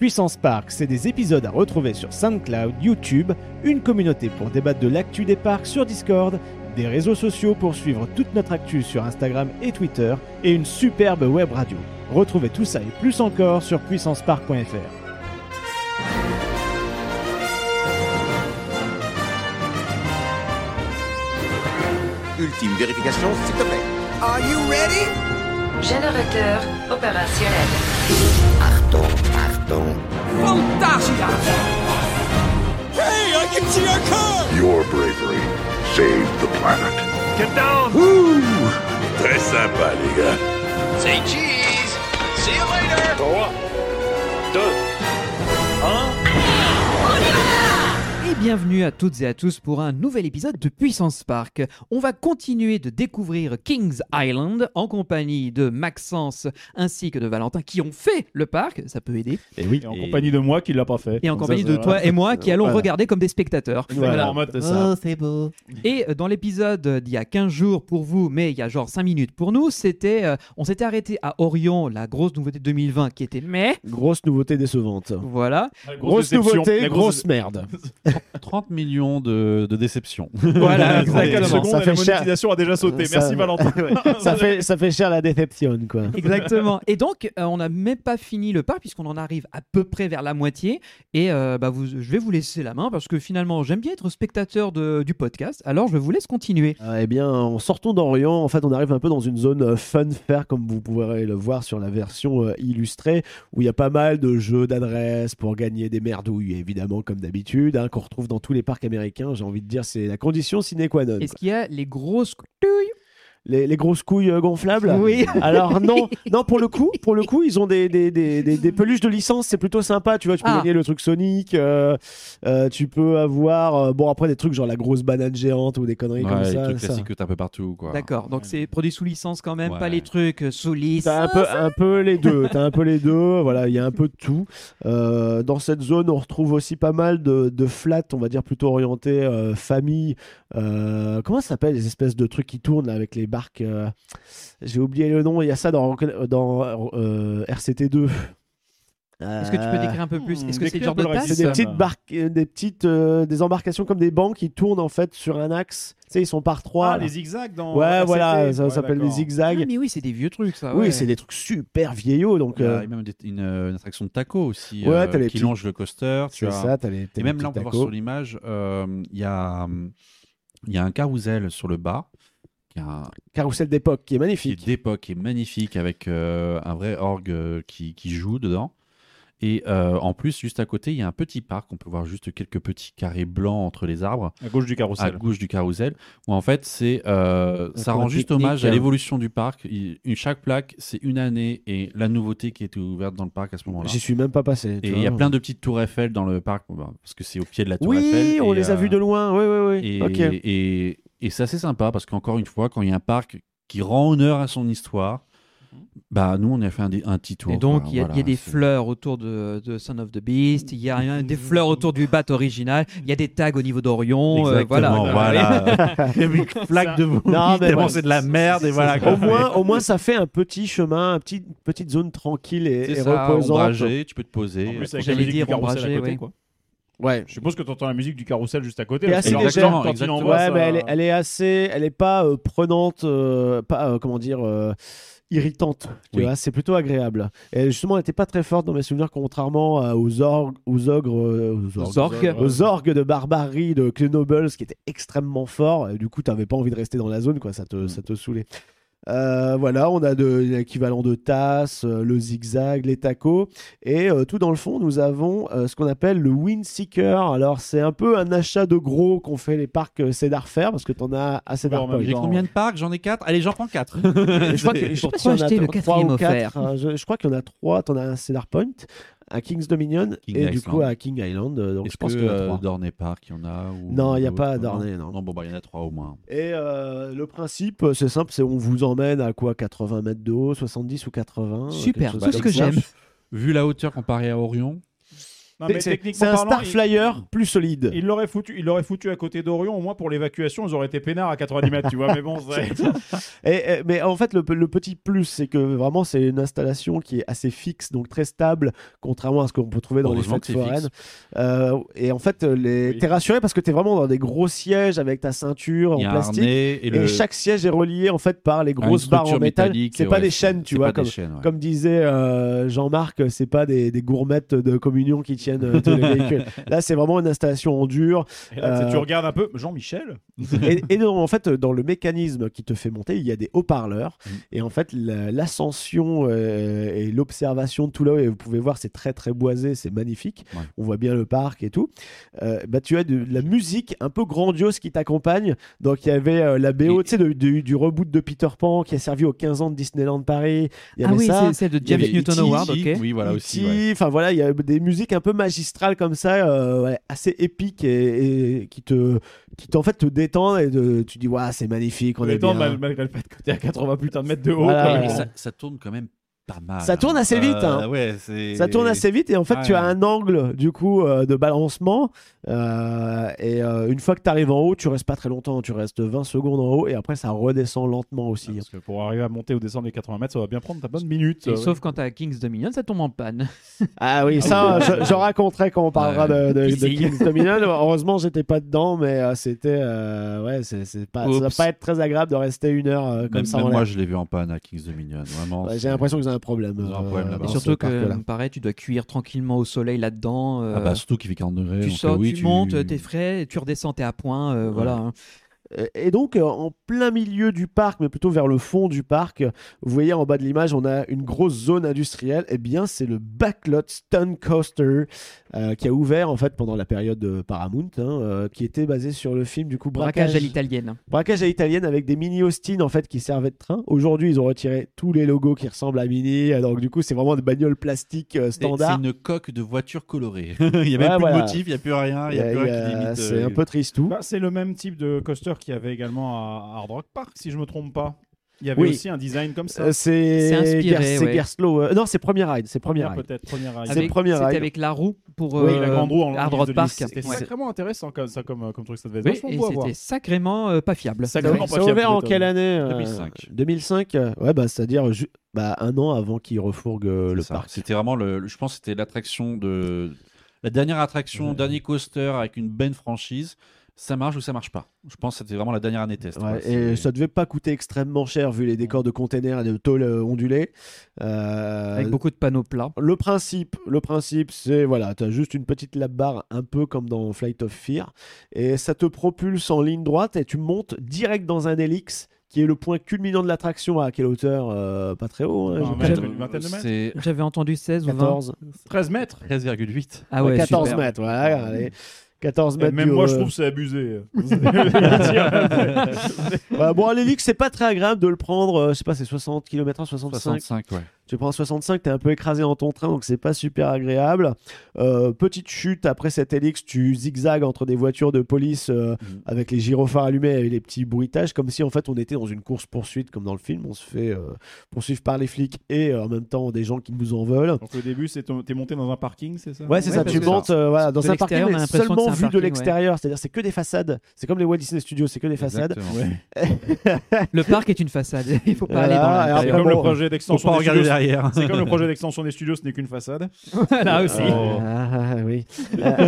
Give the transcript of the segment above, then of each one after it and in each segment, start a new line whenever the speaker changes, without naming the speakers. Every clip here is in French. Puissance Park, c'est des épisodes à retrouver sur SoundCloud, YouTube, une communauté pour débattre de l'actu des parcs sur Discord, des réseaux sociaux pour suivre toute notre actu sur Instagram et Twitter, et une superbe web radio. Retrouvez tout ça et plus encore sur puissancepark.fr.
Ultime vérification, s'il te plaît.
Are you ready?
Générateur opérationnel.
Achtung, Achtung.
Fantasia! Hey, I can see our car!
Your bravery saved the planet. Très sympa, les gars.
Say cheese. See you later.
Et bienvenue à toutes et à tous pour un nouvel épisode de Puissance Park. On va continuer de découvrir Kings Island en compagnie de Maxence ainsi que de Valentin qui ont fait le parc, ça peut aider,
Et oui,
Et en compagnie de moi qui l'a pas fait.
et en
Comme
compagnie
ça,
de
ça-
toi et moi qui allons
Voilà.
regarder comme des spectateurs.
Voilà, en mode de ça.
c'est beau. Et euh, dans l'épisode d'il y a 15 jours pour vous, mais il y a genre 5 minutes pour nous, c'était euh, on s'était arrêté à Orion, la grosse nouveauté de 2020 qui était mai.
grosse nouveauté décevante.
Voilà.
La
Grosse
déception.
nouveauté,
La
grosse merde.
30 millions de, de déceptions.
Voilà,
En quatre
Exactement,
exactement.
secondes,
ça fait
la
cher.
monétisation a déjà sauté.
Ça-
Merci Valentin.
ça, fait, ça fait cher la déception, quoi.
Exactement. Et donc, euh, on n'a même pas fini le parc puisqu'on en arrive à peu près vers la moitié. Et euh, bah, vous, je vais vous laisser la main parce que finalement, j'aime bien être spectateur de- du podcast. Alors, je vous laisse continuer.
Ah, eh bien, en sortant d'Orient, en fait, on arrive un peu dans une zone euh, fun fair, comme vous pourrez le voir sur la version euh, illustrée, où il y a pas mal de jeux d'adresse pour gagner des merdouilles, évidemment, comme d'habitude, hein, qu'on retrouve dans tous les parcs américains. J'ai envie de dire, c'est la condition sine qua non.
Euh,
Est-ce qu'il y a les grosses couilles
Les, les grosses couilles euh, gonflables
Oui.
Alors non, non pour le coup, pour le coup, ils ont des, des, des, des, des peluches de licence, c'est plutôt sympa. Tu vois, tu peux
Ah.
gagner le truc Sonic, euh, euh, tu peux avoir, euh, bon après des trucs genre la grosse banane géante ou des conneries comme
Ouais, les
ça.
trucs
ça.
classiques que t'as un peu partout, quoi.
D'accord. Donc, c'est produit sous licence quand même, pas
Ouais.
les trucs euh, sous
T'as un
licence.
peu, un peu les deux. T'as un peu les deux. Voilà, il y a un peu de tout. Euh, dans cette zone, on retrouve aussi pas mal de, de flats, on va dire plutôt orientés euh, famille. Euh, comment ça s'appelle les espèces de trucs qui tournent là, avec les barques euh, J'ai oublié le nom. Il y a ça dans, dans euh, RCT2.
Est-ce que tu peux décrire un peu plus Est-ce que c'est le
Décrire
genre
un peu
de
le
c'est
tasse
des
Ça
petites
va.
barques, euh, des petites, euh, des embarcations comme des bancs qui tournent en fait sur un axe. Tu sais, ils sont par trois.
Ah,
là.
les zigzags dans.
Ouais,
RCT.
voilà, ça
Ouais,
s'appelle les
d'accord.
zigzags.
Ah, mais oui, c'est des vieux trucs, ça.
Oui,
ouais.
c'est des trucs super vieillots. Donc,
Ah, Il y
euh,
a même des- une, euh, une attraction de taco aussi
Ouais,
euh,
t'as les
qui
petits-
longe le coaster. Tu
C'est
as...
ça, t'as les t'as
Et
les
même
petits
là, on peut voir
tacos.
sur l'image, euh, il y, a, hum, il y a un carrousel sur le bas qui est un-
Carousel d'époque qui est
qui est
magnifique.
d'époque, qui est magnifique, avec euh, un vrai orgue euh, qui, qui joue dedans. Et euh, en plus, juste à côté, il y a un petit parc. On peut voir juste quelques petits carrés blancs entre les arbres.
À gauche du
à
carrousel.
gauche du carrousel, où en fait, c'est euh,
Un
ça
coin
rend juste
pique-nique,
hommage à
hein.
l'évolution du parc. Il- une, chaque plaque, c'est une année et la nouveauté qui était ouverte dans le parc à ce moment-là.
J'y suis même pas passé. tu
Et il y a
vois.
plein de petites tours Eiffel dans le parc, bon, bah, parce que c'est au pied de la tour Eiffel.
Oui, on
et,
les a
euh,
vus de loin. Oui, oui, oui.
Et,
Ok.
et, et c'est assez sympa, parce qu'encore une fois, quand il y a un parc qui rend honneur à son histoire,
Mhm.
bah nous, on a fait un, dé- un petit tour.
Et donc,
quoi,
il y a- il y, a
voilà,
des
c'est-
fleurs autour de, de Son of the Beast, il y a un- des fleurs autour du bat original, il y a des tags au niveau d'Orion, euh, voilà.
Exactement, voilà. Il y avait une plaque de vous.
Non, mais
Tellement
ouais.
c'est de la merde, et voilà. quoi.
Au moins, au moins, ça fait un petit chemin, une petite, petite zone tranquille et,
C'est
et
ça,
reposante.
ombragé, tu peux te poser.
En plus,
Euh,
avec la
J'allais
musique du
dire
carrousel à
ombragé,
côté,
ouais.
quoi.
Ouais.
Je suppose que t'entends la musique du carrousel juste à côté.
Et
parce que
assez
leur
légère.
temps, quand il
Exactement.
envoie,
Ouais,
ça-
mais elle est, elle est assez, elle est pas euh, prenante, euh, pas euh, comment dire, euh, irritante. Tu
Oui.
vois, c'est plutôt agréable. Et justement, elle était pas très forte dans mes souvenirs, contrairement à- aux orgues, aux ogres, euh, aux orgues.
Zork.
aux orgues de barbarie de Knobles qui étaient extrêmement forts. Et du coup, tu n'avais pas envie de rester dans la zone, quoi. Ça te, ça te saoulait. Euh, voilà, on a de l'équivalent de tasses, euh, le zigzag, les tacos. Et euh, tout dans le fond, nous avons euh, ce qu'on appelle le Wind Seeker. Alors, c'est un peu un achat de gros qu'ont fait les parcs euh, Cedar Fair parce que tu en as à Cedar
Ouais, en
Point.
même
J'ai
Genre-
combien de parcs J'en ai 4. Allez, j'en prends 4.
Je crois que- je sais
pas
si on
si
a
acheter le
trois
quatrième
ou quatre,
offert.
hein. je, je crois qu'il y en a trois. Tu en as un à Cedar Point, à King's Dominion
King
et du
Island.
coup à King Island. Euh, Donc, je pense
que,
qu'il y en a
euh,
trois.
Dorney Park, il y en a ou
Non, il n'y a
d'autres,
pas à Dorney, non.
Non, bon, bah, il y en a 3 au moins.
Et euh, le principe, euh, c'est simple, c'est on vous emmène à quoi 80 mètres de haut, 70 ou 80 euh,
Super,
bah,
quelque chose
tout
comme
ce que
ça.
j'aime.
Vu la hauteur comparée à Orion,
Non, Ah, mais
C'est- c'est
techniquement
c'est un
parlant,
Star
il-
Flyer plus solide.
Il l'aurait foutu, il l'aurait foutu à côté d'Orion, au moins pour l'évacuation, ils auraient été peinards à 90 mètres, tu vois. Mais bon, c'est-
Et, et- mais en fait, le, pe- le petit plus, c'est que vraiment, c'est une installation qui est assez fixe, donc très stable, contrairement à ce qu'on peut trouver dans les
Heureusement
fêtes
que c'est fixe.
foraines. Euh, et en fait, les...
Oui.
t'es rassuré parce que t'es vraiment dans des gros sièges avec ta ceinture
Il y
en
a un
plastique.
harnais et,
Et,
le...
chaque siège est relié en fait par les
une
grosses barres en
structure
métal.
métallique,
C'est pas
ouais,
des chaînes, tu
c'est
vois.
pas
Comme,
des chaînes, ouais.
comme disait euh, Jean-Marc, c'est pas des, des gourmettes de communion qui tiennent euh, tous les véhicules. Là, c'est vraiment une installation en dur.
Et là, tu sais, tu
Euh,
regardes un peu Jean-Michel.
et, et non, en fait, dans le mécanisme qui te fait monter, il y a des haut-parleurs. Et en fait, la- l'ascension euh, et l'observation de tout là-haut, et vous pouvez voir, c'est très très boisé, c'est magnifique.
Ouais.
On voit bien le parc et tout. Euh, bah, tu as de, la musique un peu grandiose qui t'accompagne. Donc, il y avait euh, la BO,
Et-
tu sais, de- du, du reboot de Peter Pan qui a servi aux 15 ans de Disneyland Paris. Il y
Ah
avait
oui,
ça.
c'est celle de
il y
James
avait
Newton
E.T.,
Howard, ok.
Oui, voilà aussi.
E.T.,
ouais.
Enfin voilà, il y a des musiques un peu magistrales comme ça, euh, ouais, assez épiques et, et qui te, qui t'en fait te détend et de- tu dis waouh c'est magnifique, on
Mais
est
attends,
bien.
bah,
mal- malgré le fait que t'es à 80 putains de mètres de haut.
Voilà,
quand
Et
même.
ouais.
ça, ça tourne quand même pas mal.
Ça tourne assez vite, hein.
Euh, ouais, c'est-
Ça tourne assez vite et en fait
Ah,
tu as
ouais.
un angle du coup euh, de balancement euh, et euh, une fois que tu arrives en haut, tu restes pas très longtemps, tu restes 20 secondes en haut et après ça redescend lentement aussi.
Ah,
Parce que pour arriver à monter ou descendre les 80 mètres, ça va bien prendre ta bonne minute.
Et
euh,
Sauf quand t'as Kings Dominion, ça tombe en panne.
Ah oui, ça, je, je raconterai quand on parlera
Ouais.
de, de, de
Ici.
King's Dominion. Heureusement, j'étais pas dedans, mais euh, c'était. euh, ouais, c'est, c'est pas, ça va
Oups.
pas être très agréable de rester une heure euh, comme
Même,
ça
même
en
moi,
l'air.
je l'ai vu en panne à Kings Dominion. Vraiment.
Ouais,
c'est-
j'ai l'impression qu'ils ont un problème.
Ils ont un
euh,
problème là-bas.
dans
Et
Dans
ce
surtout que,
parc-là.
me paraît, tu dois cuire tranquillement au soleil là-dedans. euh,
Ah bah, surtout qu'il fait 40 degrés.
tu
donc,
sors,
euh, oui,
tu, montes, t'es frais, et tu redescends, t'es à point. euh,
Ouais.
Voilà. hein.
Euh, Et donc, euh, en plein milieu du parc, mais plutôt vers le fond du parc, euh, vous voyez en bas de l'image, on a une grosse zone industrielle. Eh bien, c'est le Backlot Stone Coaster euh, qui a ouvert en fait pendant la période de Paramount, hein, euh, qui était basé sur le film du coup
Braquage à l'italienne.
Braquage à l'italienne avec des mini Austin en fait qui servaient de train. Aujourd'hui, ils ont retiré tous les logos qui ressemblent à mini. euh, Donc du coup, c'est vraiment des bagnoles plastiques euh,
C'est
standard.
une coque de voiture colorée. il n'y a même
Ouais,
plus
voilà.
de motif, il n'y a plus rien, il n'y a plus
Il y a-
rien qui limite.
C'est
euh,
un peu triste tout.
bah, c'est le même type de coaster qu'il y avait également à Hard Rock Park, si je me trompe pas. Il y avait
Oui.
aussi un design comme ça.
Euh, C'est
C'est inspiré,
Ger- c'est
ouais.
Gerslow, euh, Non, c'est premier ride. C'est premier
Première,
ride.
peut-être, première ride.
C'est
Avec-
premier
C'était
ride.
avec la roue pour
Oui,
euh,
la grande roue en
Hard
longue
Rock
liste de
Park.
liste. C'était
Ouais.
sacrément intéressant comme ça comme, euh, comme truc, ça devait être
Oui,
vachement
et
beau à voir.
c'était sacrément euh, pas fiable.
Ça
Sacrément
a
pas fiable,
ouvert en
cet
quelle
homme.
année euh,
2005.
2005. euh, Ouais, bah c'est-à-dire ju- bah, un an avant qu'ils refourguent euh,
c'est
le
ça.
parc.
C'était vraiment le, le- je pense que c'était l'attraction de la dernière attraction, dernier coaster avec une bonne franchise. Ça marche ou ça marche pas. Je pense que c'était vraiment la dernière année test.
Ouais,
quoi.
et
C'est-
ça devait pas coûter extrêmement cher vu les décors de containers et de tôles euh, ondulées. Euh,
Avec beaucoup de panneaux plats.
Le principe, le principe, c'est voilà, t'as juste une petite lap barre, un peu comme dans Flight of Fear, et ça te propulse en ligne droite et tu montes direct dans un hélix qui est le point culminant de l'attraction à quelle hauteur euh, Pas très haut, hein,
Ah,
j'ai-
ouais,
quatre-
une vingtaine de mètres.
C'est
J'avais entendu 16 ou 20.
14,
13 mètres.
13,8.
Ah ouais,
14
super.
mètres, voilà, allez, 14
Et
mètres.
même
du-
moi, je
euh,
trouve que c'est abusé. C'est-
ouais, bon, à l'hélix, c'est pas très agréable de le prendre, euh, je sais pas, c'est 60 km, 65
65, ouais.
Tu prends 65, t'es un peu écrasé dans ton train, donc c'est pas super agréable. Euh, petite chute après cette hélix, tu zigzagues entre des voitures de police euh,
Mhm.
avec les gyrophares allumés et les petits bruitages, comme si en fait on était dans une course poursuite comme dans le film. On se fait euh, poursuivre par les flics et euh, en même temps des gens qui nous en veulent.
Donc, au début, c'est ton- t'es monté dans un parking, c'est ça
Ouais, c'est
Ouais,
ça,
parce
tu
que
montes euh, voilà,
de
dans un parking,
l'extérieur, on a
mais
l'impression que
seulement
c'est un
vu de
parking, ouais.
l'extérieur, c'est-à-dire c'est que des façades. C'est comme les Walt Disney Studios, c'est que des façades.
Exactement.
Le parc est une façade. Il faut pas
Voilà, et
aller dans
C'est
après,
l'intérieur.
comme
Ah, bon,
le projet
Faut
d'extension
pas
des
regarder
studios.
derrière.
C'est comme le projet d'extension des studios, ce n'est qu'une façade.
Là aussi.
Oh.
Ah, oui.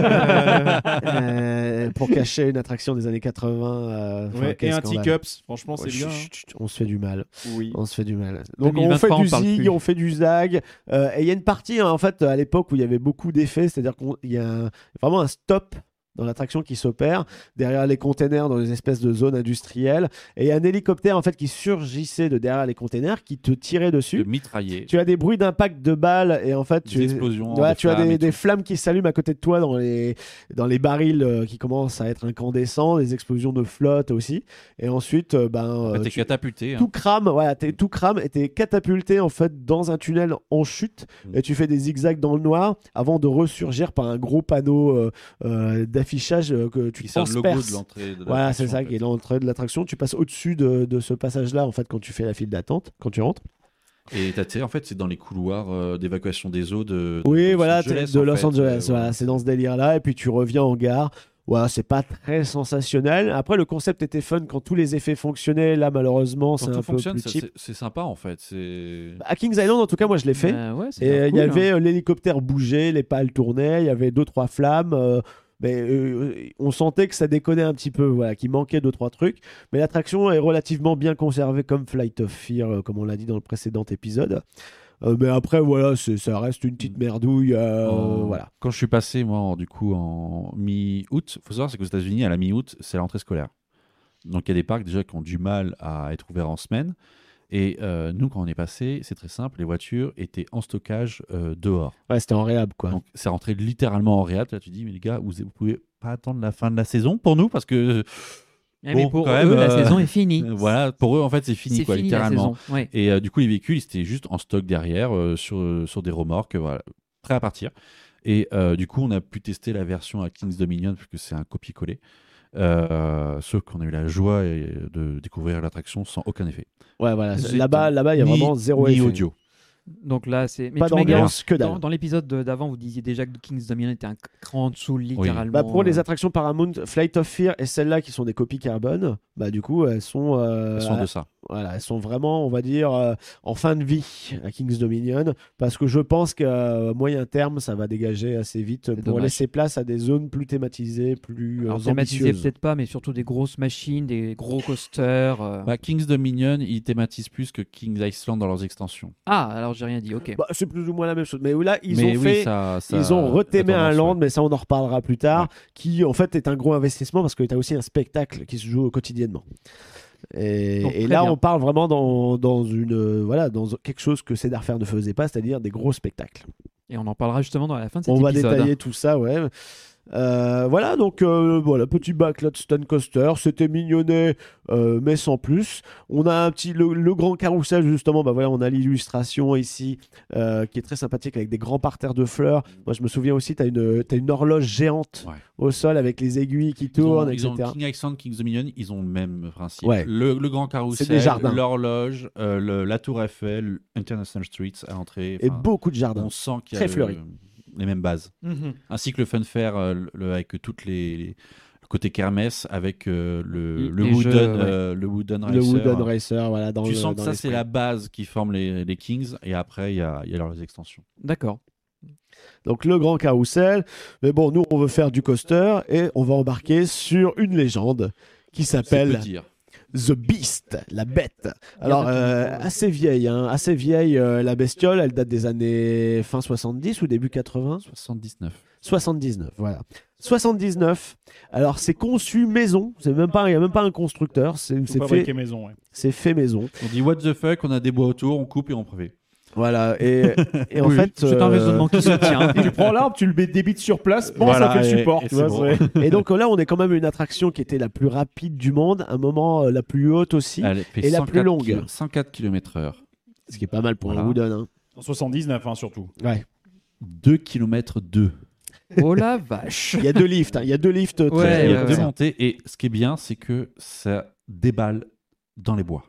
Euh, euh, pour cacher une attraction des années 80. euh, enfin,
Ouais, et
quel
un
scandale.
T-Cups, franchement, c'est
Ouais,
bien.
chut, chut, chut, on se fait du mal.
hein. Oui.
On se fait du mal. Donc on
2023,
fait du
on parle
zig,
plus.
on fait du zag. Euh, et il y a une partie, hein, en fait, à l'époque où il y avait beaucoup d'effets, c'est-à-dire qu'il y a un- vraiment un stop dans l'attraction qui s'opère, derrière les containers, dans les espèces de zones industrielles. Et il y a un hélicoptère, en fait, qui surgissait de derrière les containers, qui te tirait
De
dessus.
mitrailler.
Tu as des bruits d'impact de balles, et en fait,
Des
tu,
explosions,
Ouais,
des
tu as
flammes
des,
et
des
tout.
flammes qui s'allument à côté de toi dans les, dans les barils euh, qui commencent à être incandescents, des explosions de flotte aussi. Et ensuite, euh, ben,
Après,
euh,
T'es
tu-
catapulté. hein.
tout crame, voilà, t'es- tout crame et t'es catapulté en fait dans un tunnel en chute
Mm.
et tu fais des zigzags dans le noir avant de ressurgir par un gros panneau euh, euh, d'affichage euh, que tu
Qui sert le logo
transperces.
de l'entrée. de la
Voilà, c'est
station, en
ça
fait.
qui est l'entrée de l'attraction. Tu passes au-dessus de, de ce passage-là, en fait, quand tu fais la file d'attente, quand tu rentres.
Et t'as- tu sais, en fait, c'est dans les couloirs euh, d'évacuation des eaux de, de
Oui,
Los
voilà,
Angeles,
de
en
Los
fait.
Angeles.
Euh,
voilà, c'est dans ce délire-là. Et puis tu reviens en gare. Voilà, c'est pas très sensationnel. Après, le concept était fun quand tous les effets fonctionnaient. Là, malheureusement,
Quand
c'est
tout
un peu
fonctionne,
plus
ça,
cheap. Bah,
c'est- c'est sympa en fait. C'est
À Kings Island, en tout cas, moi, je l'ai fait.
Bah ouais,
Et
c'était
euh, il y
cool, hein.
avait euh, l'hélicoptère bougeait, les pales tournaient, il y avait deux trois flammes. euh, mais euh, on sentait que ça déconnait un petit peu, voilà, qu'il manquait deux trois trucs. Mais l'attraction est relativement bien conservée comme Flight of Fear, euh, comme on l'a dit dans le précédent épisode. Euh, mais après, voilà, c'est- ça reste une petite merdouille. euh,
Euh,
Voilà.
Quand je suis passé, moi, en- du coup, en mi-août, faut savoir c'est qu'aux États-Unis, à la mi-août, c'est l'entrée scolaire. Donc il y a des parcs déjà qui ont du mal à être ouverts en semaine. Et euh, nous, quand on est passé, c'est très simple, les voitures étaient en stockage euh, dehors.
Ouais, c'était en réhab, quoi.
Donc c'est rentré littéralement en réhab. Là, tu dis, mais les gars, vous, vous pouvez pas attendre la fin de la saison pour nous parce que
Eh, mais
Bon,
pour
quand
eux,
même,
la
euh,
saison est finie.
euh, voilà, pour eux, en fait, c'est fini,
c'est
quoi,
fini la
littéralement.
saison. Ouais.
Et euh, du coup, les véhicules, ils étaient juste en stock derrière, euh, sur, sur des remorques, euh, voilà, prêts à partir. Et euh, du coup, on a pu tester la version à Kings Dominion, puisque c'est un copier-coller. Euh, sauf qu'on a eu la joie et- de découvrir l'attraction sans aucun effet.
Ouais, voilà.
Zut.
Là-bas, là-bas, Ah, il y a
Ni-
vraiment zéro
ni
effet.
audio.
Donc là, c'est. mais
Pas
tu m'égares.
d'ambiance, que dalle.
Dans, dans l'épisode de- d'avant, vous disiez déjà que King's Dominion était un cran en dessous, littéralement.
Bah, pour les
Euh,
attractions Paramount, Flight of Fear et celles-là qui sont des copies carbone, bah du coup elles sont, euh,
Elles sont de ça.
Voilà, elles sont vraiment, on va dire, euh, en fin de vie à King's Dominion, parce que je pense qu'à euh, moyen terme, ça va dégager assez vite pour
dommage.
laisser place à des zones plus thématisées, plus euh,
Alors, thématisé
ambitieuses.
peut-être pas, mais surtout des grosses machines, des gros coasters. euh.
ah.
Bah, Kings Dominion, ils thématisent plus que Kings Island dans leurs extensions.
Ah, alors j'ai rien dit, ok.
Bah, c'est plus ou moins la même chose, mais là ils
Mais
ont
oui,
fait.
ça- ça-
Ils ont retémé
la
un
tendance,
land,
ouais.
mais ça on en reparlera plus tard, qui en fait est un gros investissement parce que tu as aussi un spectacle qui se joue quotidiennement. Et,
Donc,
et
très
là
bien.
on parle vraiment dans, dans une euh, voilà dans quelque chose que Cedar Fair ne faisait pas, c'est-à-dire des gros spectacles.
Et on en parlera justement dans la fin de cet
On va
épisode. hein.
détailler tout ça, ouais. Euh, voilà, donc euh, voilà, petit bac là de Stone Coaster, c'était mignonnet, euh, mais sans plus. On a un petit le, le grand carrousel justement, bah voilà, on a l'illustration ici euh, qui est très sympathique avec des grands parterres de fleurs. Moi, je me souviens aussi, t'as une t'as une horloge géante
Ouais.
au sol avec les aiguilles qui
Ils ont-
tournent,
ils ont,
etc.
King Island, Kings Dominion, ils ont le même principe.
Ouais.
Le, le grand
C'est des
carrousel,
jardins.
l'horloge, euh, le- la tour Eiffel, International Streets à l'entrée.
Et
Enfin,
beaucoup de jardins.
On sent qu'il y
Très
a le-
fleuri.
les mêmes bases.
Mhm.
Ainsi que le fun fair euh, le- le- avec toutes les, les- le côté kermesse avec euh, le,
Les
le
jeux,
wooden,
ouais.
euh, le wooden
le
racer. hein.
Wooden Racer, voilà. Dans
tu
le-
sens que
dans
ça c'est
l'esprit.
la base qui forme les, les Kings et après il y a, il y a leurs extensions.
D'accord.
Donc le grand carrousel. Mais bon, nous, on veut faire du coaster et on va embarquer sur une légende qui
C'est peu
s'appelle
dire.
The Beast, la bête. Alors, euh, assez vieille, hein, assez vieille, euh, la bestiole, elle date des années fin 70 ou début 80
79.
79, voilà. 79, alors c'est conçu maison, c'est même pas- il n'y a même pas un constructeur, c'est
Tout
c'est
fabriqué
fait,
maison. ouais.
c'est fait maison.
On dit what the fuck, on a des bois autour, on coupe et on prévait.
Voilà, et, et en
Oui,
fait...
C'est
euh,
un raisonnement qui se tient.
tu prends l'arbre, tu le dé- débites sur place, pense
Voilà,
à quel
et-
support.
et
tu
c'est
vois,
bon.
c'est-
Et donc là, on est quand même une attraction qui était la plus rapide du monde, un moment euh, la plus haute aussi,
Elle fait
Et la plus
104
longue.
kilo- 104 km/h.
ce qui est pas mal pour un
Voilà.
Wooden. hein.
En 79, hein, surtout.
Ouais.
2 km 2.
oh la vache.
Il y a deux lifts, hein, il y a deux lifts. très-
Ouais,
il y a
ouais,
deux
ouais.
montées et ce qui est bien, c'est que ça déballe dans les bois.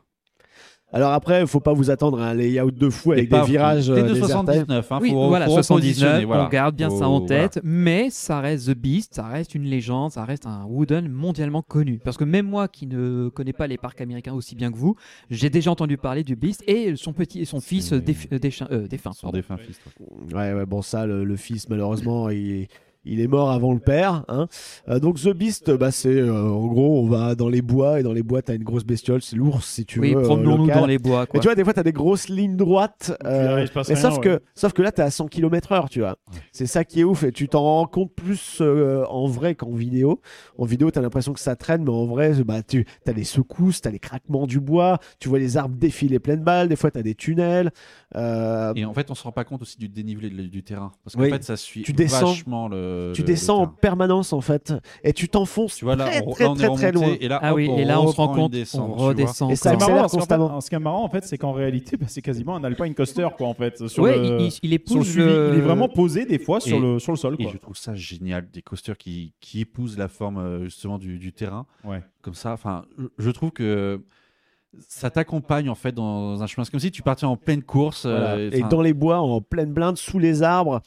Alors après, faut pas vous attendre à un layout de fou
Et
avec
pas-
des virages.
T'es
euh,
de
désertés.
79, hein,
oui,
faut,
voilà,
faut
79,
repositionner, voilà.
on garde bien ça
Faut-
en
voilà.
tête, mais ça reste The Beast, ça reste une légende, ça reste un Wooden mondialement connu. Parce que même moi qui ne connais pas les parcs américains aussi bien que vous, j'ai déjà entendu parler du Beast et son petit et son fils
C'est-
déf- euh, déchin- euh, défunt.
Son
pardon.
défunt fils, toi.
Ouais, ouais, bon ça, le, le fils malheureusement, il, il est mort avant le père. hein. Euh, donc The Beast, bah c'est euh, en gros, on va dans les bois et dans les bois t'as une grosse bestiole, c'est l'ours si tu
Oui,
veux. euh,
promenons-nous
local.
dans les bois.
Et
Quoi.
tu vois, des fois, t'as des grosses lignes droites. euh,
là, il se passe
mais
rien,
sauf,
ouais.
que, sauf que là, t'es à 100 km/h, tu vois. C'est ça qui est ouf. Et tu t'en rends compte plus euh, en vrai qu'en vidéo. En vidéo, t'as l'impression que ça traîne, mais en vrai, bah, tu as les secousses, t'as les craquements du bois, tu vois les arbres défiler pleine balle. Des fois, t'as des tunnels. Euh,
Et en fait, on se rend pas compte aussi du dénivelé de- du terrain. Parce qu'en
Oui.
fait, ça suit
Tu descends.
vachement le.
tu
le-
descends
le
en
terrain.
permanence, en fait. Et tu t'enfonces
Tu vois, là,
très,
on,
très,
là, on
très,
est
très
remonté,
loin.
Et là,
Ah oui,
hop,
et là on se
reprend
rend
une
compte,
descente,
on
tu vois.
redescend.
Et ça
C'est
encore.
accélère
marrant, parce qu'en fait-
constamment.
ce qui est marrant, en fait, c'est qu'en réalité, bah, c'est quasiment un alpine coaster, quoi, en fait. Sur
Ouais,
le...
il, il- il épouse
sur le suivi,
le-
il est vraiment posé des fois sur,
Et-
le, sur le sol.
Et
Quoi.
je trouve ça génial, des coasters qui, qui épousent la forme euh, justement du, du terrain.
Ouais.
Comme ça, enfin, je, je trouve que ça t'accompagne en fait dans un chemin. C'est comme si tu partais en pleine course.
Voilà.
euh,
Et
enfin,
dans les bois, en pleine blinde, sous les arbres.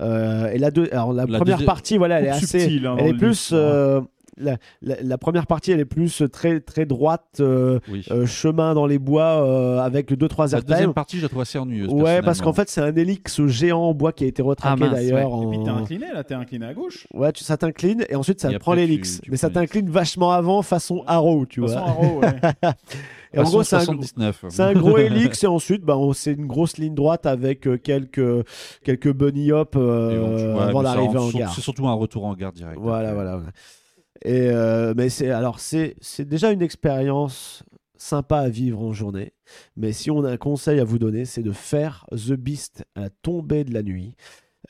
Euh, et la, deux- alors, la,
La
première
deuxi-
partie, voilà, elle est
Coupe
assez.
subtile, hein,
elle
dans
est
le
plus.
discours, hein.
euh, la, la- la première partie, elle est plus euh, très, très droite, euh,
oui.
euh, chemin dans les bois euh, avec deux trois
la
airtime.
deuxième partie, je la trouve assez ennuyeuse.
Ouais, parce qu'en
personnellement.
fait, c'est un hélix géant en bois qui a été retraqué
Ah, mince,
d'ailleurs.
Et puis t'es
en-
incliné là, t'es incliné à gauche.
Ouais, tu, ça t'incline et ensuite ça
Et
prend
après, tu-
l'hélix.
tu
Mais ça
prends l'hélix.
t'incline vachement avant, façon arrow, tu
De toute
vois.
façon, Arrow, ouais.
Et en
Façon
gros, c'est un,
79.
c'est un gros hélix et ensuite, bah, on- c'est une grosse ligne droite avec euh, quelques, quelques bunny hop euh,
Et on- ouais,
avant
mais ça
d'arriver
rend-
en
sur-
gare.
C'est surtout un retour en gare direct. euh,
Voilà,
Après.
voilà. voilà. Et euh, mais c'est alors c'est c'est déjà une expérience sympa à vivre en journée. Mais si on a un conseil à vous donner, c'est de faire The Beast à la tombée de la nuit.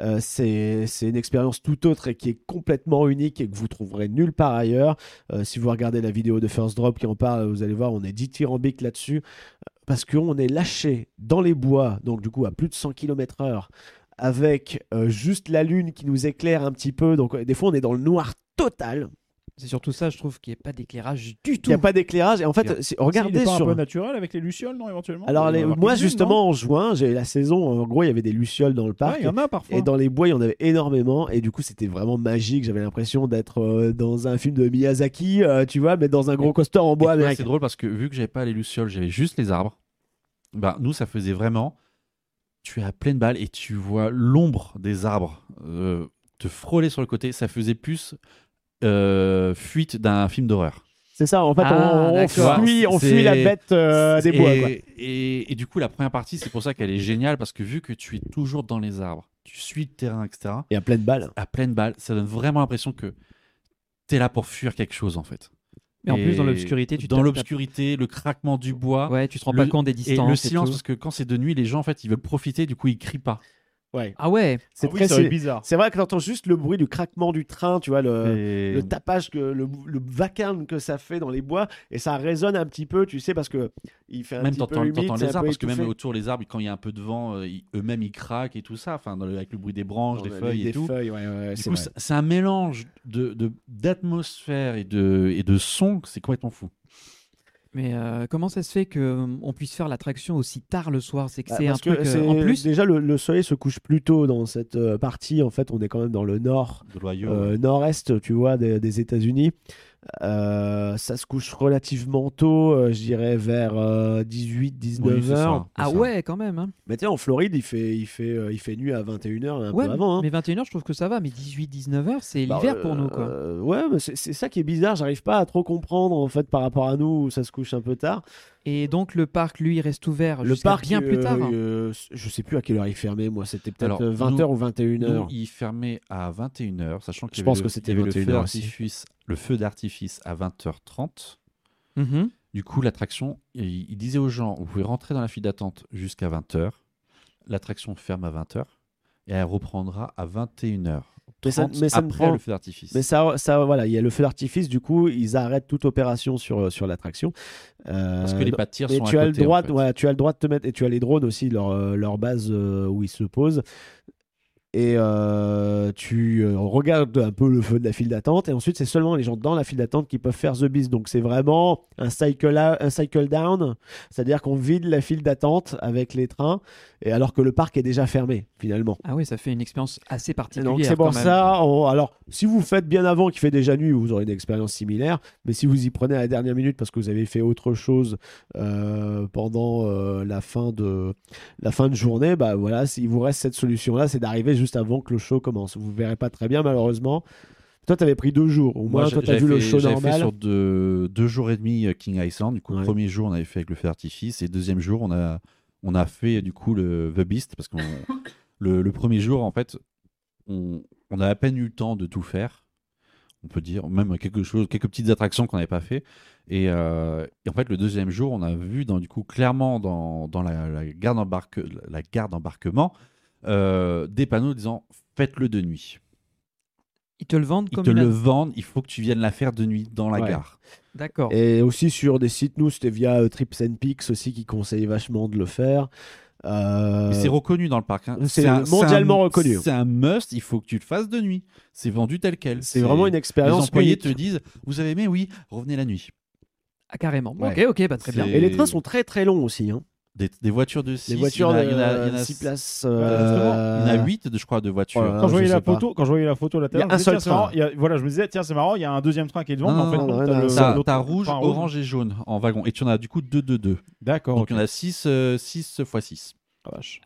Euh, c'est c'est une expérience tout autre et qui est complètement unique et que vous trouverez nulle part ailleurs. Euh, si vous regardez la vidéo de First Drop qui en parle, vous allez voir, on est dithyrambique là-dessus parce qu'on est lâché dans les bois, donc du coup à plus de 100 km/h, avec euh, juste la lune qui nous éclaire un petit peu. Donc euh, des fois on est dans le noir total.
C'est surtout ça, je trouve, qu'il n'y a pas d'éclairage du
Il
tout.
n'y a pas d'éclairage. Et en fait, si-
Il
regardez
est pas
sur.
un peu naturel avec les lucioles, non, éventuellement
Alors
Il doit
les-
y en avoir
moi
quelques-unes, non
justement en juin, j'ai eu la saison. En gros, il y avait des lucioles dans le
Ouais,
parc.
il y en a parfois.
Et dans les bois, il y en avait énormément. Et du coup, c'était vraiment magique. J'avais l'impression d'être euh, dans un film de Miyazaki, euh, tu vois, mais dans un gros costard en
Et
bois
tu vois,
américain.
c'est drôle parce que vu que j'avais pas les lucioles, j'avais juste les arbres. Bah nous, ça faisait vraiment. Tu es à pleine balle et tu vois l'ombre des arbres euh, te frôler sur le côté. Ça faisait plus euh, fuite d'un film d'horreur.
C'est ça. En fait,
Ah,
on- on,
d'accord.
fuit, on
C'est-
fuit la bête euh, des
et,
bois. quoi.
Et, et du coup, la première partie, c'est pour ça qu'elle est géniale parce que vu que tu es toujours dans les arbres, tu suis le terrain, etc.
Et à pleine
Ah
balle.
À pleine balle, ça donne vraiment l'impression que t'es là pour fuir quelque chose en fait.
Mais en plus, dans
Et
l'obscurité, tu te
dans
tapes-
l'obscurité, le craquement du bois.
Ouais, tu te rends
Le-
pas compte des
Et
distances.
le silence,
tout.
parce que quand c'est de nuit, les gens, en fait, ils veulent profiter, du coup, ils crient pas.
Ah ouais,
C'est
Ah oui,
très
ça va être bizarre.
C'est vrai que t'entends juste le bruit du craquement du train, tu vois, le,
Et-
Euh, le tapage, que, le, le vacarme que ça fait dans les bois, et ça résonne un petit peu, tu sais, parce que il fait un
même
petit peu
t'entends
humide,
t'entends
c'est
les
un peu
arbres, parce que même
étouffé.
autour les arbres, quand il y a un peu de vent, euh, ils- eux-mêmes, ils craquent et tout ça, enfin, dans le- avec le bruit des branches, des
Dans les-
feuilles
des
et tout.
feuilles, ouais, ouais,
Du
c'est
coup,
vrai.
c'est c'est un mélange de de- d'atmosphère et de, et de son, c'est complètement fou.
mais euh, comment ça se fait qu'on puisse faire l'attraction aussi tard le soir C'est que
Bah,
c'est un
parce que
truc. euh,
c'est- Bah,
en plus,
déjà le, le soleil se couche plus tôt dans cette euh, partie. En fait, on est quand même dans le nord,
De l'Ohio.
euh, nord-est, tu vois, des, des États-Unis. Euh, ça se couche relativement tôt, euh, je dirais vers
Oui,
18-19
c'est
heures.
ça, c'est
ah
ça.
ouais, quand même. hein.
Mais tu sais, en Floride, il fait, il, fait, euh, il fait nuit à 21h un
Ouais,
peu avant. hein.
mais 21h, je trouve que ça va, mais 18-19h, c'est
Bah,
l'hiver
euh,
pour nous, quoi.
euh, ouais, mais c'est c'est ça qui est bizarre. J'arrive pas à trop comprendre en fait par rapport à nous où ça se couche un peu tard.
Et donc, le parc, lui, il reste ouvert
Le
jusqu'à
parc,
bien plus
euh,
tard.
euh, je sais plus à quelle heure il fermait. Moi, c'était peut-être euh,
hein. Alors,
20h ou
Nous,
21h.
il fermait à 21h, sachant que
Je pense que c'était 21 heures aussi.
le feu d'artifice à 20h30.
euh,
Mhm.
Du coup, l'attraction, il, il disait aux gens, vous pouvez rentrer dans la file d'attente jusqu'à 20h. L'attraction ferme à 20h et elle reprendra à 21h.
Mais ça-
30,
mais ça me
après
prend-
le feu d'artifice.
Mais ça, ça, voilà, il y a le feu d'artifice. Du coup, ils arrêtent toute opération sur sur l'attraction. Euh,
Parce que les pas de tir
Et
sont
tu
à
as
côté,
le droit,
en fait.
ouais, tu as le droit de te mettre et tu as les drones aussi leur, euh, leur base euh, où ils se posent. Et euh, tu euh, regardes un peu le feu de la file d'attente et ensuite c'est seulement les gens dans la file d'attente qui peuvent faire the beast. Donc c'est vraiment un cycle a- un cycle down, c'est-à-dire qu'on vide la file d'attente avec les trains et alors que le parc est déjà fermé finalement.
Ah ouais, ça fait une expérience assez
Et
particulière.
Donc c'est
quand
pour
même.
ça. on- alors si vous faites bien avant qu'il fait déjà nuit, vous aurez une expérience similaire. Mais si vous y prenez à la dernière minute parce que vous avez fait autre chose euh, pendant euh, la fin de la fin de journée, bah voilà, il vous reste cette solution là, c'est d'arriver juste avant que le show commence. Vous verrez pas très bien malheureusement. Toi, t'avais pris deux jours. Au moins,
Moi,
toi,
j'a-
t'as vu
j'avais
le
fait-
show
j'avais
normal.
fait sur deux, deux jours et demi euh, King Island. Du coup,
Ouais.
le premier jour, on avait fait avec le feu d'artifice. Et deuxième jour, on a, on a fait du coup le The Beast. Parce que le, le premier jour, en fait, on, on a à peine eu le temps de tout faire. On peut dire, même quelque chose, quelques petites attractions qu'on n'avait pas fait. Et, euh, et en fait, le deuxième jour, on a vu dans, du coup clairement dans, dans la, la gare d'embarque- la gare d'embarquement euh, des panneaux disant faites-le de nuit.
Ils te le vendent
Ils
comme
te
une-
le vendent, il faut que tu viennes la faire de nuit dans la
Ouais.
gare.
D'accord.
Et aussi sur des sites, nous, c'était via euh, Trips and Peaks aussi qui conseillait vachement de le faire. Euh,
Mais c'est reconnu dans le parc. hein.
c'est
un-
mondialement
c'est un-
reconnu.
C'est un must, il faut que tu le fasses de nuit. C'est vendu tel quel.
c'est vraiment une
Les
expérience
employés
unique.
te disent Vous avez aimé Oui, revenez la nuit.
Ah, carrément.
Ouais.
Ok, ok, bah, très bien.
C'est-
Et les trains sont très très longs aussi. hein.
Des, des voitures de 6.
Les voitures,
il y en a-
de-
il y en a- il y en a
six places.
Il
euh,
y en a 8, je crois, de voitures.
Oh là là.
Quand je, voyais
je
la
sais pas.
photo, quand je voyais la photo là tout à
Il y a
l'heure, je me
un
disais,
seul
tiens, c'est marrant,
train.
il y a- voilà, je me disais tiens c'est marrant, il y a un deuxième train qui est devant,
Non,
mais en fait
non,
non,
non,
non,
t'as le-
non.
T'as
l'autre-
t'as rouge,
enfin,
orange et jaune en wagon. Et tu en as du coup 2, 2, 2.
D'accord.
Oh,
Donc
ok.
il y en a euh, 6, 6 x 6.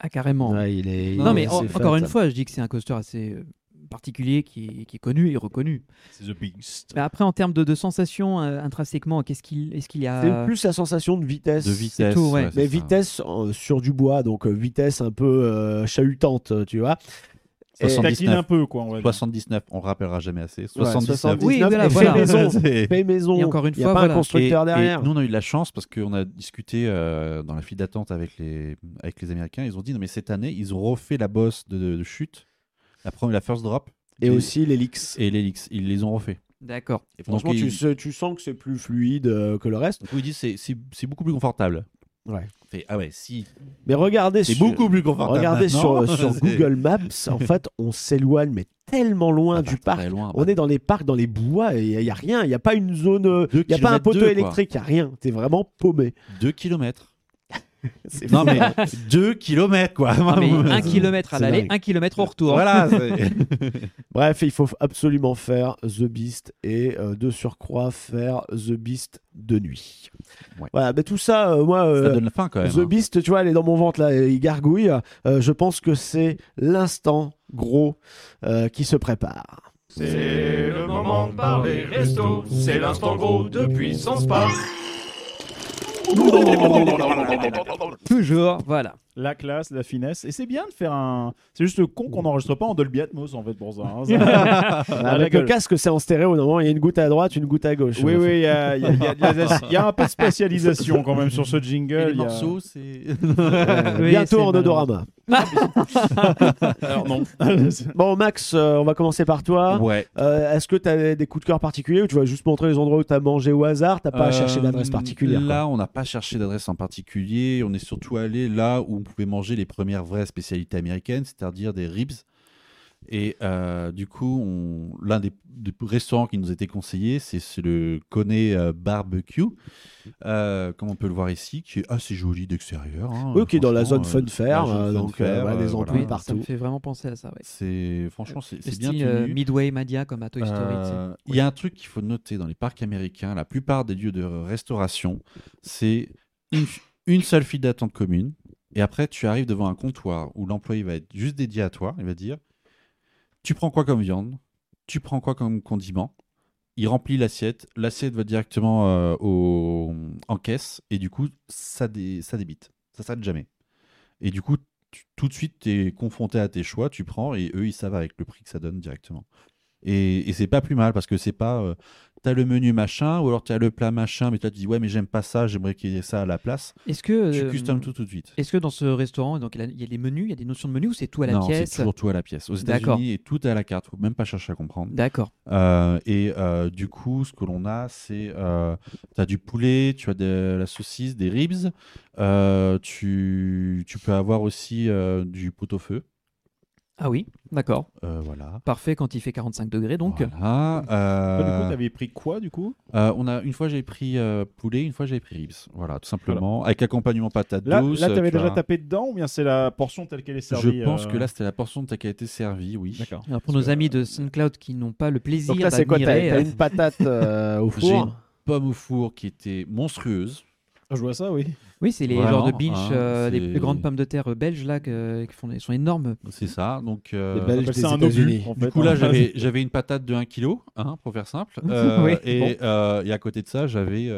Ah, carrément.
ouais, il est-
Non, mais
c'est
en-
fat,
encore une
ça.
fois, je dis que c'est un coaster assez euh, particulier qui est, qui est connu et reconnu.
C'est The Beast.
Mais après, en termes de, de sensations euh, intrinsèquement, qu'est-ce qu'il est-ce qu'il y a
C'est plus la sensation de vitesse.
De vitesse.
tout, ouais.
c'est
Mais
ça.
vitesse euh, sur du bois, donc euh, vitesse un peu euh, chahutante, euh, tu vois. Et-
Ça taquine
79.
un peu quoi, on va dire.
79, on le rappellera jamais assez.
Ouais,
79.
Oui, voilà,
et
voilà.
fait maison.
C'est-
Fait maison.
Et encore une
Il y a
fois,
pas
voilà.
un constructeur
Et- et
derrière.
nous, on a eu de la chance parce qu'on a discuté euh, dans la file d'attente avec les, avec les Américains. Ils ont dit non, mais cette année, ils ont refait la bosse de, de- de chute, la première, la first drop
Et aussi l'hélix.
et l'hélix. Ils les ont refait.
D'accord.
Et
Franchement,
donc,
tu,
ils-
se- tu sens que c'est plus fluide euh, que le reste.
donc, ils disent c'est- c'est c'est beaucoup plus confortable.
Ouais.
Fait, ah ouais, si.
Mais regardez
C'est
sur-
beaucoup plus confortable.
Regardez sur, euh,
maintenant.
sur
C'est
Google Maps, en fait, on s'éloigne, mais tellement loin
pas
du
très
parc.
loin.
On est dans les parcs, dans les bois, et il n'y a, rien. Il n'y a pas une zone. euh, Il n'y a pas un poteau électrique, il n'y a rien. T'es vraiment paumé.
2 km.
C'est
Non,
fou.
mais 2 km, quoi.
Ah, mais un kilomètre à
c'est
l'aller,
dingue.
un kilomètre au retour. hein.
Voilà. c'est-
Bref, il faut absolument faire The Beast et euh, de surcroît faire The Beast de nuit.
Ouais.
Voilà, mais tout ça, euh, moi.
Ça
euh,
donne la faim quand même.
The
hein.
Beast, tu vois, elle est dans mon ventre là, et il gargouille. Euh, je pense que c'est l'instant gros euh, qui se prépare.
C'est le moment de parler resto, c'est l'instant gros de puissance par.
Toujours, voilà.
La classe, la finesse, et c'est bien de faire un. C'est juste con qu'on n'enregistre pas en Dolby Atmos en fait pour ça. hein. Ça- ça a la
Avec le
gueule.
casque, c'est en stéréo, normalement, il y a une goutte à droite, une goutte à gauche.
Oui, oui, il y, a- il y a- il y a de la- il y a un peu de spécialisation quand même sur ce jingle.
Et
il
les
y a-
morceaux, c'est.
Euh,
Oui,
bientôt
c'est
en odorama.
Alors non.
Bon, Max, euh, on va commencer par toi.
Ouais.
Euh, Est-ce que tu as des coups de cœur particuliers ou tu vas juste montrer les endroits où tu as mangé au hasard T'as pas à chercher
Euh,
d'adresse particulière. quoi.
Là, on n'a pas cherché d'adresse en particulier. On est surtout allé là où on pouvait manger les premières vraies spécialités américaines, c'est-à-dire des ribs. Et euh, du coup, on- l'un des, des restaurants qui nous était conseillé, c'est c'est le Coney euh, Barbecue, euh, comme on peut le voir ici, qui est assez joli d'extérieur. hein,
Oui, qui est dans la
franchement,
zone fun
euh,
fair,
la zone
euh,
fun
donc, euh,
fair,
voilà, des
euh,
ampoules
Oui,
voilà.
partout.
Ça me fait vraiment penser à ça. ouais.
C'est franchement, c'est
Le
c'est bien
style
tenu.
euh, Midway Mania comme à Toy Story. tu sais.
Euh, Il y a un truc qu'il faut noter dans les parcs américains, la plupart des lieux de restauration, c'est une, une seule file d'attente commune. Et après, tu arrives devant un comptoir où l'employé va être juste dédié à toi. Il va dire Tu prends quoi comme viande Tu prends quoi comme condiment Il remplit l'assiette. L'assiette va directement euh, au, en caisse. Et du coup, ça, dé- ça débite. Ça s'arrête jamais. Et du coup, tu- tout de suite, tu es confronté à tes choix. Tu prends et eux, ils savent avec le prix que ça donne directement. Et, et c'est pas plus mal parce que c'est pas. euh, t'as le menu machin ou alors t'as le plat machin, mais toi tu dis ouais, mais j'aime pas ça, j'aimerais qu'il y ait ça à la place.
Est-ce que
tu
euh,
customes tout tout de suite.
Est-ce que dans ce restaurant, donc, il y a- il y a des menus, il y a des notions de menus ou c'est tout à la
non, c'est
pièce
toujours tout à la pièce. Aux
D'accord.
États-Unis, et tout est à la carte, faut même pas chercher à comprendre.
D'accord.
Euh, et euh, du coup, ce que l'on a, c'est euh, t'as du poulet, tu as de la saucisse, des ribs, euh, tu, tu peux avoir aussi euh, du pot-au-feu.
Ah oui, d'accord.
Euh, voilà.
Parfait quand il fait 45 degrés donc.
Voilà.
Toi, du
Euh,
coup, t'avais pris quoi du coup
Euh, on a une fois j'avais pris euh, poulet, une fois j'avais pris ribs. Voilà, tout simplement avec accompagnement patate
Là,
douce.
là
euh,
t'avais
tu
déjà
vois.
tapé dedans ou bien c'est la portion telle qu'elle est servie
Je pense
euh,
que là c'était la portion de ta qui a été servie, oui.
D'accord.
Alors, pour nos amis de SoundCloud qui n'ont pas le plaisir
Donc là, c'est quoi T'as
d'admirer,
t'as
euh,
une patate euh, au
J'ai
four
une Ah, pomme au four qui était monstrueuse.
Je vois ça, oui.
oui, c'est les
Vraiment,
genres de binge,
hein,
euh, des
c'est-
plus grandes pommes de terre euh, belges là que- qui font, des- sont énormes.
C'est ça. Donc euh,
Les Belges.
Appelle
des
ça un
États-Unis.
obus. en
du
fait,
coup là
hein.
j'avais j'avais une patate de 1 kg, hein, pour faire simple. Euh,
Oui,
et,
bon.
euh, et à côté de ça j'avais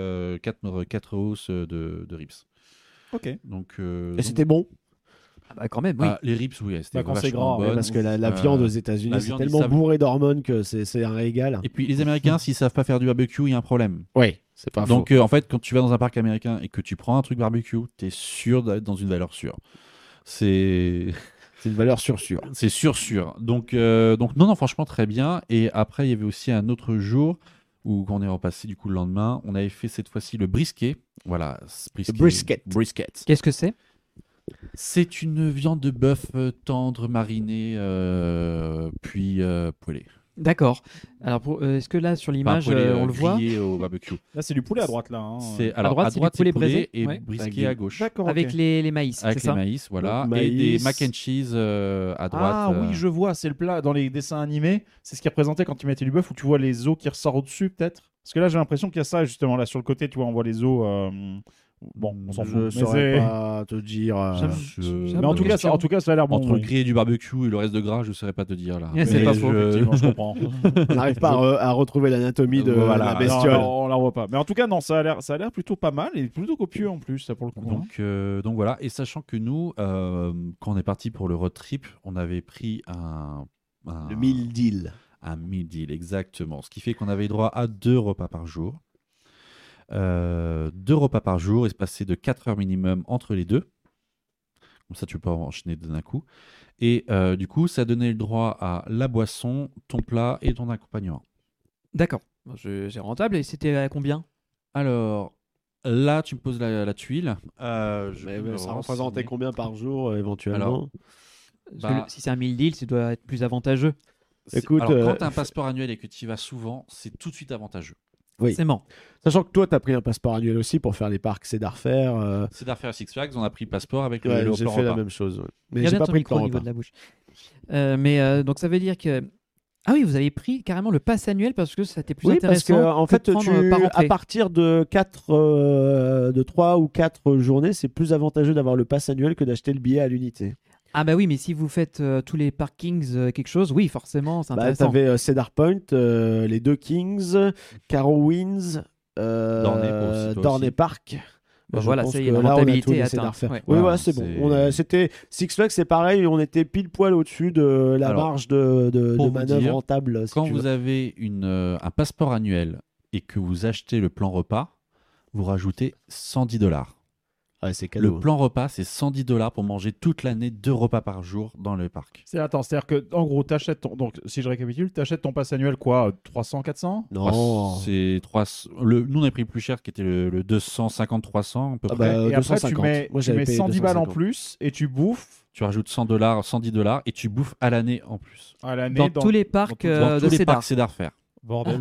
4 quatre hausses de, de ribs.
Ok.
Donc, euh,
Et
donc-
c'était bon
Ah bah quand même, oui.
Ah, les ribs oui, c'était
Bah, quand c'est
vachement
gras, ouais,
bonne.
Parce que la, la
Euh,
viande aux États-Unis,
la
c'est
viande,
tellement
ils savent-
bourré d'hormones que c'est c'est un régal.
Et puis les Américains, s'ils savent pas faire du barbecue, il y a un problème.
Oui, c'est pas
Donc euh, en fait, quand tu vas dans un parc américain et que tu prends un truc barbecue, t'es sûr d'être dans une valeur sûre. C'est
c'est une valeur sûre sûre.
c'est sûr sûr. Donc euh, donc non non franchement très bien. Et après il y avait aussi un autre jour où quand on est repassé du coup le lendemain, on avait fait cette fois-ci le brisket. Voilà, c'est
Le brisket.
Brisket.
Qu'est-ce que c'est
C'est une viande de bœuf euh, tendre marinée euh, puis euh, poêlée.
D'accord. Alors, pour- euh, est-ce que là, sur l'image, euh, on le voit
grillé au barbecue.
Là, c'est du poulet à droite, là. hein.
C'est alors
droite,
à
c'est du
droite
poulet
c'est
braisé,
poulet et
ouais.
brisqué à gauche.
D'accord.
avec
ok.
les, les maïs, c'est
Avec les
ça
maïs, voilà,
Donc,
et des
maïs.
mac and cheese euh, à droite.
Ah
euh,
oui, je vois, c'est le plat dans les dessins animés. C'est ce qui représentait quand tu mettais du bœuf où tu vois les os qui ressortent au-dessus, peut-être. Parce que là, j'ai l'impression qu'il y a ça justement là sur le côté. Tu vois, on voit les os. euh, Bon, on s'en fout.
Je
mais
saurais
c'est-
pas te dire. euh,
J'avoue.
je-
Mais
Ah, Mais en tout, cas, ça, en tout cas, ça a l'air bon.
entre
oui.
grillé du barbecue et le reste de gras, je saurais pas te dire là.
Ah, c'est
Mais
pas
je-
faux.
effectivement, je comprends. Euh,
On n'arrive pas à, re- à retrouver l'anatomie de
Voilà.
la bestiole.
Non, non, on Euh, la voit pas. Mais en tout cas, non, ça a l'air, ça a l'air plutôt pas mal et plutôt copieux en plus, ça pour le coup. hein.
Donc, euh, donc voilà, et sachant que nous, euh, quand on est parti pour le road trip, on avait pris un, un,
Le mille deal.
un meal deal, exactement. Ce qui fait qu'on avait droit à deux repas par jour. Euh, deux repas par jour, et se passer de 4 heures minimum entre les deux. Comme ça, tu peux enchaîner d'un coup. Et euh, du coup, ça donnait le droit à la boisson, ton plat et ton accompagnement.
D'accord. Bon, je- C'est rentable. Et c'était à combien
Alors, là, tu me poses la, la tuile. Euh, je
Mais,
vais
mais
me
ça représentait
renseigner.
combien par jour euh, éventuellement
Alors,
Parce
Bah-
que le- Si c'est un meal deal, ça doit être plus avantageux.
C'est-
Écoute,
alors,
euh,
quand t'as un passeport annuel et que tu y vas souvent, c'est tout de suite avantageux.
Oui.
Forcément.
Sachant que toi, t'as pris un passeport annuel aussi pour faire les parcs Cédar Fair. euh,
C'est d'affaire à Six Flags, on a pris le passeport avec le,
ouais,
le
j'ai
plan
fait la
repas.
même chose. ouais. Mais j'ai
Regarde bien
pas
ton
pris le
micro
plan
au niveau
repas.
de la bouche. Euh, mais euh, donc ça veut dire que ah oui, vous avez pris carrément le pass annuel parce que ça était plus
Oui, parce que
intéressant.
en
que
fait,
de prendre, euh,
tu,
par
à
entrée.
partir de 4, de 3 ou 4 journées, c'est plus avantageux d'avoir le pass annuel que d'acheter le billet à l'unité.
Ah bah oui, mais si vous faites euh, tous les parkings euh, quelque chose, oui, forcément, c'est
Bah,
intéressant.
t'avais euh, Cedar Point, euh, les deux Kings, Carowinds, euh,
Dorney, pour aussi, toi
Dorney
aussi.
Park.
Bah
Je
voilà,
pense
ça y est,
que
la
là, on a
rentabilité
tous les
est
Cedar
atteinte,
Fair.
ouais.
Oui,
Ouais,
voilà, c'est bon.
c'est-
On a- c'était Six Flags, c'est pareil. On était pile poil au-dessus de la
Alors,
marge de, de- de
pour vous
manœuvre
dire,
rentable. si
Quand
tu
vous
veux.
avez une, euh, un passeport annuel et que vous achetez le plan repas, vous rajoutez 110 dollars.
Ouais, Ah, c'est cadeau. hein.
Le plan repas, c'est 110 dollars pour manger toute l'année deux repas par jour dans le parc.
C'est attends, c'est-à-dire que en gros, t'achètes ton donc si je récapitule, t'achètes ton pass annuel quoi, euh, 300, 400
Non.
C'est trois. Le, nous, on a pris le plus cher qui était le, le 250-300 à peu
Ah
près.
bah,
Et après tu
250.
mets,
Moi,
tu
j'avais
mets
payé
110 balles en
250.
plus et tu bouffes
Tu rajoutes 100 dollars, 110 dollars et tu bouffes à l'année en plus.
à l'année
dans,
dans,
tous les parcs
dans
euh,
dans
de
tous les
Cédar.
parcs, c'est d'affaires.
bordel,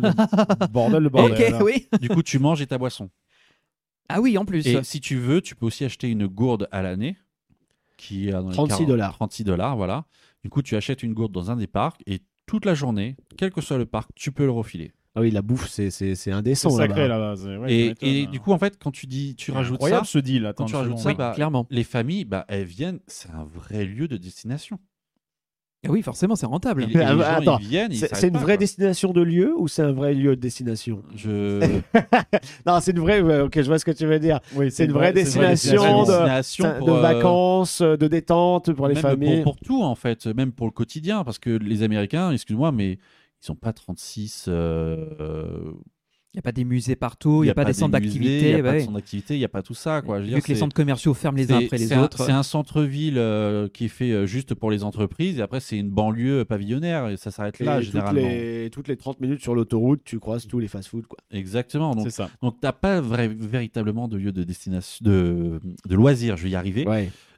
de- bordel, le bordel.
Ok, oui.
Du coup, tu manges et ta boisson.
Ah oui, en plus.
Et si tu veux, tu peux aussi acheter une gourde à l'année qui est dans les
36
40
dollars.
36 dollars, voilà. Du coup, tu achètes une gourde dans un des parcs et toute la journée, quel que soit le parc, tu peux le refiler.
Ah oui, la bouffe, c'est- c'est c'est
C'est
indécent.
sacré
là-bas.
là. c'est- ouais,
et
tu m'étonnes,
et
hein.
du coup, en fait, quand tu dis, tu rajoutes ça,
incroyable ce deal. Attends,
tu
une
rajoutes
seconde.
ça, bah,
clairement.
les familles, bah, elles viennent. C'est un vrai lieu de destination.
Ah oui, forcément, c'est
Et,
rentable.
et les gens,
Ah, Attends,
ils viennent. ils
C'est
s'arrêtent
c'est une
pas,
vraie
quoi.
destination de lieu ou c'est un vrai lieu de destination
Je...
Non, c'est une vraie. ouais, Ok, je vois ce que tu veux dire.
Oui,
C'est une vraie
C'est une vraie
destination de,
destination
de
pour, euh,
vacances, de détente pour les
même
familles.
Pour, pour tout, en fait, même pour le quotidien, parce que les Américains, excuse-moi, mais ils n'ont pas 36 euh,
Il n'y a pas des musées partout, il n'y a, pas des centres
musées,
d'activité.
Il n'y a
bah
pas de
oui.
centres d'activité, il n'y a pas tout ça. Quoi. Je veux
Vu
dire,
que les
c'est-
centres commerciaux ferment les uns
c'est-
après les
c'est un-
autres.
C'est un centre-ville euh, qui est fait euh, juste pour les entreprises, et après, c'est une banlieue pavillonnaire, et ça s'arrête
Et
là,
toutes,
généralement.
les, toutes les 30 minutes sur l'autoroute, tu croises tous les fast-food. quoi.
Exactement. Donc,
C'est ça.
donc tu n'as pas vrai- véritablement de lieu de destination, de, de loisirs, je vais y arriver.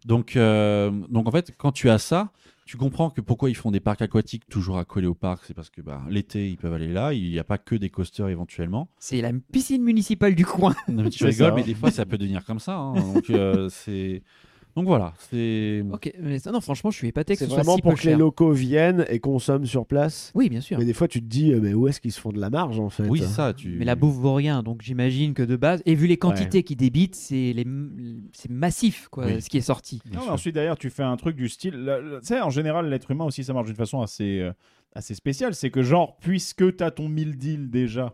Donc, euh, donc, en fait, quand tu as ça, tu comprends que pourquoi ils font des parcs aquatiques toujours accolés au parc, c'est parce que bah, l'été, ils peuvent aller là, il n'y a pas que des coasters éventuellement.
C'est la piscine municipale du coin.
Non, mais tu
C'est
rigoles,
ça.
mais des fois ça peut devenir comme ça. hein. Donc, euh, c'est... Donc voilà, c'est.
ok, mais ça, non, franchement, je suis épaté que
C'est
ce soit
vraiment
si
pour
peu
que les
cher.
locaux viennent et consomment sur place.
Oui, bien sûr.
Mais des fois, tu te dis, euh, mais où est-ce qu'ils se font de la marge en fait
Oui, ça, tu.
Mais la bouffe vaut rien, donc j'imagine que de base, et vu les quantités qui débitent, c'est les, c'est massif quoi,
Oui.
ce qui est sorti.
Bien
Non, mais
sûr.
ensuite, derrière, tu fais un truc du style. là, là, Tu sais, en général, l'être humain aussi, ça marche d'une façon assez, euh, assez spéciale. C'est que, genre, puisque t'as ton meal deal déjà,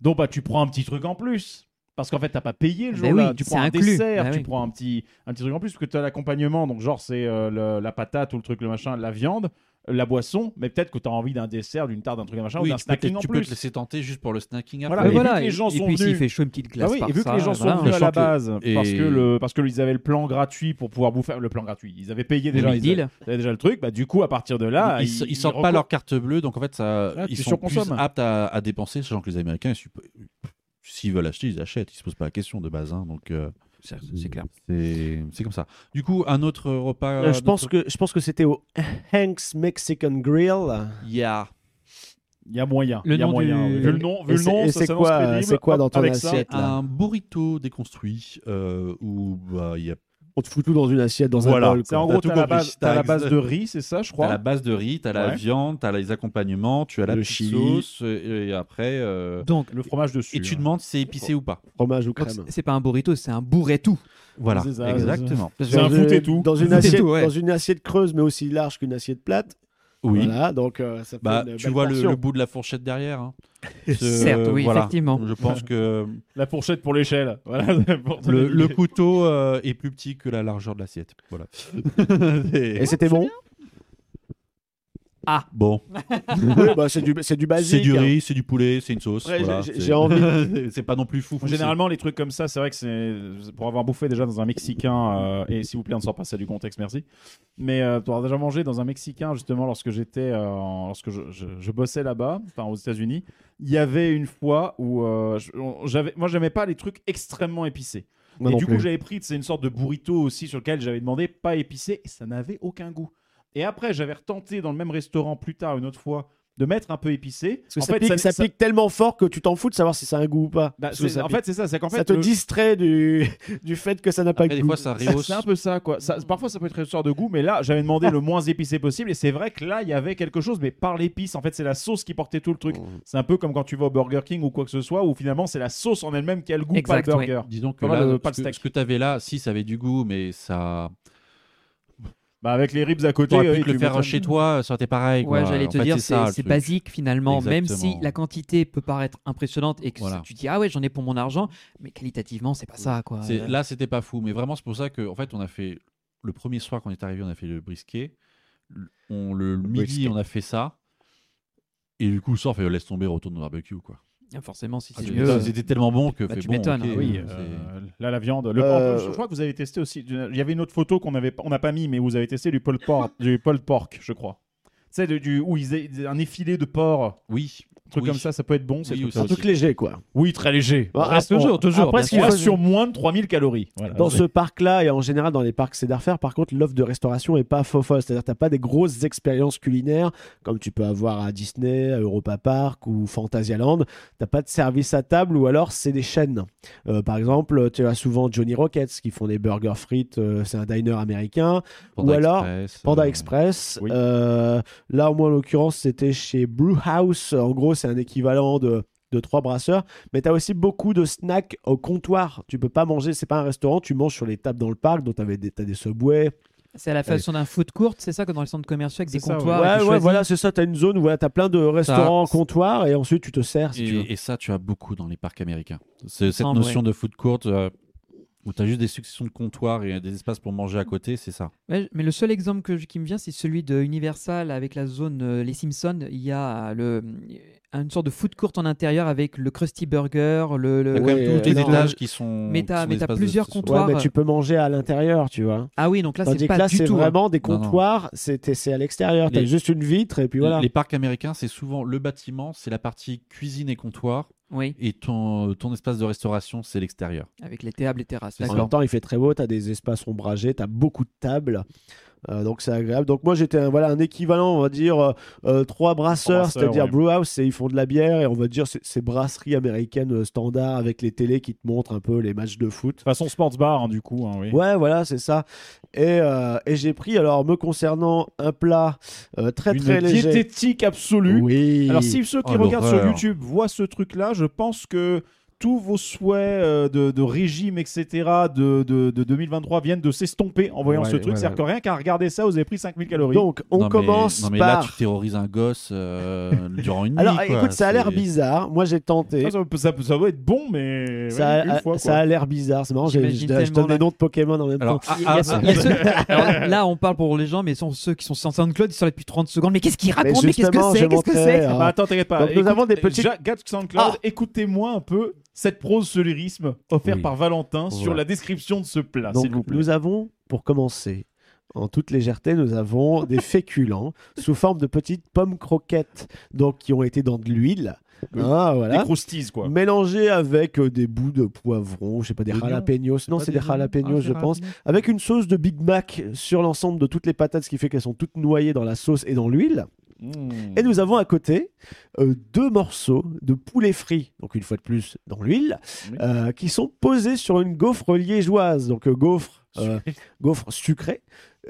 donc bah, tu prends un petit truc en plus. Parce qu'en fait, t'as pas payé le
Ben
jour-là.
oui,
tu
c'est
prends un
inclus.
dessert,
Ben
tu
oui.
prends un petit, un petit truc en plus, parce que t'as l'accompagnement. Donc, genre, c'est euh, le- la patate ou le truc, le machin, la viande, euh, la boisson. Mais peut-être que t'as envie d'un dessert, d'une tarte, d'un truc, un machin,
Oui,
ou d'un
tu, peux te,
snacking en
tu peux
plus.
te laisser tenter juste pour le snacking
Voilà,
après.
Et
mais vu
voilà,
que les
et-
gens
et
sont
puis s'il
venus-
fait chaud, une petite
Ah
glace
oui,
par
et vu
ça,
que les gens sont
voilà.
venus à la
Sachant que-
base,
et-
parce que le, parce que ils avaient le plan gratuit pour pouvoir bouffer le plan gratuit. Ils avaient payé
Le
déjà,
meal
ils
deal.
avaient déjà le truc. Bah du coup, à partir de là,
ils, ils, ils sortent pas
recours-
leur carte bleue, donc en fait, ça,
Ah,
ils
tu
sont plus
surconsommes.
aptes à, à dépenser, sachant que les Américains, ils sup- s'ils veulent acheter, ils achètent. Ils se posent pas la question de base. hein, donc, euh,
C'est- c'est clair.
c'est, c'est comme ça. Du coup, un autre repas.
Euh, je, pense que, je pense que c'était au Hank's Mexican Grill.
Yeah.
Il y a moyen.
Le
il y a
nom
moyen.
du-
Vu le nom, vu
Et
le
c'est-
nom,
et
ça
c'est
s'annonce
quoi- euh,
crédible.
c'est quoi dans
Hop,
ton
avec ça,
assiette là
Un burrito déconstruit euh, où bah, il y a
On te fout tout dans une assiette, dans
Voilà.
un bol.
C'est
quoi.
en
T'as
gros,
tout
t'as la,
compris.
base, t'as
T'as
la base
exa-
de riz, c'est ça, je
T'as
crois.
la base de riz, t'as la
Ouais.
viande, t'as les accompagnements, tu as la
Le
petite
chili.
sauce et, et après. euh,
Donc,
Le fromage dessus.
et tu
hein.
demandes si c'est épicé ou pas.
Fromage ou
donc,
Ah,
crème.
c'est pas un burrito, c'est un bourretou.
Voilà,
C'est ça,
exactement.
C'est un
Dans
foot
une-
et tout.
Dans une,
Foot et
assiette,
tout, ouais.
dans une assiette creuse, mais aussi large qu'une assiette plate.
Oui.
Voilà, donc euh, ça fait
Bah,
une
tu
belle
vois le,
portion.
le bout de la fourchette derrière. hein. Ce-
Certes, oui,
voilà.
effectivement.
Je pense que
La fourchette pour l'échelle. Voilà. pour te
le, le
dire.
couteau euh, est plus petit que la largeur de l'assiette. Voilà.
Et c'était bon
Bon,
Oui, bah, c'est du, c'est du basique.
c'est du
hein.
riz, c'est du poulet, c'est une sauce.
Après,
voilà,
j'ai-
c'est-
j'ai envie
c'est pas non plus fou. fou, c'est-
Généralement, les trucs comme ça, c'est vrai que c'est pour avoir bouffé déjà dans un mexicain. euh, et s'il vous plaît, on ne sort pas ça du contexte, merci. Mais euh, pour avoir déjà mangé dans un mexicain, justement, lorsque j'étais, euh, en- lorsque je, je- je bossais là-bas, enfin aux États-Unis, il y avait une fois où euh, je- on- j'avais, moi, j'aimais pas les trucs extrêmement épicés.
Moi
et
non
du
plus.
coup, j'avais pris, c'est une sorte de burrito aussi sur lequel j'avais demandé pas épicé et ça n'avait aucun goût. Et après, j'avais retenté dans le même restaurant plus tard une autre fois de mettre un peu épicé.
Parce que
En
ça,
fait,
pique, ça
ça-
pique tellement fort que tu t'en fous de savoir si ça a un goût ou pas.
bah,
Parce que
c'est-
ça
en
pique.
fait, c'est ça. C'est qu'en fait,
ça te
le-
distrait du, du fait que ça n'a pas
Après,
de
des
goût.
fois, ça
Ça,
rehausse.
C'est un peu ça, quoi.
Mm.
Ça- parfois, ça peut être une histoire de goût, mais là, j'avais demandé le moins épicé possible, et c'est vrai que là, il y avait quelque chose, mais par l'épice, en fait, c'est la sauce qui portait tout le truc. C'est un peu comme quand tu vas au Burger King ou quoi que ce soit, où finalement, c'est la sauce en elle-même qui a le goût,
Exact,
pas le burger.
Disons que
Pas mal,
là,
euh,
ce
pas le
que-
steak.
ce que tu avais là, si ça avait du goût, mais ça.
Bah, avec les ribs à côté,
T'aurais
euh,
pu te
tu
le faire
m'étonnes.
chez toi, ça aurait été pareil.
Ouais,
quoi.
j'allais
En
te
fait, ça,
dire, c'est
le
c'est
truc.
basique finalement, même si
Exactement.
la quantité peut paraître impressionnante et que
Voilà.
tu dis ah ouais j'en ai pour mon argent, mais qualitativement c'est pas ça quoi. Euh,
C'est- Là, c'était pas fou, mais vraiment, c'est pour ça que, en fait, on a fait le premier soir qu'on est arrivé, on a fait le brisket. Le- On, le midi,
brisket.
on a fait ça. Et du coup, le soir, on fait oh, laisse tomber, retourne au barbecue, quoi.
Ah, Forcément si c'est
C'était-
mieux. euh,
C'était tellement bon que
bah,
fait,
tu
bon,
m'étonnes,
ok,
hein,
Oui,
euh, c'est-
euh, là, la viande. Le-
Euh,
en plus, je crois que vous avez testé aussi. Il y avait une autre photo qu'on avait, on n'a pas mis, mais vous avez testé du pulled pork, du pulled pork, je crois. Tu sais, de- du, où ils aient- un effilé de porc,
Oui.
un truc
Oui.
comme ça, ça peut être bon. ces
Oui,
trucs-là
un
aussi.
truc léger, quoi.
Oui, très léger.
Bah,
On reste-
ah, toujours,
on-
toujours,
Après,
bien
ce qu'on
sûr.
reste sur moins de 3000 calories. Voilà.
Dans ce parc-là, et en général dans les parcs Cedar Fair, par contre, l'offre de restauration est pas fofa. C'est-à-dire que tu pas des grosses expériences culinaires comme tu peux avoir à Disney, à Europa Park ou Phantasialand. Tu pas de service à table ou alors c'est des chaînes. Euh, par exemple, tu as souvent Johnny Rockets qui font des burgers frites. euh, c'est un diner américain.
Panda
Ou alors,
Express,
Panda
euh,
Express.
oui.
euh, là, au moins, en l'occurrence, c'était chez Brewhouse. En gros, c'est un équivalent de de trois brasseurs, mais tu as aussi beaucoup de snacks au comptoir. Tu peux pas manger, c'est pas un restaurant, tu manges sur les tables dans le parc, donc tu des, t'as des subways.
C'est à la façon d'un food court, c'est ça que dans les centres commerciaux avec des
C'est ça, ouais.
comptoirs. et Ah, tu
ouais, ouais,
choisis.
voilà, c'est ça, tu as une zone où tu as plein de restaurants en comptoir et ensuite tu te sers si tu veux.
Et, et ça, tu as beaucoup dans les parcs américains. C'est cette
semble,
notion de food court euh, où tu as juste des successions de comptoirs et euh, des espaces pour manger à côté, c'est ça.
Ouais, mais le seul exemple que je- qui me vient, c'est celui de Universal avec la zone euh, Les Simpsons. Il y a euh, le, euh, une sorte de food court en intérieur avec le Krusty Burger, le. le-
T'as quand même
Ouais,
tous les
non.
étages qui sont.
Mais
qui
t'as-
sont
mais
des
t'as
espaces de-
plusieurs
de-
comptoirs.
Ouais,
comptoir,
mais
euh,
tu peux manger à l'intérieur, tu vois.
Ah oui, donc là
Tandis
c'est
que
pas
là,
du
c'est
tout. hein.
vraiment des
Non, non.
comptoirs, c'est t'es- c'est à l'extérieur, tu
Les-
juste une vitre et puis voilà.
Les parcs américains, c'est souvent le bâtiment, c'est la partie cuisine et comptoir,
Oui,
et ton, ton espace de restauration, c'est l'extérieur.
avec les tables, les terrasses.
En
D'accord.
même temps, il fait très beau, tu as des espaces ombragés, tu as beaucoup de tables. euh, donc c'est agréable. Donc moi j'étais un, voilà, un équivalent, on va dire, euh, euh, trois brasseurs,
brasseurs,
c'est-à-dire
ouais.
Brewhouse, et ils font de la bière, et on va dire c'est- c'est brasserie américaine euh, standard avec les télés qui te montrent un peu les matchs de foot.
façon sports bar, hein, du coup. hein, oui.
Ouais, voilà, c'est ça. Et, euh, et j'ai pris, alors me concernant, un plat euh, très
Une
très léger.
diététique absolue.
Oui. Ah,
Alors, si ceux qui
Oh,
regardent sur
l'horreur.
YouTube voient ce truc-là, je pense que tous vos souhaits euh, de, de régime, etc., de, de, de 2023 viennent de s'estomper en voyant
Ouais,
ce truc.
voilà.
C'est-à-dire que rien qu'à regarder ça, vous avez pris 5000 calories.
Donc on
Non, mais-
commence
non, mais
par.
là, tu terrorises un gosse euh, durant une nuit.
Alors
quoi.
écoute, ça a l'air
C'est-
bizarre. Moi j'ai tenté.
ça, ça, peut- ça peut- ça doit être bon, mais
Ça
ouais,
a,
une fois,
ça
quoi.
a l'air bizarre, c'est marrant, j'ai- je,
J'imagine
je
tellement
donne
la-
des noms de Pokémon en même
Alors,
temps.
ah,
Il y a
ah,
ceux-
ah,
il y a ceux- Alors, là, on parle pour les gens, mais sont ceux qui sont sur SoundCloud, ils sont là depuis 30 secondes. Mais qu'est-ce qu'ils racontent Mais qu'est-ce que
justement,
c'est
j'ai
Qu'est-ce que
montré,
c'est
hein.
Bah, attends, t'inquiète pas. euh,
Donc, nous avons des petites- Ah.
Jacques Gatz SoundCloud, écoutez-moi un peu cette prose ce lyrisme offert
Oui.
par Valentin sur
Ouais.
la description de ce plat,
Donc,
s'il vous plaît.
nous avons, pour commencer, en toute légèreté, nous avons des féculents sous forme de petites pommes croquettes, donc qui ont été dans de l'huile,
Oui.
hein,
Des
voilà,
croustilles, quoi.
mélangées avec euh, des bouts de poivron, je sais pas, des
Oignons.
jalapenos, non,
pas
c'est des
oignons Ah,
jalapenos,
c'est
je pense,
jalapeno.
avec une sauce de Big Mac sur l'ensemble de toutes les patates, ce qui fait qu'elles sont toutes noyées dans la sauce et dans l'huile.
Mmh.
Et nous avons à côté euh, deux morceaux de poulet frit, donc une fois de plus dans l'huile,
Oui.
euh, qui sont posés sur une gaufre liégeoise, donc euh, gaufre, euh, gaufre sucrée,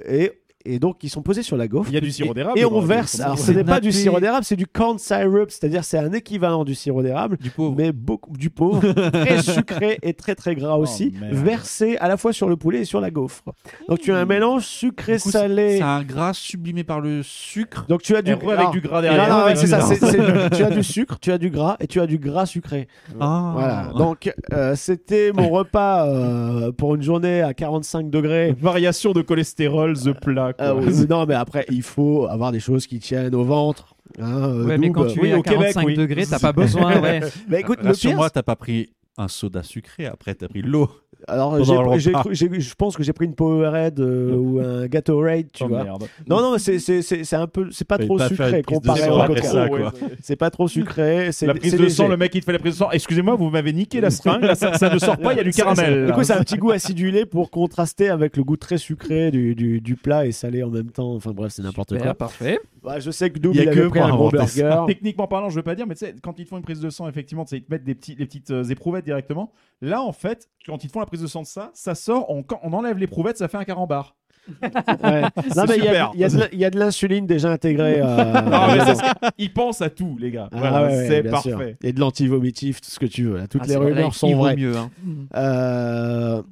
et, et donc qui sont posés sur la gaufre.
Il y a du sirop
Et-
d'érable hein.
Et,
dans
on
la
verse.
gaufre,
Alors ce
c'est
n'est pas du
nappé.
sirop d'érable, c'est du corn syrup, c'est-à-dire c'est un équivalent du sirop d'érable,
Du pauvre.
mais beaucoup du pauvre, très sucré et très très gras
Oh,
aussi,
merde. Mmh.
versé à la fois sur le poulet et sur la gaufre. Donc tu as un mélange
Du coup, c'est-
sucré-salé.
C'est un gras sublimé par le sucre.
Donc tu as du
Et après, avec
alors,
du gras
non,
derrière.
non,
Ouais,
c'est ça.
non.
c'est- c'est- tu as du sucre, tu as du gras et tu as du gras sucré.
hein.
Ah.
Voilà. Donc euh, c'était mon repas euh, pour une journée à 45 degrés.
Variation de cholestérol, the plat. quoi.
Euh, oui, non, mais après il faut avoir des choses qui tiennent au ventre. hein, euh,
Ouais, mais quand
double.
tu
Oui,
es à
au Québec,
45
oui.
degrés, t'as pas besoin. Ouais.
Mais écoute, le
Rassure-moi,
pire,
t'as pas pris un soda sucré après, t'as pris de l'eau.
alors
pendant
j'ai-
le
j'ai
repas.
cru- j'ai- je pense que j'ai pris une Powerade euh, ou un Gatorade, tu
Oh,
vois.
merde.
Non, non, mais c'est- c'est c'est- c'est un peu, c'est pas
Fallait
trop
pas faire
sucré
une prise de
comparé
sang
au
après
coca.
ça,
ouais.
quoi.
C'est pas trop sucré. c'est
La prise
c'est
de sang,
léger.
le mec il te fait la prise de sang. Excusez-moi, vous m'avez niqué la seringue, là, ça, ça ne sort pas, il y a du caramel.
Du coup,
là.
c'est un petit goût acidulé pour contraster avec le goût très sucré du, du, du plat et salé en même temps. Enfin bref, c'est n'importe
Super,
quoi.
parfait.
Ouais, Bah, je sais que Doug,
Y a
il
que
avait
eux
pris
pour
un gros
inventer
burger.
Techniquement parlant, je veux pas dire, mais tu sais, quand ils te font une prise de sang, effectivement, tu sais, ils te mettent des petits, les petites euh, éprouvettes directement. Là, en fait, quand ils te font la prise de sang de ça, ça sort, on, quand on enlève l'éprouvettes, ça fait un carambar.
Ouais. Non, mais il y a-
super.
il y a de- il y a de l'insuline déjà intégrée. euh,
Non, mais
dedans.
ça, c'est- ils Ah, pensent à tout, les gars.
Ah
Voilà,
ouais, ouais,
c'est
bien sûr.
parfait.
Et de l'antivomitif, tout ce que tu veux. là. Toutes
Ah,
les
c'est vrai,
rumeurs
il
sont
vaut
vraies.
mieux. hein.
Euh,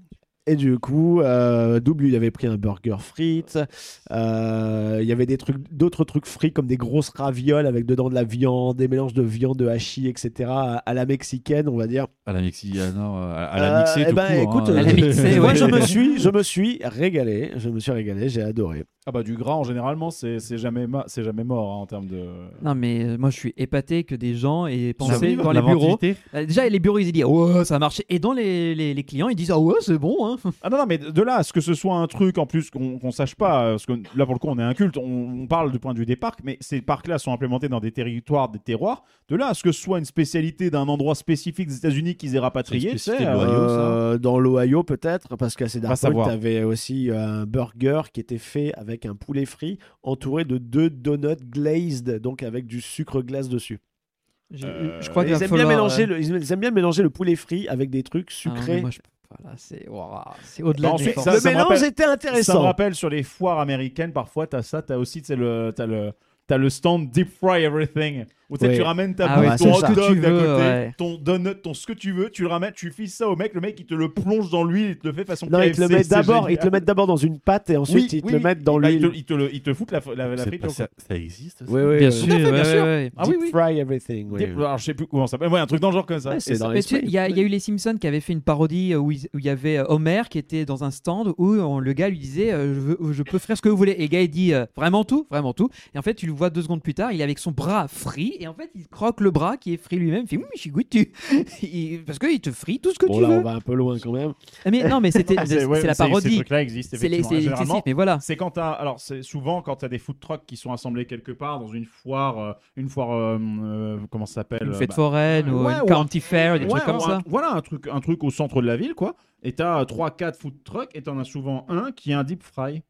et du coup, euh, Double, il avait pris un burger frites. Euh, il y avait des trucs, d'autres trucs frits comme des grosses ravioles avec dedans de la viande, des mélanges de viande, de hachis, etc. À, à la mexicaine, on va dire.
À la mixi, ah non, à à la
Euh,
mixée,
eh
tout
ben,
court,
écoute,
hein.
À la mixée,
Moi,
ouais.
je me suis, je me suis régalé. Je me suis régalé. J'ai adoré.
Ah bah, du gras, en généralement, c'est c'est jamais, ma- c'est jamais mort hein, en termes de.
Non, mais euh, moi, je suis épaté que des gens aient pensé
Survivre,
dans les bureaux.
L'inventivité.
Euh, Déjà, les bureaux, ils disent Oh, ça a marché. Et dans les, les, les clients, ils disent Ah, ouais, c'est bon. Hein.
Ah non, non, mais de là à ce que ce soit un truc en plus qu'on qu'on sache pas, euh, parce que là pour le coup on est un culte, on, on parle du point de vue des parcs, mais ces parcs-là sont implémentés dans des territoires, des terroirs. De là à ce que ce soit une spécialité d'un endroit spécifique des États-Unis qu'ils aient rapatrié,
C'est une
tu sais,
spécificité de
euh,
l'Ohio.
Euh, dans l'Ohio, peut-être, parce qu'à Cedar Point,
Va savoir.
t'avais aussi euh, un burger qui était fait avec un poulet frit entouré de deux donuts glazed, donc avec du sucre glace dessus.
Je,
Euh,
je crois qu'il
Ils
va
aiment, bien
falloir,
mélanger
euh,
le, ils aiment bien mélanger le poulet frit avec des trucs
ah, mais
sucrés.
moi, je- voilà, c'est ouah, c'est au-delà
Bah,
des
ensuite,
forces.
ça-
le
me
mélange
rappelle-
était
Ça me
intéressant.
rappelle sur les foires américaines, parfois t'as ça, t'as aussi tu sais, le, t'as le, t'as le stand Deep Fry Everything, où tu sais,
Oui.
tu ramènes ta
Ah
bouffe,
ouais,
ton
c'est
hot
ça.
Ce que tu
dog d'à
veux,
côté,
ouais.
ton donut, ton ce que tu veux, tu le ramènes, tu files ça au mec, le mec il te le plonge dans l'huile, il te le fait façon
Non, ils te, le
KFC,
mettent
c'est
d'abord, ils te le
génial.
mettent d'abord dans une pâte et ensuite
Oui,
ils te
oui,
le
oui.
mettent dans
Bah, ils, te,
l'huile.
ils te le- ils te foutent la, la, la
C'est
friture.
pas
quoi.
ça, ça existe ça
Oui, oui,
Bien
oui.
sûr,
Tout à fait, bien
ouais,
sûr.
ouais.
Ah oui,
Deep
oui.
fry everything. oui,
Deep-
oui.
alors, je sais plus comment ça s'appelle. Ouais, un truc dans le genre comme ça.
Ouais, c'est
Et
dans
Mais tu-
l'esprit.
Il y, a il y a eu les Simpsons qui avaient fait une parodie euh, où ils- où il y avait euh, Homer qui était dans un stand où on- le gars lui disait euh, je, veux- je peux faire ce que vous voulez. Et le gars il dit euh, vraiment tout, vraiment tout. Et en fait, tu le vois deux secondes plus tard, il est avec son bras frit et en fait, il croque le bras qui est frit lui-même. Il fait Oui, mais je suis goûtu. Il- Parce qu'il te frit tout ce que
Bon,
tu
là,
veux.
on va un peu loin quand même.
Ah, Mais non, mais c'était c'est
ouais,
la
ces- Ces
parodie.
trucs-là existent
C'est les-
effectivement.
c'est les
Généralement,
excessifs, mais voilà.
C'est quand t'as, alors c'est souvent quand t'as des food trucks qui sont assemblés quelque part dans une foire, euh, une foire, euh, euh, comment ça s'appelle
Une
euh,
fête
bah,
foraine ou
ouais,
une
ou un-
county fair, des
ouais,
trucs comme
un-
ça.
Voilà un truc, un truc au centre de la ville quoi. Et t'as 3-4 food trucks et t'en as souvent un qui est un deep fry.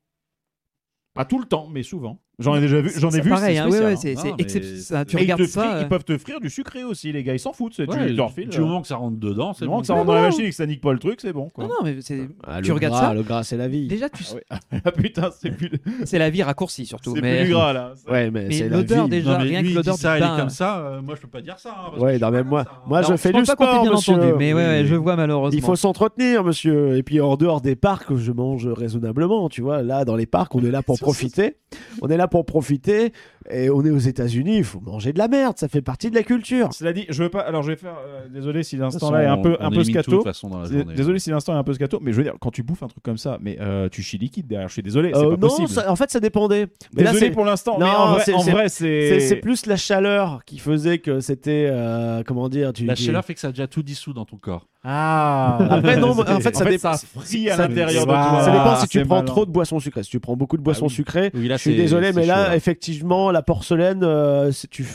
Pas tout le temps, mais souvent. J'en ai déjà vu, j'en ai
C'est
vu.
Pareil,
c'est
hein, ouais,
spécial,
ouais,
hein.
c'est
Non,
c'est
mais
excep- ça, Tu
Et ils te
regardes
frient-
ça. euh.
ils peuvent te frire du sucré aussi, les gars. Ils s'en foutent. C'est
Ouais,
du, leur file,
du
euh.
moment que ça rentre dedans, c'est
Du moment
bon.
que ça rentre dans la machine et que ça nique pas le truc, c'est bon
euh,
quoi.
Non, non, mais c'est-
Ah,
tu
le
regardes
gras,
ça.
Le gras, c'est la vie.
Déjà, tu
Ah Ah putain, c'est plus,
c'est la vie raccourcie surtout.
c'est
mais-
plus du gras là. C'est-
Ouais, mais,
Mais
c'est la
l'odeur
vie.
déjà,
Non, mais
rien
lui,
que
il
l'odeur
dit ça,
du
elle
pain.
est comme ça. euh, moi, je peux pas dire ça. hein, parce
Ouais,
que je
non,
suis
mais
pas
moi,
comme ça, hein.
moi je
Alors,
fais
pense
du
pas qu'on t'ait
sport,
bien
monsieur.
entendu, mais ouais, ouais, je vois malheureusement.
Il faut s'entretenir, monsieur. Et puis en dehors des parcs, je mange raisonnablement. Tu vois, là, dans les parcs, on est là pour profiter. On est là pour profiter. Et on est aux États-Unis, il faut manger de la merde. Ça fait partie de la culture.
Cela dit, je veux pas. Alors, je vais faire. euh, désolé si
De toute
l'instant là est un
façon,
peu,
on-
un
on
peu
élimine tout, de
scato.
toute façon, dans la
Dé-
journée.
Désolé si l'instant est un peu scato, mais je veux dire, quand tu bouffes un truc comme ça, mais euh, tu chies liquide derrière. Je suis désolé, c'est
Euh,
pas
non,
possible.
ça- en fait, ça dépendait. Mais là,
Désolé
c'est-
pour l'instant,
Non,
mais en vrai,
c'est-
en
c'est-
vrai,
c'est c'est
c'est.
plus la chaleur qui faisait que c'était. euh, comment dire tu,
La
tu-
chaleur fait que ça a déjà tout dissous dans ton corps.
Ah
Après, non, mais en fait, ça dépend-
frit à
ça-
l'intérieur de
Ça
toi.
dépend si tu
C'est
prends
malin.
trop de boissons sucrées. Si tu prends beaucoup de boissons
oui.
sucrées,
Oui, là,
je suis
c'est-
désolé,
c'est
mais là,
chaud, hein.
effectivement, la porcelaine, euh, c'est- tu,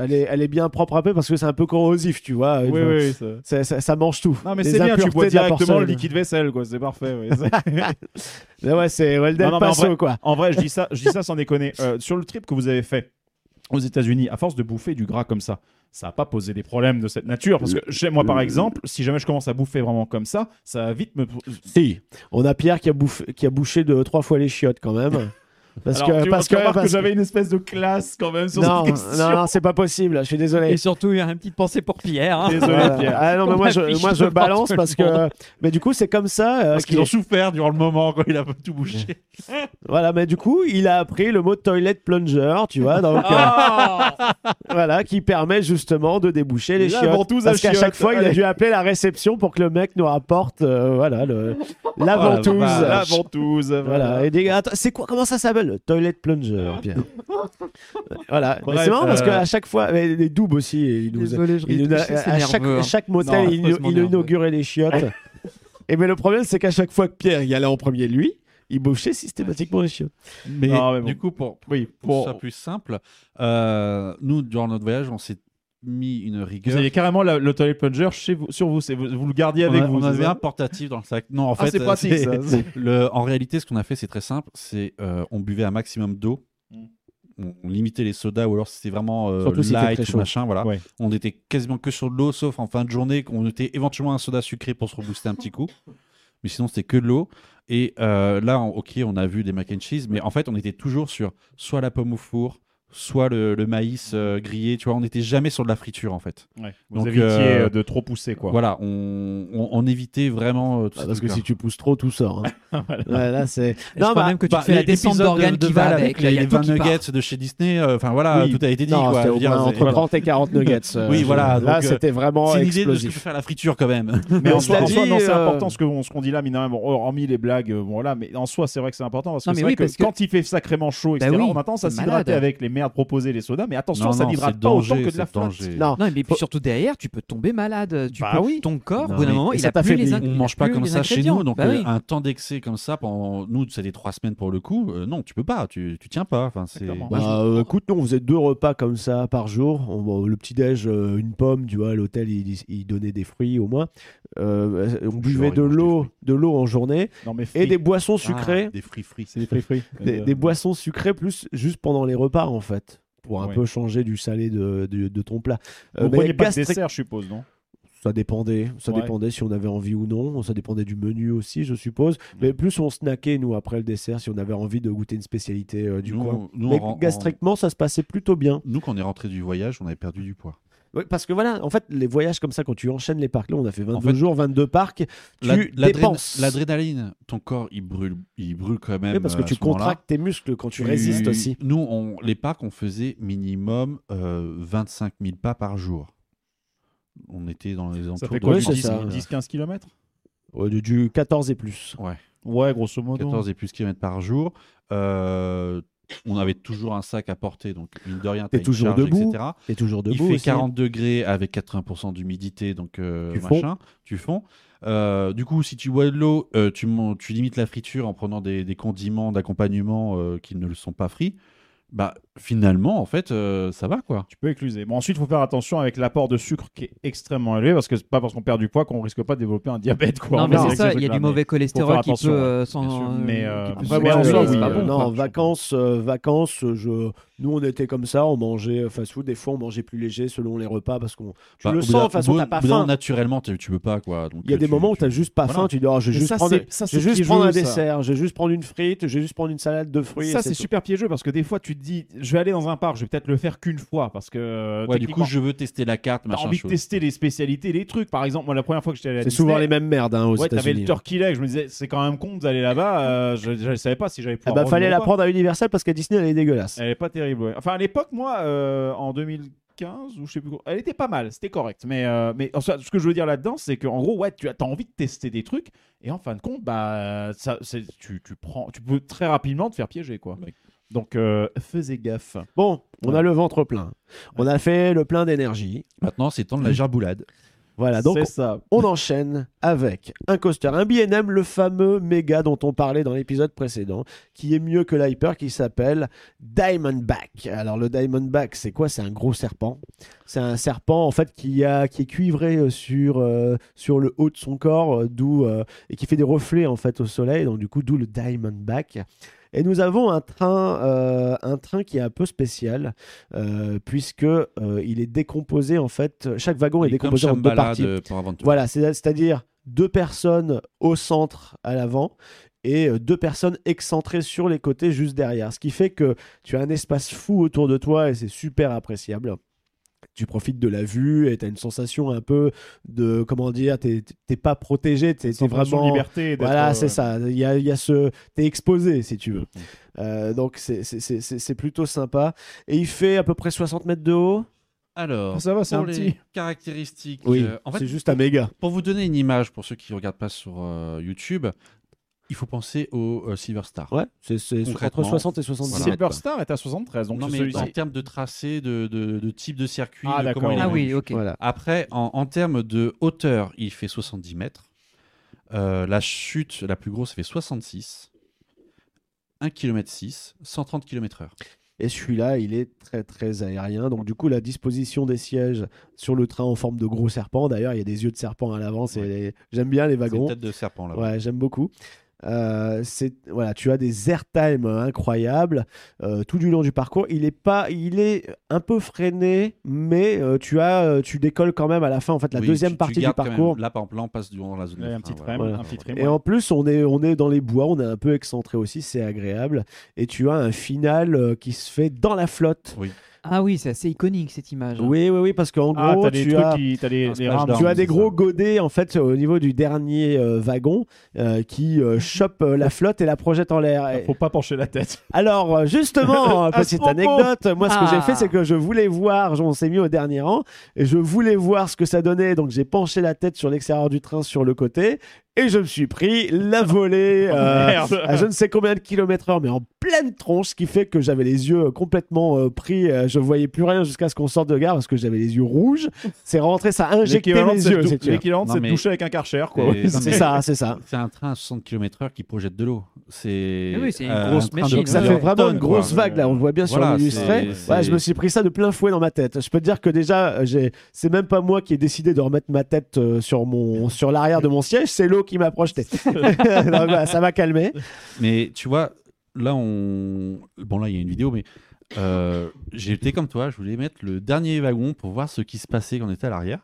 elle, est, elle est bien propre un peu parce que c'est un peu corrosif, tu vois.
Oui,
Enfin,
oui, ça.
Ça, ça- ça mange tout.
Non, mais
Les
c'est bien, tu
impuretés
bois
de la
directement le
porcelaine.
liquide vaisselle, quoi. C'est parfait. ouais.
Mais ouais, c'est Walden
Non, non, mais en
Paso,
vrai-
quoi.
En vrai, je dis ça, je dis ça sans déconner. Euh, sur le trip que vous avez fait, aux États-Unis, à force de bouffer du gras comme ça, ça n'a pas posé des problèmes de cette nature. Parce que chez moi, par exemple, si jamais je commence à bouffer vraiment comme ça, ça va vite me.
Si. On a Pierre qui a, bouffé- qui a bouché de trois fois les chiottes quand même. Parce
Alors,
que,
tu
parce
tu
que,
remarques
parce que-
j'avais une espèce de classe quand même sur
non,
cette question.
non, non, c'est pas possible. Je suis désolé.
Et surtout, il y a une petite pensée pour Pierre. hein.
Désolé,
Voilà.
Pierre.
Ah non, mais
On
moi je,
affiche
moi je
devant
balance
tout le
parce que.
monde.
Mais du coup, c'est comme ça. euh,
Parce
qu'il-
qu'ils ont souffert durant le moment quand il a tout bouché.
Voilà, mais du coup, il a appris le mot toilet plunger, tu vois, donc euh,
Ah
voilà, qui permet justement de déboucher les
La
chiottes.
ventouse à
Parce qu'à
chiottes,
chaque fois, il a
allez.
dû appeler la réception pour que le mec nous rapporte, euh, voilà, le, la
Oh la
ventouse.
vache.
Ah, bah, La ventouse.
Voilà,
Voilà.
et des gars, attends, c'est quoi Comment ça s'appelle le Toilet plunger, Pierre. voilà, Mais
Bref,
c'est marrant parce
euh,
qu'à chaque fois, mais les doubs aussi, ils nous,
Désolé, je
ils nous-
ris touché, c'est
à chaque,
nerveux, hein.
chaque motel,
Non,
ils
affreusement
il
nerveux.
inauguraient les chiottes. et mais le problème, c'est qu'à chaque fois que Pierre y allait en premier, lui, il bouchait systématiquement les chiottes.
Mais,
Non, mais bon.
du coup, pour,
Oui,
pour
pour.
ça plus simple, euh, nous, durant notre voyage, on s'est mis une
Vous
rigueur.
aviez carrément la- le toilet plunger chez vous, sur vous, c'est- vous, vous le gardiez
On a-
avec vous.
on
c'est
avait
ça
un portatif dans le sac. Non, en
Ah,
fait, euh,
c'est pratique
c'est-
ça.
le- en réalité, ce qu'on a fait, c'est très simple. C'est euh, on buvait un maximum d'eau.
Mm.
On on limitait les sodas ou alors si c'était vraiment euh,
Surtout s'il fait
light
très
ou
chaud.
machin. Voilà.
Ouais.
On était quasiment que sur de l'eau, sauf en fin de journée qu'on était éventuellement un soda sucré pour se rebooster un petit coup. Mais sinon, c'était que de l'eau. Et euh, là, on- ok, on a vu des mac and cheese, mais en fait, on était toujours sur soit la pomme au four, soit le, le maïs euh, grillé. Tu vois, on n'était jamais sur de la friture en fait.
Ouais. Vous
Donc,
évitiez
euh,
euh, de trop pousser, quoi.
Voilà, on, on- on évitait vraiment. euh, tout
Bah,
ce
parce que
truc-là.
si tu pousses trop, tout sort. hein. Ouais, là, c'est.
Et je crois
bah,
même que tu
Bah,
te fais la
les- l'épisode
descente
de-
d'organes
de
qui va
Val
avec. là,
les,
il y a
les
tout
20
qui part.
nuggets de chez Disney. euh, Enfin voilà,
Oui.
tout a été dit.
non,
quoi.
c'était
Je
au
veux dire,
moins
c'est-
entre 30 et 40 nuggets. euh,
Oui, voilà,
Là,
donc, euh,
c'était vraiment
C'est une idée de ce
explosif.
que peut faire la friture quand même.
Mais en soi,
Cela
en soi,
dit,
non, c'est
euh,
important ce que- ce qu'on dit là, mine de rien, bon, hormis les blagues, euh, bon, voilà, mais en soi, c'est vrai que c'est important parce que
Non, mais
c'est vrai
oui,
que
parce que-
quand il fait sacrément chaud,
Bah
etc.,
oui,
on a tendance à
c'est
s'hydrater
malade.
avec les merdes proposées, les sodas, mais attention,
Non,
ça
non,
n'hydrate
c'est
pas autant
danger,
que de la
c'est
flotte.
danger.
Non,
Non, mais puis surtout derrière, tu peux tomber malade. Tu
Bah
peux-
oui.
Ton corps,
Non,
au bout d'un
mais-
moment,
et
il
ça
a
t'a
plus
fait
les
bli-
inc-
on
il a
mange pas
plus
comme
les
ça chez
ingrédients.
nous, donc
Bah
euh,
oui.
un temps d'excès comme ça pendant nous c'était trois semaines pour le coup. euh, non, tu peux pas, tu, tu tiens pas. Enfin, c'est
Exactement.
Bah, euh, écoute, nous on faisait deux repas comme ça par jour. On- bon, le petit déj, euh, une pomme, tu vois, à l'hôtel il, il donnait des fruits au moins. Euh, on buvait
il
de
mange des
l'eau,
fruits.
de l'eau en journée
Non, mais
et
frites,
des boissons
Ah,
sucrées,
des free free.
c'est des Euh, frits.
des, des boissons sucrées plus juste pendant les repas en fait, pour un
Ouais.
peu changer du salé de, de- de ton plat. Euh,
Vous
mais
preniez pas de
gastrique-
dessert, je suppose, non
ça dépendait, ça
Ouais.
dépendait si on avait envie ou non, ça dépendait du menu aussi, je suppose. Mais plus on snackait nous après le dessert si on avait envie de goûter une spécialité euh, du
Nous,
coin.
on- nous,
Mais
on ren-
gastriquement, ça se passait plutôt bien.
on- nous, quand on est rentré du voyage, on avait perdu du poids.
Ouais, parce que voilà, en fait, les voyages comme ça, quand tu enchaînes les parcs, là, on a fait 22
En fait,
jours, 22 parcs, tu
La- l'adréna-
dépenses.
L'adrénaline, ton corps il brûle, il brûle quand même.
Oui, parce que
euh, à
tu
ce moment-là.
contractes tes muscles quand tu, résistes aussi.
Nous, on, les parcs, on faisait minimum euh, 25 000 pas par jour. On était dans les
Ça
entours
fait
de
quoi
Ouais,
du
c'est
10,
ça.
10-15 km
Ouais, du, du 14 et plus.
Ouais, grosso modo.
14 et plus kilomètres par jour. Euh, on avait toujours un sac à porter, donc mine de rien,
T'es
t'as une
toujours
charge,
debout,
etc.
Et toujours
Il
debout.
fait
aussi. hein.
40 degrés avec 80% d'humidité, donc euh,
Tu fonds.
machin, tu fonds. Euh, du coup, si tu bois de l'eau, euh, tu, mon- tu limites la friture en prenant des, des condiments d'accompagnement euh, qui ne le sont pas frits. Bah, finalement, en fait, euh, ça va quoi.
Tu peux écluser. Bon, ensuite, il faut faire attention avec l'apport de sucre qui est extrêmement élevé parce que c'est pas parce qu'on perd du poids qu'on risque pas de développer un diabète, quoi.
Non,
On
mais
verra
c'est
avec
ça,
ce
il y a
truc-là,
du
mais-
mauvais
faire
cholestérol qui
attention,
peut euh,
bien sûr.
s'en.
Mais,
qui
euh,
peut
après,
se
ouais,
Euh,
en soi,
mélanger,
oui,
c'est pas
euh,
bon,
non,
quoi.
en vacances, euh, vacances, euh, je... nous on était comme ça, on mangeait euh, fast-food, des fois on mangeait plus léger selon les repas parce qu'on. Tu
Bah, au
le
bout
sens,
d'un-
de toute façon,
au bout-
t'as pas
au bout d'un moment,
faim.
naturellement, tu tu peux pas quoi. Donc,
Il y a
euh,
des
tu-
moments où
tu-
t'as juste pas
voilà.
faim, tu dis, oh, je vais
Mais
juste
ça,
prendre,
c'est- ça,
je vais
c'est
juste prendre un
piégeux, ça.
dessert, je vais juste prendre une frite, je vais juste prendre une salade de fruits. et
ça, c'est
tout.
super piégeux parce que des fois, tu te dis, je vais aller dans un parc, je vais peut-être le faire qu'une fois parce que. euh,
Ouais, du coup,
techniquement,
je veux tester la carte,
T'as
machin.
envie de
chose.
tester les spécialités, les trucs. Par exemple, moi, la première fois que j'étais allé à
C'est
Disney,
souvent les mêmes merdes hein, aux
Ouais, t'avais
États-Unis.
le turkey leg. Je me disais, c'est quand même con d'aller là-bas. euh, je, je savais pas si j'allais
Ah
pouvoir.
bah fallait
revenir
la
ou pas.
prendre à Universal parce qu'à Disney elle est dégueulasse.
Elle est pas terrible. ouais. Enfin, à l'époque, moi, euh, en 2015 ou je sais plus quoi, elle était pas mal, c'était correct. Mais, euh, mais en soi, ce que je veux dire là-dedans, c'est qu'en gros, ouais, tu as t'as envie de tester des trucs et en fin de compte, bah, ça, c'est- tu, tu prends, tu peux très rapidement te faire piéger, quoi.
Oui.
Donc, euh, faisais gaffe.
Bon, on
Ouais.
a le ventre plein. On a fait le plein d'énergie.
Maintenant, c'est temps de la gerboulade.
Voilà, donc
c'est ça.
on enchaîne avec un coaster, un B&M, le fameux méga dont on parlait dans l'épisode précédent, qui est mieux que l'hyper, qui s'appelle Diamondback. Alors le Diamondback, c'est quoi C'est un gros serpent. C'est un serpent en fait qui a qui est cuivré euh, sur euh, sur le haut de son corps, euh, d'où euh, et qui fait des reflets en fait au soleil, donc du coup d'où le Diamondback. Et nous avons un train, euh, un train qui est un peu spécial, euh, puisque euh, il est décomposé en fait. Chaque wagon est
Et comme
décomposé en deux
Shambhala
parties.
de Port Aventura.
Voilà, c'est- c'est-à-dire deux personnes au centre, à l'avant, et euh, deux personnes excentrées sur les côtés, juste derrière. Ce qui fait que tu as un espace fou autour de toi et c'est super appréciable. Tu profites de la vue et tu as une sensation un peu de, comment dire, t'es t'es pas protégé, t'es t'es
C'est vraiment
vraiment...
liberté. d'être,
Voilà,
euh, Mm.
c'est ça. Il y a, il y a ce. T'es exposé, si tu veux. Euh, donc, c'est- c'est- c'est c'est- c'est plutôt sympa. Et il fait à peu près 60 mètres de haut.
Alors,
Ah, ça va, c'est
pour
un
les
petit.
caractéristiques,
Oui,
euh, en fait,
c'est juste un méga.
pour vous donner une image, pour ceux qui ne regardent pas sur euh, YouTube, il faut penser au euh, Silver Star.
Ouais, c'est c'est entre
Concrètement,
60 et 70
voilà.
Silverstar est à 73, donc
non, mais
celui-ci.
en termes de tracé, de, de- de type de circuit,
Ah,
de
d'accord.
comment il est
Ah
venu.
oui, ok.
Voilà.
Après, en, en termes de hauteur, il fait 70 mètres. Euh, la chute la plus grosse fait 66. 1 km 6, 130 km/h.
Et celui-là, il est très très aérien. Donc du coup, la disposition des sièges sur le train en forme de gros serpent. D'ailleurs, il y a des yeux de serpent à l'avant. c'est
Ouais.
les- J'aime bien les
C'est une
wagons.
tête de serpent là.
Ouais, j'aime beaucoup. Euh, c'est voilà, tu as des airtime incroyables euh, tout du long du parcours. Il est pas, il est un peu freiné, mais euh, tu as, euh, tu décolles quand même à la fin. En fait, la
Oui,
deuxième
tu- tu
partie du
gardes quand même-
parcours.
Là, par exemple, là, on passe durant la zone.
Ouais,
de
un
frein,
petit
voilà.
trim,
Voilà.
un petit trim.
Et en plus, on est, on est dans les bois, on est un peu excentré aussi, c'est agréable. Et tu as un final euh, qui se fait dans la flotte.
Ah oui, c'est assez iconique cette image.
Oui, oui, oui, parce qu'en
Ah,
gros,
t'as des
tu
trucs
as.
qui. T'as des,
un
des
splash
rames.
down.
Tu as des
c'est
gros
ça.
godets en fait au niveau du dernier euh, wagon euh, qui euh, chopent euh, la flotte et la projettent en l'air. Et-
Faut pas pencher Mhm. la tête.
Alors euh, justement,
À ce
petite
propos.
anecdote, moi ce que
Ah.
j'ai fait c'est que je voulais voir, on s'est mis au dernier rang, et je voulais voir ce que ça donnait, donc j'ai penché la tête sur l'extérieur du train sur le côté, et je me suis pris la volée euh,
Oh, Merde.
à je ne sais combien de kilomètres heure, mais en pleine tronche, ce qui fait que j'avais les yeux complètement euh, pris, euh, je voyais plus rien jusqu'à ce qu'on sorte de gare parce que j'avais les yeux rouges, c'est rentré, ça a injecté
L'équivalent de
mes
cette
yeux,
dou-
si tu veux.
l'équivalent de
Non,
cette
mais-
douche avec un karcher, quoi.
Et- non,
c'est
mais-
ça, c'est ça.
C'est un train à 60 km/h qui projette de l'eau. C'est
Eh
Ah oui, c'est une
euh,
grosse
un train de
machine.
Donc ça fait
Ouais.
plusieurs
vraiment
tonnes,
une grosse
quoi.
vague là, on le voit bien
Voilà,
sur l'illustré.
c'est-
Ouais,
c'est-
je me suis pris ça de plein fouet dans ma tête. Je peux te dire que déjà, euh, j'ai... c'est même pas moi qui ai décidé de remettre ma tête euh, sur, mon... sur l'arrière de mon siège, c'est l'eau qui m'a projeté. Donc, voilà, ça m'a calmé.
Mais tu vois, là, on. Bon, là, il y a une vidéo, mais euh, j'ai été comme toi, je voulais mettre le dernier wagon pour voir ce qui se passait quand on était à l'arrière.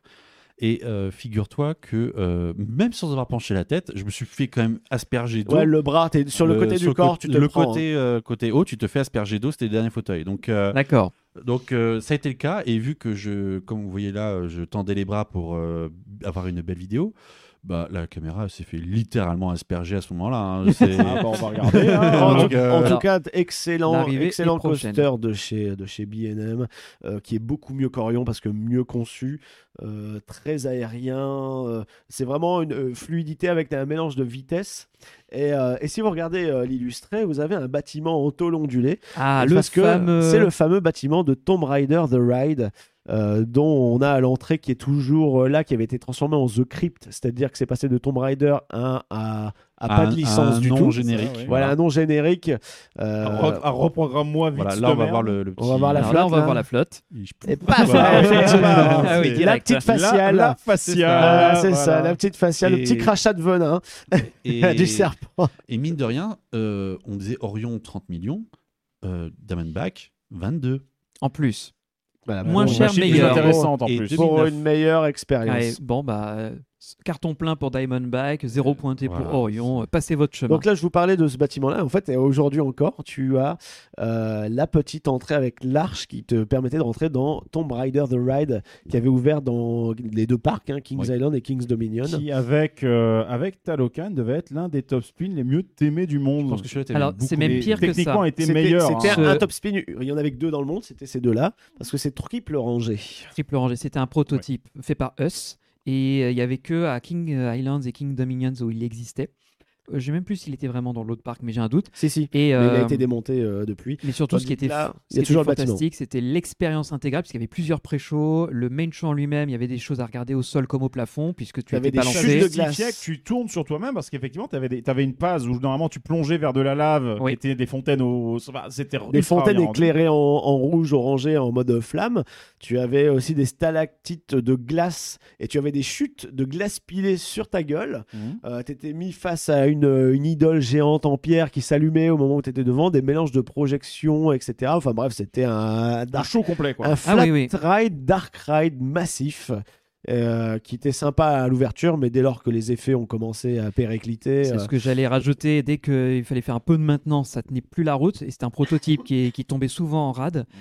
Et euh, figure-toi que euh, même sans avoir penché la tête, je me suis fait quand même asperger d'eau. Euh,
Ouais, le bras, t'es... sur le, côté du
sur
corps,
côté-
tu te
le
le prends. hein.
côté, euh, côté haut, tu te fais asperger d'eau, c'était le dernier fauteuil. Donc, euh,
D'accord.
donc euh, ça a été le cas. Et vu que je, comme vous voyez là, euh, je tendais les bras pour euh, avoir une belle vidéo, bah, la caméra elle s'est fait littéralement asperger à ce moment-là. hein. C'est-
Ah, bah, on va regarder. hein.
En,
Donc,
tout,
euh,
en tout
alors,
cas, excellent,
l'arrivée est
excellent
prochaine.
coaster de chez, de chez BM, euh, qui est beaucoup mieux qu'Orion parce que mieux conçu, euh, très aérien. euh, c'est vraiment une euh, fluidité avec un mélange de vitesse. Et, euh, et si vous regardez euh, l'illustré, vous avez un bâtiment en tôle ondulée.
Ah, le
parce que
fameux.
c'est le fameux bâtiment de Tomb Raider The Ride. euh, dont on a à l'entrée qui est toujours euh, là, qui avait été transformé en The Crypt, c'est-à-dire que c'est passé de Tomb Raider 1 à, à Ah, pas
un-
de licence
un
du
nom
tout.
générique.
Ah, oui.
Voilà, un nom générique. Euh,
Repro- ah, Reprogramme-moi vite.
Voilà,
cette
là on va
merde.
voir le, le petit.
hein.
Ah,
On va voir la
Alors
flotte.
là, on va
là.
voir la flotte.
et paf,
Voilà,
ouais,
c'est-
effectivement.
Ah oui,
C'est la
direct.
petite faciale.
La, la faciale.
Voilà, Ah, c'est
voilà.
ça, la petite faciale, le
Et-
petit crachat de venin
Et,
du serpent.
et mine de rien, euh, on disait Orion 30 millions, euh, Diamondback 22.
En plus.
Voilà,
Moins
bon,
cher, euh,
machine
Plus
meilleur.
intéressante en
Et
plus.
deux-
Pour
2009.
une meilleure
Allez,
expérience.
bon, bah, euh, carton plein pour Diamondback, zéro pointé
Voilà.
pour Orion. euh, Passez votre chemin.
Donc là, je vous parlais de ce bâtiment-là. En fait, et aujourd'hui encore, tu as euh, la petite entrée avec l'arche qui te permettait de rentrer dans Tomb Raider The Ride, qui avait ouvert dans les deux parcs, hein, Kings
Oui.
Island et Kings Dominion.
Qui, avec, euh, avec Talocan, devait être l'un des top spins les mieux aimés du monde.
Je pense que celui-là était
Alors,
beaucoup
c'est
aimé.
même pire que
Techniquement,
ça.
était
C'était-
meilleur.
C'était
hein.
un
Ce-
top spin. Il y en avait que deux dans le monde. C'était ces deux-là, parce que c'est triple rangée.
Triple rangée, c'était un prototype fait par Us. Et euh, il y n'y avait que à King euh, Islands et King Dominions où il existait. Euh, Je ne sais même plus s'il était vraiment dans l'autre parc, mais j'ai un doute.
Si si. Mais
Et,
il a
euh,
été démonté euh, depuis.
mais surtout, ce qui
Tandis que
était,
là,
ce
il y a
qui
toujours
était
le bâtiment.
fantastique, c'était l'expérience intégrale, puisqu'il y avait plusieurs pré-shows, le main show en lui-même, il y avait des choses à regarder au sol comme au plafond, puisque
Il y
tu
avait
étais
des
Ça
chutes
balancé.
de
justifiait
glace.
que tu tournes sur toi-même parce qu'effectivement, tu avais, une phase où normalement tu plongeais vers de la lave,
Oui.
qui était des fontaines au. enfin, C'était
des
ultra
fontaines
bien rendu.
éclairées en, en rouge, orangé, en mode euh, flamme. Tu avais aussi des stalactites de glace et tu avais des chutes de glace pilées sur ta gueule.
Mhm.
Euh, T'étais mis face à une une, euh, une idole géante en pierre qui s'allumait au moment où tu étais devant, des mélanges de projections, etc. Enfin bref, c'était un
Un
dark,
show complet, quoi.
un flat
Ah oui, oui.
ride, dark ride massif. euh, qui était sympa à l'ouverture, mais dès lors que les effets ont commencé à péricliter, euh,
C'est ce que j'allais rajouter. Dès qu'il fallait faire un peu de maintenance, ça tenait plus la route. Et c'était un prototype qui, est- qui tombait souvent en rade.
Mm.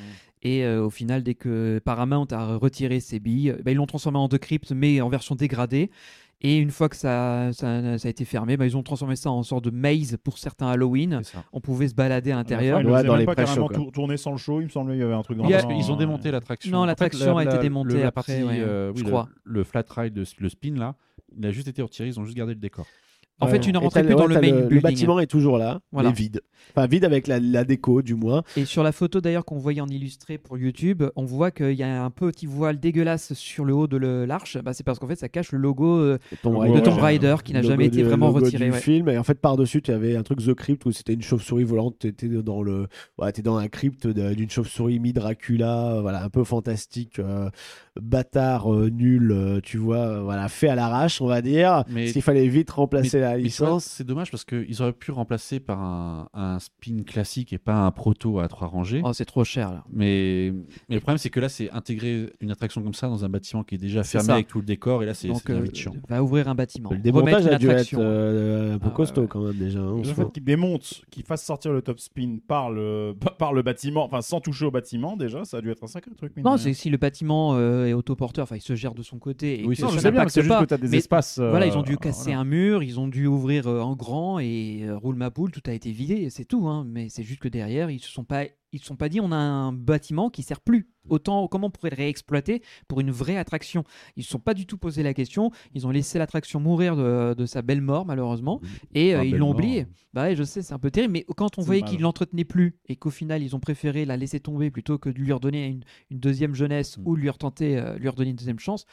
Et euh, au final, dès que Paramount a retiré ses billes, bah, ils l'ont transformé en The Crypt, mais en version dégradée. Et une fois que ça, ça, ça a été fermé, bah, ils ont transformé ça en sorte de maze pour certains Halloween.
C'est ça.
On pouvait se balader à l'intérieur.
Enfin, ils le
Ouais,
faisaient
dans
même
les
pas
pré-shows,
carrément
quoi.
tour- tourner sans le show, il me semble qu'il y avait un truc dans
Il y a-
Parce qu'ils ont
euh,
démonté l'attraction.
Non,
En fait,
l'attraction
la-
a été
la-
démontée
le- la
après,
partie,
ouais,
euh, oui,
je
le-
crois.
Le, flat ride, le, le spin là, il a juste été retiré. Ils ont juste gardé le décor.
En
Ouais.
fait, tu ne
Et
rentrais
t'as-
plus
ouais,
dans le
t'as
main
Le
building.
bâtiment est toujours là,
Voilà.
mais vide. Enfin, vide avec la, la déco, du moins.
Et sur la photo d'ailleurs qu'on voyait en illustré pour YouTube, on voit qu'il y a un petit voile dégueulasse sur le haut de le- l'arche. Bah, c'est parce qu'en fait, ça cache le logo euh,
Tomb
De
Raider.
de Tomb
ouais.
Raider qui n'a
Logo
jamais été
du-
vraiment
logo
retiré.
du
ouais.
film. Et en fait, par-dessus, tu avais un truc The Crypt où c'était une chauve-souris volante. Tu étais dans, le... ouais, t'es dans un crypte de- d'une chauve-souris mi-Dracula, euh, voilà, un peu fantastique, euh, bâtard, euh, nul, euh, tu vois, euh, voilà, fait à l'arrache, on va dire.
Mais-
Parce qu'il fallait vite remplacer la
Mais tu vois,
licence.
C'est dommage parce qu'ils auraient pu remplacer par un, un spin classique et pas un proto à trois rangées.
Oh, c'est trop cher là.
Mais, mais le problème, c'est que là, c'est intégrer une attraction comme ça dans un bâtiment qui est déjà
C'est
fermé
ça.
avec tout le décor. Et là, c'est
Donc,
c'est
euh,
bien vite chiant.
va ouvrir un bâtiment.
Le démontage
remettre une
a dû être
attraction.
euh, un peu
Ah, ouais,
costaud
ouais.
quand même déjà. hein, on se
Le
voit.
fait qu'ils démontent, qu'ils fassent sortir le top spin par le, par le bâtiment, enfin sans toucher au bâtiment déjà, ça a dû être un sacré truc. mine de
Non,
rien.
c'est si le bâtiment euh, est autoporteur, enfin il se gère de son côté. Et
Oui,
que
c'est
Non,
ça
je sais bien, mais
n'impacte
c'est juste
pas.
que t'as des
Mais
espaces. euh,
Voilà, ils ont dû casser
voilà.
un mur, ils ont dû ouvrir euh, en grand et euh, roule ma poule, tout a été vidé, et c'est tout. hein. Mais c'est juste que derrière, ils se sont pas, ils se sont pas dit on a un bâtiment qui sert plus. Autant comment on pourrait le réexploiter pour une vraie attraction. Ils se sont pas du tout posé la question. Ils ont laissé l'attraction mourir de, de sa belle mort malheureusement et euh,
Ah,
ils
belle
l'ont
mort.
oublié. Bah ouais, je sais, c'est un peu terrible. Mais quand on
C'est
voyait
mal.
qu'ils l'entretenaient plus et qu'au final ils ont préféré la laisser tomber plutôt que de lui redonner une, une deuxième jeunesse
Mm.
ou lui retenter, euh, lui redonner une deuxième chance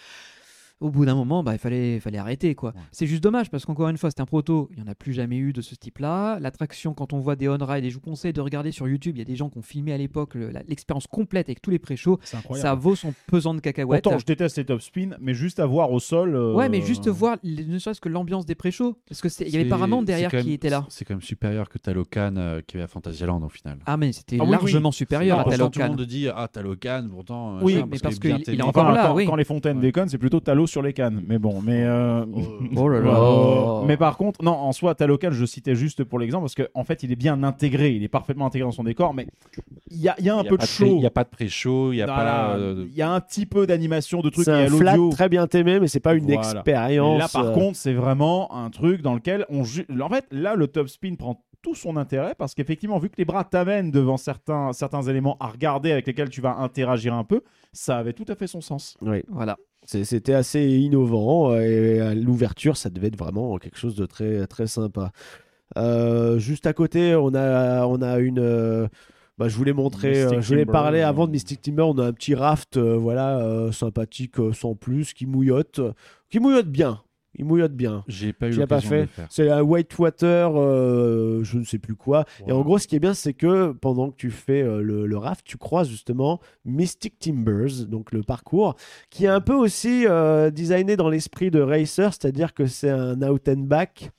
au bout d'un moment, bah, il fallait, fallait arrêter. quoi. C'est juste dommage parce qu'encore une fois, c'est un proto. Il n'y en a plus jamais eu de ce type-là. L'attraction, quand on voit des on-ride, et je vous conseille de regarder sur YouTube, il y a des gens qui ont filmé à l'époque le- la- l'expérience complète avec tous les pré-shows.
C'est
Ça
incroyable.
vaut son pesant de cacahuètes.
Pourtant, je déteste les top spin, mais juste à voir au sol. euh,
Ouais, mais juste voir, les- ne serait-ce que l'ambiance des pré-shows. Parce que c'est- il y avait
C'est-
Paramount
c'est
derrière
quand même-
qui était là.
C'est quand même supérieur que Talocan euh, qui est à Fantasyland au final.
Ah, mais c'était
Ah oui, oui.
largement supérieur
C'est
à
Pourtant,
Talocan.
tout le monde dit Ah, Talocan, pourtant. euh,
Oui,
machin,
mais parce
bien
qu'il- il est
t'aimé.
encore
Enfin,
là,
quand,
oui.
quand les fontaines
Ouais.
déconnent, c'est plutôt Talo sur les cannes. Mais bon, mais. euh,
Oh là là.
Oh. Mais par contre, non, en soi, Talocan, je le citais juste pour l'exemple parce qu'en en fait, il est bien intégré, il est parfaitement intégré dans son décor, mais il y a, il y a un
Il y a
peu de
pas pré- Il
show.
n'y a pas de pré-show, il n'y a
Dans
pas.
la-
euh,
il y a un petit peu d'animation, de trucs,
C'est
il y a
un flat
l'audio.
très bien aimé, mais c'est pas une
Voilà.
expérience.
Là, par
euh,
contre, c'est vraiment un truc dans lequel on. ju- En fait, là, le top spin prend tout son intérêt parce qu'effectivement, vu que les bras t'amènent devant certains, certains éléments à regarder avec lesquels tu vas interagir un peu, ça avait tout à fait son sens.
oui.
Voilà.
C'est- C'était assez innovant euh, et à l'ouverture, ça devait être vraiment quelque chose de très, très sympa. Euh, juste à côté, on a, on a une. euh, bah, je voulais montrer,
Mystic
euh, je voulais
Timber,
parler
euh.
avant de Mystic Timber. On a un petit raft, euh, voilà, euh, sympathique euh, sans plus, qui mouillote, euh, qui mouillote bien, il mouillote bien.
J'ai pas eu
Tu l'as pas
l'occasion de
fait.
le faire.
C'est la Whitewater, euh, je ne sais plus quoi. Et en
Wow.
gros, ce qui est bien, c'est que pendant que tu fais euh, le, le raft, tu croises justement Mystic Timbers, donc le parcours, qui est un peu aussi euh, designé dans l'esprit de Racer, c'est-à-dire que c'est un out and back.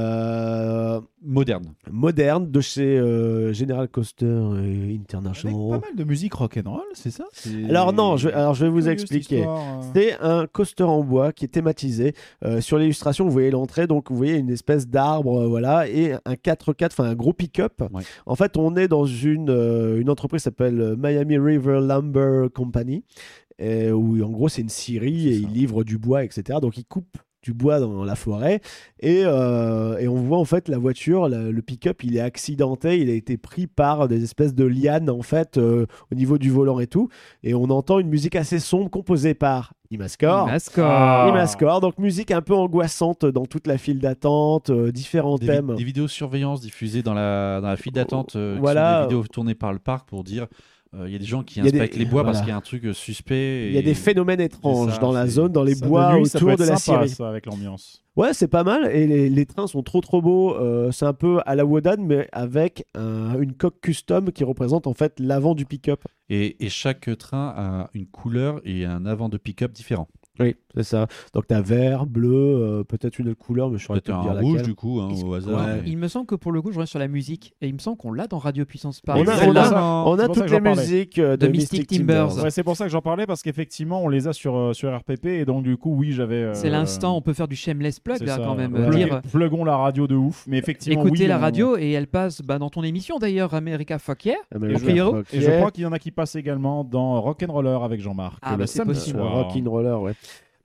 euh,
Moderne.
moderne de chez euh, General Coaster euh,
Avec pas
International.
mal de musique rock'n'roll, c'est ça C'est-
Alors non, je, alors je vais vous
Curieux, cette
expliquer.
histoire, euh.
C'est un coaster en bois qui est thématisé. Euh, sur l'illustration, vous voyez l'entrée, donc vous voyez une espèce d'arbre, euh, voilà, et un 4x4, enfin un gros pick-up.
Ouais.
En fait, on est dans une, euh, une entreprise qui s'appelle euh, Miami River Lumber Company, et où en gros c'est une scierie et
C'est ça.
ils livrent du bois, etc. Donc ils coupent du bois dans la forêt et, euh, et on voit en fait la voiture, la- le pick-up, il est accidenté, il a été pris par des espèces de lianes en fait euh, au niveau du volant et tout. Et on entend une musique assez sombre composée par Imascore.
Mascot.
Ah.
Imascore, donc musique un peu angoissante dans toute la file d'attente, euh, différents
Des,
thèmes.
vi- des vidéos surveillance diffusées dans la, dans la file d'attente. euh, qui sont
Voilà.
des vidéos tournées par le parc pour dire euh, il y a des gens qui
Il y a des-
inspectent les bois
voilà.
parce qu'il y a un truc euh, suspect.
Il y a
et-
des phénomènes étranges
ça,
dans la
c'est-
zone, dans les
Ça,
bois
de nuit, ça peut
autour
être
de la
sympa,
Syrie.
ça, avec l'ambiance.
Ouais, c'est pas mal. Et les, les trains sont trop trop beaux. Euh, c'est un peu à la Wodan, mais avec un- une coque custom qui représente en fait l'avant du pick-up.
Et, et chaque train a une couleur et un avant de pick-up différent.
Oui, c'est ça. Donc t'as vert, bleu, euh, peut-être une autre couleur, mais je saurais
Peut-être
pas te
un
dire
rouge
laquelle.
du coup, hein, au hasard.
Ouais.
mais-
Il me semble que pour le coup, je reviens sur la musique, et il me semble qu'on l'a dans Radio Puissance Park.
On a,
c'est
on a- Euh,
pour ça-
on a
c'est pour ça que
toutes les
j'en parlais.
musiques euh, de,
De Mystic
Mystic
Timbers.
Timbers.
Ouais, c'est pour ça que j'en parlais parce qu'effectivement on les a sur, euh, sur RPP et donc du coup oui j'avais. euh,
C'est l'instant, on peut faire du shameless plug
c'est
là
ça.
quand même.
Pluguez-
euh, Dire,
Plugons la radio de ouf, mais effectivement.
écoutez
oui,
la
on-
radio et elle passe bah, dans ton émission d'ailleurs, America Fuck Yeah.
American
Et je-
Rock,
Et je
yeah.
crois qu'il y en a qui passent également dans Rock'n'Roller avec Jean-Marc.
Ah,
le
bah, c'est
samedi
possible.
Euh,
soir.
Rock'n'Roller, ouais.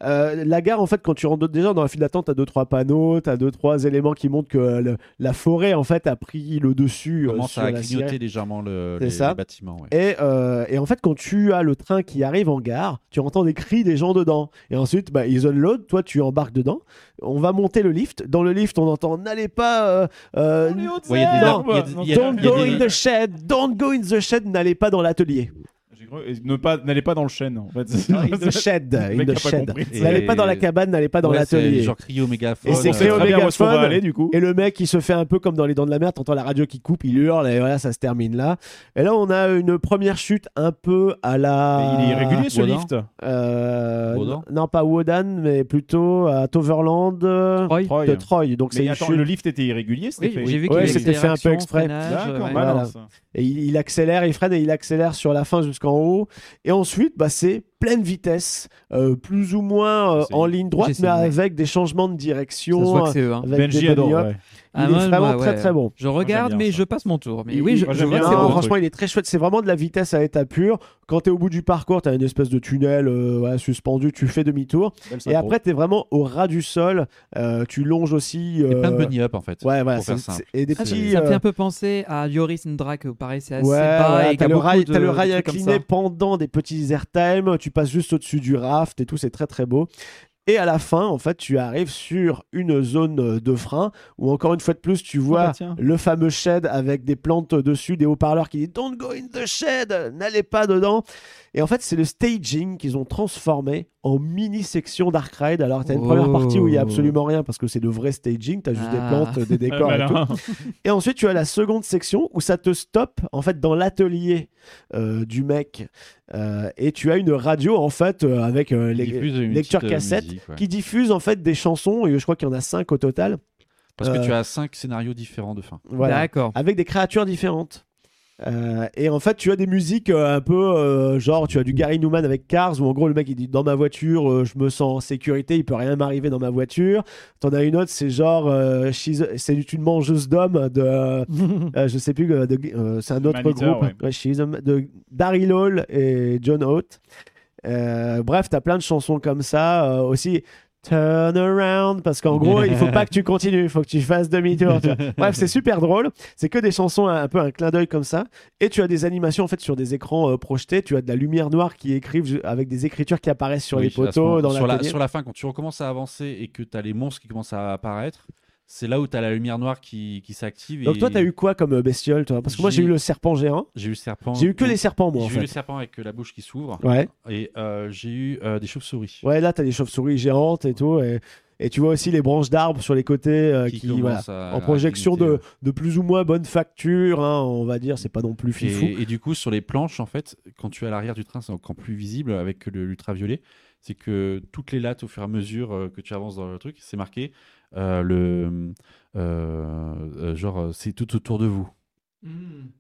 Euh, la gare, en fait, quand tu rentres dedans- déjà dans la file d'attente, t'as deux trois panneaux, t'as deux trois éléments qui montrent que euh, le- la forêt en fait a pris le dessus euh,
commence
sur
à
la
clignoter
Syrie.
légèrement le,
C'est
les,
ça.
les bâtiments. ouais.
Et, euh, et en fait, quand tu as le train qui arrive en gare, tu entends des cris des gens dedans. Et ensuite, bah, ils unload, toi tu embarques dedans. On va monter le lift. Dans le lift, on entend n'allez pas. euh, euh,
Ouais, il y a des
Non,
arbres, il y a des- il y a-
don't
il y a
go
des-
in the shed, don't go in the shed, n'allez pas dans l'atelier.
J'ai cru- et ne pas n'allez pas dans le chêne en fait.
Ah,
In the shed,
Le
in
mec a
the
pas
shed.
compris.
Et-
N'allez pas dans la cabane, n'allez pas dans
Ouais, c'est
l'atelier.
Genre crier au mégaphone. euh,
Et c'est
On sait
créé au
très bien où est-ce qu'on va
mégaphone.
aller du coup.
Et le mec, il se fait un peu comme dans les dents de la mer. T'entends la radio qui coupe, il hurle, et voilà, ça se termine là. Et là, on a une première chute un peu à la.
Mais Il est régulier ce
Wodan.
lift.
Euh,
Wodan.
n- Non, pas Wodan, mais plutôt à Toverland euh,
Roy.
Troy.
de Troy. Donc c'est
Mais
une
attends,
chute.
le lift était irrégulier, c'était
Oui,
fait.
j'ai vu
Ouais,
qu'il y avait
c'était
des
fait un peu
réactions,
exprès.
freinage,
D'accord,
ouais.
balance.
Et il, il accélère, il freine et il accélère sur la fin jusqu'en haut. Et ensuite, bah, c'est pleine vitesse, euh, plus ou moins euh,
J'essaye.
en ligne droite,
J'essaye,
mais
ouais.
avec des changements de direction.
Ça se voit que
euh,
c'est eux. hein.
avec des
Benji adore.
bunny-hops.
ouais.
Il
Ah,
est
moi,
vraiment
moi,
très
ouais.
très bon.
Je regarde,
bien
mais
ça.
je passe mon tour. Mais
Il-
oui, je,
moi,
je
j'aime
vois
bien.
que c'est
Non,
bon,
bon.
franchement, il est très chouette. C'est vraiment de la vitesse à état pur. Quand t'es au bout du parcours, t'as une espèce de tunnel euh, voilà, suspendu, tu fais demi-tour.
Belle
Et
synchro.
après, t'es vraiment au ras du sol. Euh, tu longes aussi.
Il y a plein de
euh,
bunny up en fait.
Ouais, voilà.
pour faire
c'est-
simple.
c'est- Et des
Ah, ça
petits.
ça me fait
euh,
un peu penser à Yoris Ndrak, pareil, c'est assez
Ouais,
bas.
voilà,
et
t'as
qu'il y a
le rail,
beaucoup de-
t'as le
de
rail
trucs comme ça.
incliné pendant des petits airtime, tu passes juste au-dessus du raft et tout, c'est très très beau. Et à la fin, en fait, tu arrives sur une zone de frein où encore une fois de plus, tu vois
bah tiens.
le fameux shed avec des plantes dessus, des haut-parleurs qui disent Don't go in the shed, n'allez pas dedans. Et en fait, c'est le staging qu'ils ont transformé en mini-section Dark Ride. Alors, t'as une
Oh.
première partie où il y a absolument rien parce que c'est le vrai staging, t'as juste des
Ah.
plantes, des
Euh,
décors et
malin.
tout. Et ensuite, tu as la seconde section où ça te stoppe en fait dans l'atelier euh, du mec Euh, et tu as une radio en fait euh, avec euh, les-
Il diffuse une
lecteur
petite, euh,
cassette
musique, ouais.
qui diffuse en fait des chansons et je crois qu'il y en a cinq au total.
Parce que
euh,
tu as cinq scénarios différents de fin.
Voilà,
D'accord.
avec des créatures différentes. Euh, et en fait, tu as des musiques euh, un peu euh, genre, tu as du Gary Newman avec Cars où en gros le mec il dit dans ma voiture, euh, je me sens en sécurité, il peut rien m'arriver dans ma voiture. T'en as une autre, c'est genre, euh, She's- c'est une mangeuse d'hommes de, euh, je sais plus, euh, de- euh, c'est un autre
Manita,
groupe
ouais.
Ouais, She's a- de Daryl Hall et John Holt. Euh, bref, t'as plein de chansons comme ça euh, aussi. Turn around, parce qu'en gros, il faut pas que tu continues, il faut que tu fasses demi-tour. tu vois. Bref, c'est super drôle. C'est que des chansons un un peu un clin d'œil comme ça. Et tu as des animations en fait sur des écrans euh, projetés. Tu as de la lumière noire qui écrive avec des écritures qui apparaissent sur
Oui,
les
à ce moment-
poteaux, dans
sur la,
l'atelier.
sur la fin, quand tu recommences à avancer et que tu as les monstres qui commencent à apparaître, c'est là où tu as la lumière noire qui, qui s'active.
Donc
et-
toi, t'as eu quoi comme euh, bestiole, toi Parce que moi, j'ai
J'ai-
eu le serpent géant.
J'ai eu le serpent.
J'ai eu que
Donc,
les serpents, moi, en
J'ai eu le
fait.
serpent avec euh, la bouche qui s'ouvre.
Ouais.
Et euh, j'ai eu euh, des chauves-souris.
Ouais, là, t'as des chauves-souris géantes et tout. Et, et tu vois aussi les branches d'arbres sur les côtés euh, qui, voilà,
commencent à-
en projection
à clignoter,
de, de plus ou moins bonne facture, hein, on va dire. C'est pas non plus
Et, euh,
fifou.
et du coup, sur les planches, en fait, quand tu es à l'arrière du train, c'est encore plus visible avec le- l'ultraviolet. C'est que toutes les lattes, au fur et à mesure euh, que tu avances dans le truc, c'est marqué euh, le euh, euh, genre euh, c'est tout autour de vous.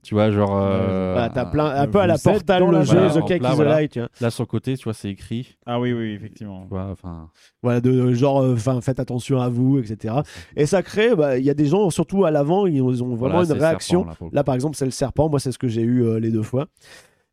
Tu vois, genre euh,
Voilà, Bah, t'as plein, un
euh,
peu à la
vous êtes
portale
dans la
logeuse,
voilà,
OK,
hop là,
is hein.
voilà.
alive, tu vois.
Là, sur le côté, tu vois, c'est écrit.
Ah oui oui effectivement.
Tu vois, enfin,
Voilà, de, de genre, euh, enfin, faites attention à vous, etc. Et ça crée, bah, il y a des gens, surtout à l'avant, ils ont, ils ont vraiment
voilà, c'est
une
le serpent,
réaction.
là, pour le
Là,
coup.
par exemple, c'est le serpent. Moi, c'est ce que j'ai eu euh, les deux fois.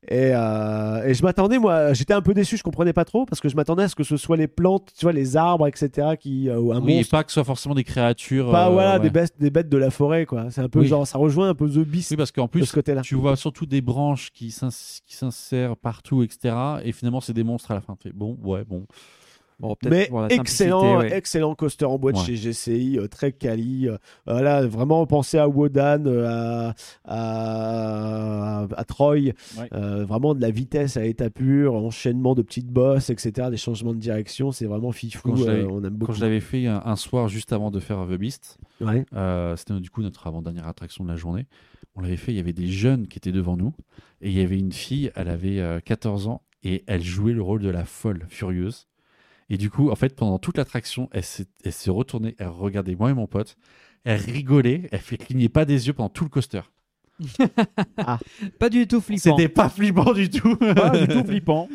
Et, euh, et je m'attendais, moi, j'étais un peu déçu, je comprenais pas trop, parce que je m'attendais à ce que ce soit les plantes, tu vois, les arbres, etc., qui, euh, ou un
oui, et
monstre.
pas que ce soit forcément des créatures.
Pas
euh,
voilà,
ouais.
des, bêtes, des bêtes de la forêt, quoi. C'est un peu
Oui.
genre, ça rejoint un peu The Beast
Oui, parce qu'en
de
plus,
ce côté-là.
Tu vois surtout des branches qui s'ins- qui s'insèrent partout, etc. Et finalement, c'est des monstres à la fin. Tu fais, bon, ouais, bon.
Bon, peut-être
Mais
pour la simplicité,
excellent,
ouais.
excellent coaster en boîte
Ouais.
chez GCI, euh, très quali. euh, voilà, vraiment penser à Wodan, euh, à, à, à Troy,
Ouais.
euh, vraiment de la vitesse à état pur, enchaînement de petites bosses, etc., des changements de direction, c'est vraiment fifou.
Quand je
euh,
l'avais-
on aime
Quand
beaucoup.
je l'avais fait un, un soir juste avant de faire The Beast,
Ouais.
euh, c'était du coup notre avant-dernière attraction de la journée. On l'avait fait, il y avait des jeunes qui étaient devant nous. Et il y avait une fille, elle avait euh, 14 ans. Et elle jouait le rôle de la folle furieuse. Et Et du coup, en fait, pendant toute l'attraction, elle s'est elle s'est retournée, elle regardait moi et mon pote, elle rigolait, elle fait cligner pas des yeux pendant tout le coaster.
Pas du tout flippant.
C'était pas flippant du tout.
Pas du tout flippant.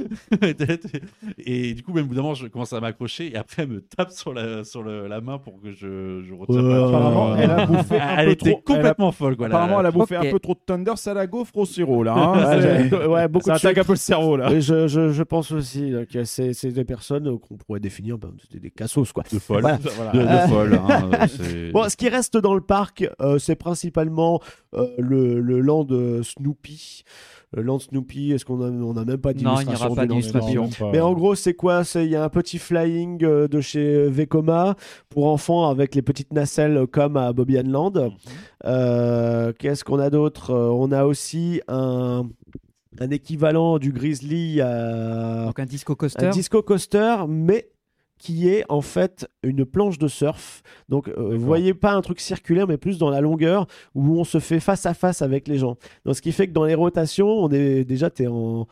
et du coup, même au bout d'un moment, je commence à m'accrocher et après, elle me tape sur la, sur le- la main pour que je, je retire.
Ouais.
pas la-
Apparemment, elle a bouffé un
Elle
peu
était
trop. elle a-
complètement folle. Quoi, la-
Apparemment, elle a bouffé
Ok.
un peu trop de Thunder, ça la gaufre au sirop, là. hein.
Ouais, j'ai-
Ça-
ouais, beaucoup
ça
de
attaque
sucre.
un peu le cerveau,
Ah.
là.
Et je, je, je pense aussi euh, là, que c'est c'est des personnes euh, qu'on pourrait définir ben, c'était des cassos quoi.
de folle.
Voilà.
Voilà.
De, de
Euh.
folle. hein, euh, c'est-
Bon, ce qui reste dans le parc, euh, c'est principalement euh, le, le land euh, Snoopy. Le land Snoopy, est-ce qu'on a, on a même pas
Non, il n'y aura
d'illustration
pas
du land Snoopy
d'illustration.
Mais en gros, c'est quoi C'est- Il y a un petit flying euh, de chez Vekoma pour enfants avec les petites nacelles euh, comme à Bobby and Land.
Mhm.
Euh, Qu'est-ce qu'on a d'autre Euh, On a aussi un, un équivalent du Grizzly à
Donc un disco
un
coaster.
disco coaster, mais qui est en fait une planche de surf. Donc, euh, vous voyez pas un truc circulaire, mais plus dans la longueur où on se fait face à face avec les gens. Donc, ce qui fait que dans les rotations, on est déjà, t'es en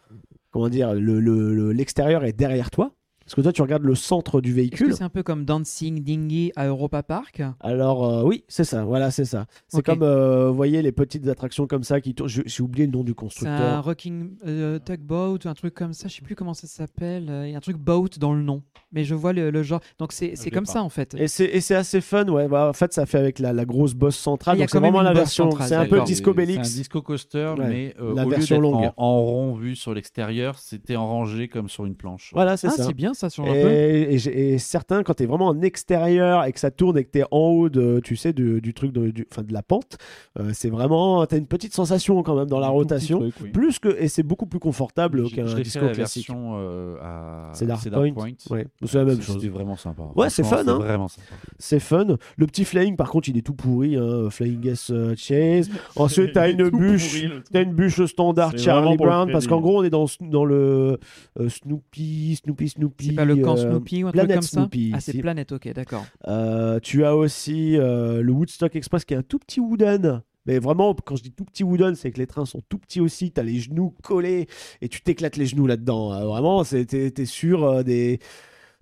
comment dire, le- le- le- l'extérieur est derrière toi. Parce que toi, tu regardes le centre du
Est-ce que
véhicule.
c'est un peu comme Dancing Dinghy à Europa Park
Alors euh, oui, c'est ça. Voilà, c'est ça. C'est
Ok.
comme, euh, vous voyez, les petites attractions comme ça qui tournent. Je- J'ai oublié le nom du
C'est un
constructeur.
rocking euh, tugboat ou un truc comme ça, je sais plus comment ça s'appelle. euh, Il y a un truc boat dans le nom, mais je vois le, le genre. Donc c'est c'est
Ah,
l'ai
comme
pas.
ça en fait.
Et c'est et c'est assez fun, ouais. Bah, en fait, ça fait avec la, la grosse bosse centrale.
Ah, Il y a
Donc c'est
quand même
vraiment
une
la
bosse
version.
centrale,
C'est un peu
d'accord.
disco
C'est un
Bellix.
disco coaster,
Ouais.
mais euh,
La
au lieu
version
d'être
longue.
en, en rond vu sur l'extérieur, c'était en rangée comme sur une planche.
Voilà, c'est
Ah,
ça.
c'est bien ça, sur un peu.
Et, et j'ai- et certains, quand t'es vraiment en extérieur et que ça tourne et que t'es en haut de, tu sais, du, du truc, de, du- enfin de la pente, euh, c'est vraiment, t'as une petite sensation quand même dans la rotation. Plus que, et c'est beaucoup plus confortable
J'ai-
qu'un
je l'ai fait
hein, disco
la
classique.
version euh, à
C'est Dark
Cedar
Point. Ouais, c'est la même chose.
C'était vraiment sympa.
Ouais, c'est
Franchement,
fun, hein.
c'était Vraiment sympa.
C'est fun. Le petit flying, par contre, il est tout pourri. hein, Flying S euh, Chase. Ensuite, t'as une bûche. T'as une bûche standard
C'est
Charlie
vraiment pour le
Brown. Parce
crédit.
qu'en gros, on est dans, dans le euh, Snoopy, Snoopy, Snoopy.
C'est pas le camp
euh,
Snoopy ou un truc
Planet
comme ça
Snoopy,
Ah, c'est
si.
Planète, ok, d'accord.
Euh, tu as aussi euh, le Woodstock Express qui est un tout petit wooden. Mais vraiment, quand je dis tout petit wooden, c'est que les trains sont tout petits aussi. T'as les genoux collés et tu t'éclates les genoux là-dedans. Euh, vraiment, c'est- t'es t'es sur euh, des.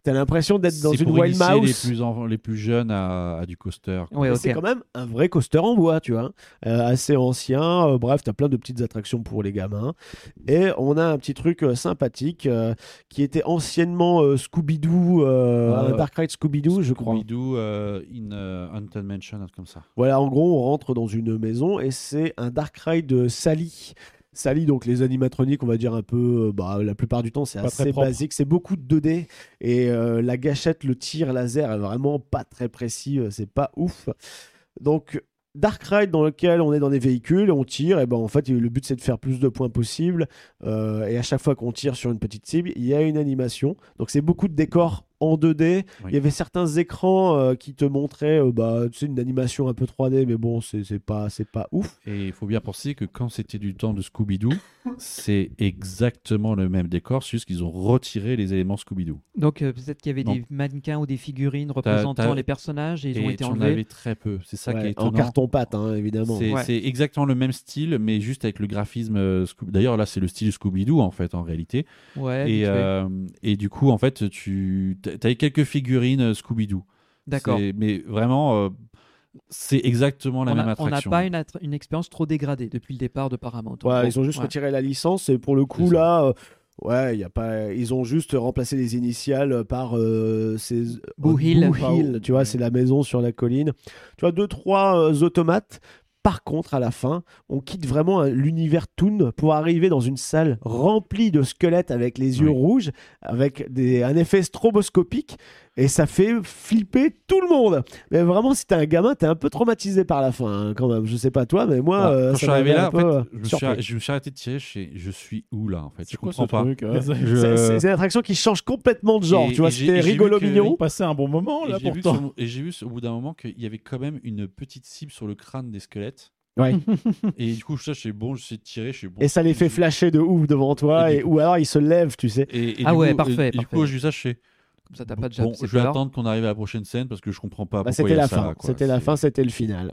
T'as l'impression d'être dans
C'est
une
pour
wild
initier
mouse.
Les plus, enfants- les plus jeunes à, à du coaster. quoi.
Ouais,
Mais
ok.
C'est quand même un vrai coaster en bois, tu vois. Euh, assez ancien. euh, bref, t'as plein de petites attractions pour les gamins. Et on a un petit truc euh, sympathique euh, qui était anciennement euh, Scooby-Doo, euh,
Ouais.
un Dark Ride Scooby-Doo, je crois.
Scooby-Doo, euh, in euh, Haunted Mansion, un truc comme ça.
Voilà, en gros, on rentre dans une maison et c'est un Dark Ride de Sally. Sally, donc les animatroniques, on va dire un peu, euh, bah, la plupart du temps, c'est
Pas très
assez
propre.
basique. C'est beaucoup de 2D et euh, la gâchette, le tir laser est vraiment pas très précis. euh, C'est pas ouf. Donc, Dark Ride dans lequel on est dans des véhicules, on tire, et ben en fait, le but c'est de faire plus de points possible. euh, et à chaque fois qu'on tire sur une petite cible, il y a une animation. Donc, c'est beaucoup de décors en 2D.
Oui.
Il y avait certains écrans euh, qui te montraient euh, bah, tu sais, une animation un peu 3D, mais bon, c'est c'est pas, c'est pas ouf.
Et il faut bien penser que quand c'était du temps de Scooby-Doo, c'est exactement le même décor, c'est juste qu'ils ont retiré les éléments Scooby-Doo.
Donc euh, peut-être qu'il y avait
Non.
des mannequins ou des figurines
t'as-
représentant les personnages et ils ont
Et tu
été
en
enlevés.
avais très peu. C'est ça qui est
Ouais,
étonnant.
en carton-pâte, hein, évidemment.
C'est
Ouais.
c'est exactement le même style, mais juste avec le graphisme. euh, Scoob- D'ailleurs, là, c'est le style Scooby-Doo, en fait, en réalité.
Ouais, vite
et,
fait.
euh, et du coup, en fait, tu avais quelques figurines euh, Scooby-Doo.
d'accord.
C'est- Mais vraiment, euh, c'est exactement la
On
même
a- on n'a
attraction.
pas une, attra- une expérience trop dégradée depuis le départ de Paramount. en
Ouais,
gros.
ils ont juste
Ouais.
retiré la licence, et pour le coup,
C'est ça.
là, euh, ouais, il y a pas... ils ont juste remplacé les initiales par euh, ces...
Boo Hill.
Hill, tu vois, c'est la maison sur la colline. Tu vois, deux, trois euh, automates. Par contre, à la fin, on quitte vraiment euh, l'univers Toon pour arriver dans une salle remplie de squelettes avec les yeux
Oui.
rouges, avec des, un effet stroboscopique, et ça fait flipper tout le monde. Mais vraiment, si t'es un gamin, t'es un peu traumatisé par la fin, hein, quand même. Je sais pas toi, mais moi,
Voilà.
euh,
Bah,
ça
quand je suis arrivé
m'avait
là,
un
en
peu, euh,
fait, je me, suis,
surpris.
arr- je me suis arrêté de tirer. Je, sais- je suis où là, en fait Je
quoi
comprends
ce
pas.
truc, hein
C'est-
Je-
C'est c'est une attraction qui change complètement de genre.
Et-
tu vois,
et j'ai-
c'était
et j'ai vu
rigolo,
que-
mignon.
On passait un bon moment,
Et
là,
j'ai vu
pourtant.
sur- Et j'ai vu sur- au bout d'un moment qu'il y avait quand même une petite cible sur le crâne des squelettes.
Ouais.
et du coup, ça, je suis bon, je sais tirer, je suis bon.
Et ça les fait flasher
flasher
de ouf devant toi,
Et
et,
du
ou alors ils se lèvent, tu sais. Bah,
Et, et
Ah
du
ouais,
coup,
parfait,
et- et du
parfait.
coup, je dis ça, je sais.
Comme ça, t'as pas déjà.
bon,
c'est
je vais
pas grave.
attendre qu'on arrive à la prochaine scène parce que je comprends pas
Bah,
pourquoi il y
c'était
a
la
ça,
fin,
quoi.
c'était la
C'est-
fin, c'était le final.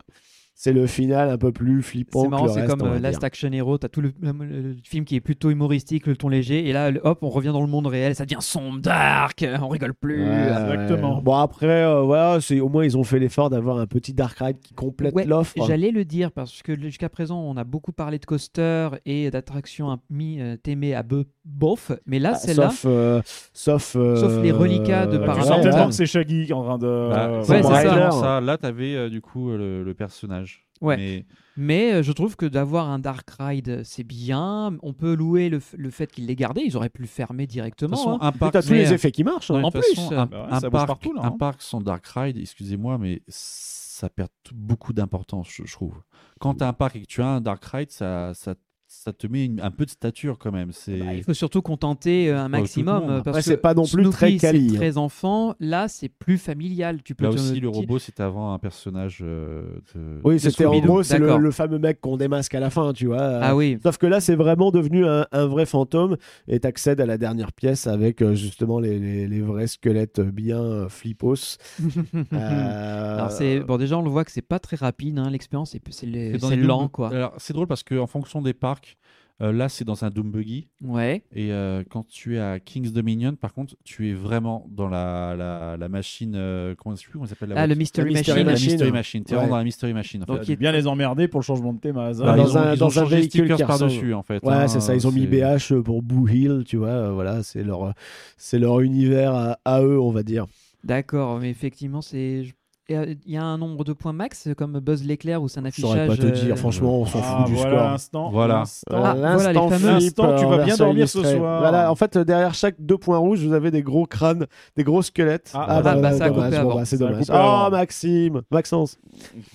c'est le final un peu plus flippant.
C'est marrant,
que le
c'est
reste,
comme
on va
euh,
dire.
Last Action Hero, t'as tout le, le- le film qui est plutôt humoristique, le ton léger, et là, le- hop, on revient dans le monde réel, ça devient sombre, dark, euh, on rigole plus.
Ouais,
Exactement.
ouais. Bon après, euh, voilà, c'est au moins ils ont fait l'effort d'avoir un petit Dark Ride qui complète
Ouais,
l'offre.
J'allais le dire parce que jusqu'à présent, on a beaucoup parlé de coaster et d'attractions mis euh, témées à bœuf, bof, mais là,
Ah,
celle-là,
sauf, euh, sauf, euh,
Sauf les reliquats de
euh,
tu
Paranormal.
sens
ouais,
tellement
ouais.
que c'est Shaggy en train de.
euh,
Bah,
ouais,
c'est
c'est
vraiment
ça.
ça. Là, t'avais avais du coup euh, le, le personnage.
Ouais.
Mais
mais euh, je trouve que d'avoir un dark ride, c'est bien. On peut louer le, f- le fait qu'ils l'aient gardé, ils auraient pu le fermer
de toute
directement.
façon,
hein.
un
Puis
parc,
T'as tous
mais,
les
euh,
effets qui marchent. hein.
de
en
toute façon,
plus,
un,
bah ouais,
un
ça bouge
parc,
partout, là,
un
hein.
parc sans Dark Ride, excusez-moi, mais ça perd tout- beaucoup d'importance, je, je trouve. Quand t'as un parc et que tu as un Dark Ride, ça, ça, ça te met une- un peu de stature quand même. C'est
Bah, il faut surtout contenter euh,
Oh,
un
le
maximum.
monde.
euh, parce
Après, c'est
que
pas non plus
Snoopy,
très quali,
C'est
hein.
très enfant. Là, c'est plus familial. Tu peux
Là
te-
aussi, le
ti-
robot, c'était avant un personnage euh, de.
Oui,
de
c'était en
Scooby-Doo.
gros, c'est le,
d'accord.
le fameux mec qu'on démasque à la fin, tu vois.
Ah oui.
Sauf que là, c'est vraiment devenu un, un vrai fantôme et t'accèdes à la dernière pièce avec euh, justement les, les- les vrais squelettes bien euh, flippos. Euh,
Alors c'est bon déjà on le voit que c'est pas très rapide hein, l'expérience c'est c'est le-
C'est dans
c'est
les
lent
Doom-
quoi.
Alors, c'est drôle parce qu'en fonction des parcs, euh, là, c'est dans un Doom Buggy.
Ouais.
Et euh, quand tu es à King's Dominion, par contre, tu es vraiment dans la, la, la machine. euh, comment, je sais plus comment elle s'appelle la
Ah le
boîte.
Mystery
La
La
Mystery
Machine.
Machine.
Mystery Machine. T'es
Ouais.
vraiment dans la Mystery Machine. En fait.
Ok.
J'ai bien les emmerder pour le changement de thème à hasard.
Bah,
Dans
ils ont,
un-
ils
dans
ont
un
changé les
véhicule qui
stickers
ressemble.
par-dessus, en fait.
Ouais,
hein,
c'est ça. Ils ont mis
c'est-
BH pour Boo Hill, tu vois. euh, voilà, c'est leur, euh, c'est leur univers à, à eux, on va dire.
D'accord mais effectivement c'est je- et, euh, il y a un nombre de points max comme Buzz l'éclair où c'est un
Je
affichage.
saurais pas te dire.
euh,
Franchement, on s'en fout
Ah,
du
voilà
score.
l'instant.
Voilà.
l'instant.
Ah, voilà, les
l'instant
fameux
flip,
instants, tu
euh,
vas bien
version
dormir ce
illustrée.
soir.
Voilà, en fait, euh, derrière chaque deux points rouges, vous avez des gros crânes, des gros squelettes.
Ah, ah, bah, ça
dommage.
a
coupé
Bon,
avant.
bah, c'est
Ça a
dommage.
coupé
Oh,
avant.
Maxime, Maxence.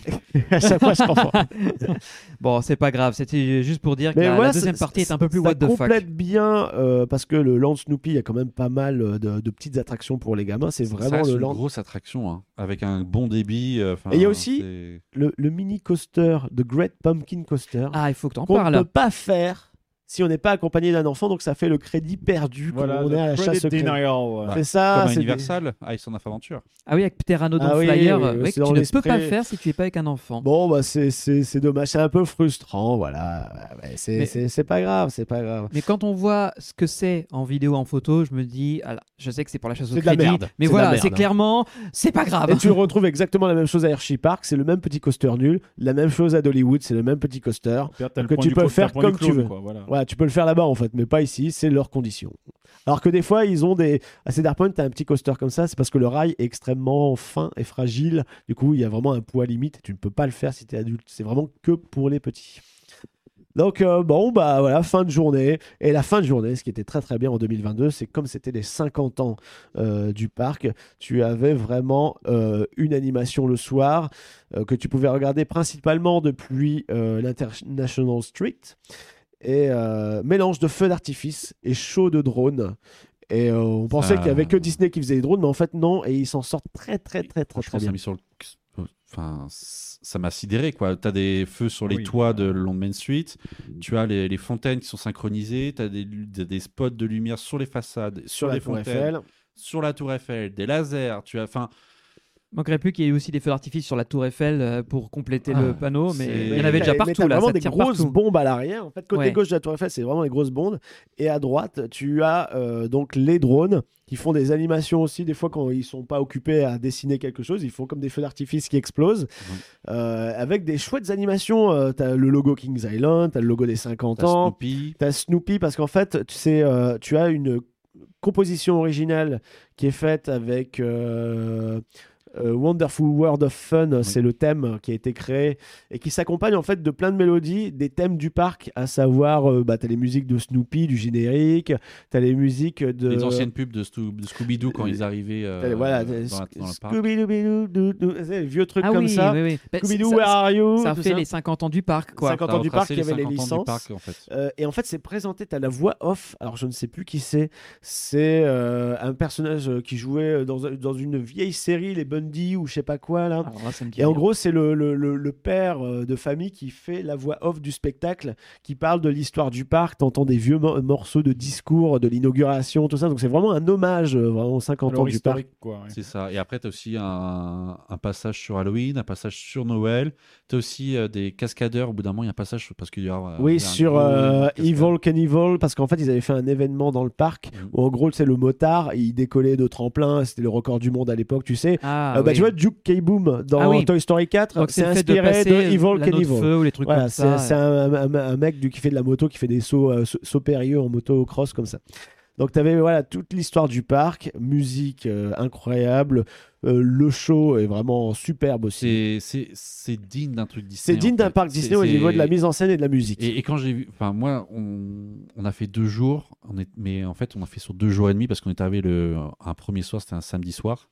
à chaque fois, je comprends.
Bon c'est pas grave c'était juste pour dire que Bah, la, la
voilà,
deuxième
ça-
partie est
ça-
un peu plus
ça
what the fuck.
complète bien euh, parce que le Land Snoopy, il y a quand même pas mal euh, de, de petites attractions pour les gamins. C'est
ça
vraiment
reste
le
une
Land
grosse attraction, hein, avec un bon débit. euh, 'fin,
Et il y a aussi-
c'est-
le, le mini coaster, The Great Pumpkin Coaster,
Ah il faut que t'en
qu'on ne peut
parles.
pas faire si on n'est pas accompagné d'un enfant. Donc ça fait le crédit perdu quand
Voilà,
on
the
est à la
credit
chasse au crédit.
denial.
C'est ça,
Comme à
Ah, c'est des-
Universal, Ice on of Adventure.
Ah oui avec Pteranodon
Ah oui,
Flyer
oui, oui,
euh, ouais,
c'est
que
dans
tu ne peux pas
l'esprit.
le faire si tu es pas avec un enfant.
Bon, bah c'est- c'est c'est dommage, c'est un peu frustrant, voilà. Ouais, C'est
Mais-
c'est- c'est pas grave, c'est pas grave.
Mais quand on voit ce que c'est en vidéo, en photo, je me dis, alors, je sais que c'est pour la chasse au
C'est de la
crédit,
merde. C'est de
mais
la
voilà,
merde,
c'est
hein.
clairement, c'est pas grave.
Et tu retrouves exactement la même chose à Hershey Park, c'est le même petit coaster nul, la même chose à Dollywood, c'est le même petit coaster.
Que
Que tu peux faire comme tu veux.
Voilà.
Ouais, tu peux le faire là-bas en fait, mais pas ici, c'est leurs conditions. Alors que des fois, ils ont des. À Cedar Point, t'as un petit coaster comme ça, c'est parce que le rail est extrêmement fin et fragile. Du coup, il y a vraiment un poids limite. Tu ne peux pas le faire si t'es adulte. C'est vraiment que pour les petits. Donc, euh, bon, bah voilà, fin de journée. Et la fin de journée, ce qui était très très bien en 2022, c'est que comme c'était les 50 ans euh, du parc, tu avais vraiment euh, une animation le soir euh, que tu pouvais regarder principalement depuis euh, l'International Street et euh, mélange de feux d'artifice et show de drones. Et euh, on pensait
Ça-
qu'il y avait que Disney qui faisait les drones, mais en fait non, et ils s'en sortent très très très très
Franchement,
très
ça
bien.
m'a mis sur le- Enfin, c- ça m'a sidéré quoi. T'as des feux sur les
Oui.
toits de le long de Main Street,
Mm.
tu as les, les fontaines qui sont synchronisées, t'as des, t'as des spots de lumière sur les façades, sur,
la
les
Tour
fontaines,
Eiffel.
sur la tour Eiffel, des lasers, tu as. Enfin,
Manquerait plus qu'il y ait aussi des feux d'artifice sur la Tour Eiffel euh, pour compléter
Ah,
le panneau,
c'est-
mais il y en avait déjà
Mais t'as
partout là,
vraiment
ça
des
tire
grosses
partout.
bombes à l'arrière. En fait, côté
Ouais.
gauche de la Tour Eiffel, c'est vraiment les grosses bombes. Et à droite, tu as euh, donc les drones qui font des animations aussi. Des fois, quand ils sont pas occupés à dessiner quelque chose, ils font comme des feux d'artifice qui explosent. Euh, avec des chouettes animations. Euh, t'as le logo Kings Island, t'as le logo des 50
t'as
ans.
Snoopy,
T'as Snoopy parce qu'en fait, tu sais, euh, tu as une composition originale qui est faite avec euh, euh, Wonderful World of Fun, c'est le thème qui a été créé et qui s'accompagne en fait de plein de mélodies des thèmes du parc, à savoir, euh, bah, t'as les musiques de Snoopy, du générique, t'as les musiques de.
les anciennes pubs de, Sto- de Scooby-Doo quand
les-
ils arrivaient euh,
t'as les- voilà,
dans,
t'as
la- dans le parc.
Scooby-Doo, doo, doo, tu sais, les vieux trucs
Ah
comme
oui,
ça.
oui, oui. Ben,
Scooby-Doo,
ça-
where are you
ça
Tout
fait les 50 ans du parc, quoi.
50
T'as
ans du parc,
retracé
il y avait les
50 ans
licences.
du parc, en fait.
Euh, et en fait, c'est présenté, t'as la voix off, alors je ne sais plus euh, qui c'est, c'est euh, un personnage euh, qui jouait dans, dans une vieille série, Les Bonnes Bundy ou je sais pas quoi là.
Alors là, ça me dit
Et en
rien.
gros, c'est le, le- le- le père euh, de famille qui fait la voix off du spectacle, qui parle de l'histoire du parc, t'entends des vieux mo- morceaux de discours, de l'inauguration, tout ça. Donc c'est vraiment un hommage, euh, vraiment aux 50 ans
Alors,
du parc.
historique, quoi. ouais.
C'est ça. Et après, tu as aussi un, un passage sur Halloween, un passage sur Noël. Tu as aussi euh, des cascadeurs. Au bout d'un moment, il y a un passage parce qu'il y aura. il
Oui,
y a un
sur
gros
euh,
cascade.
Evil Evil, parce qu'en fait, ils avaient fait un événement dans le parc
Mhm.
où, en gros, c'est le motard, il décollait de tremplin, c'était le record du monde à l'époque, tu sais.
Ah,
Euh, bah,
oui.
Tu vois, Duke K-Boom dans
Ah oui.
Toy Story 4,
Donc,
c'est
le fait de
inspiré de,
passer
Evil
l'anneau de
Knievel.
feu ou les trucs
Voilà,
comme
c'est
ça.
c'est un, un- un mec du, qui fait de la moto, qui fait des sauts, euh, sauts- sauts périlleux en moto cross comme ça. Donc tu avais voilà, toute l'histoire du parc, musique euh, incroyable, euh, le show est vraiment superbe aussi.
C'est- C'est c'est digne d'un truc Disney.
C'est digne
en
d'un
fait.
parc
C'est-
Disney au niveau
c'est-
de la mise en scène et de la musique.
Et, et quand j'ai vu, enfin moi, on, on a fait deux jours, on est, mais en fait on a fait sur deux jours et demi parce qu'on est arrivé le un premier soir, c'était un samedi soir.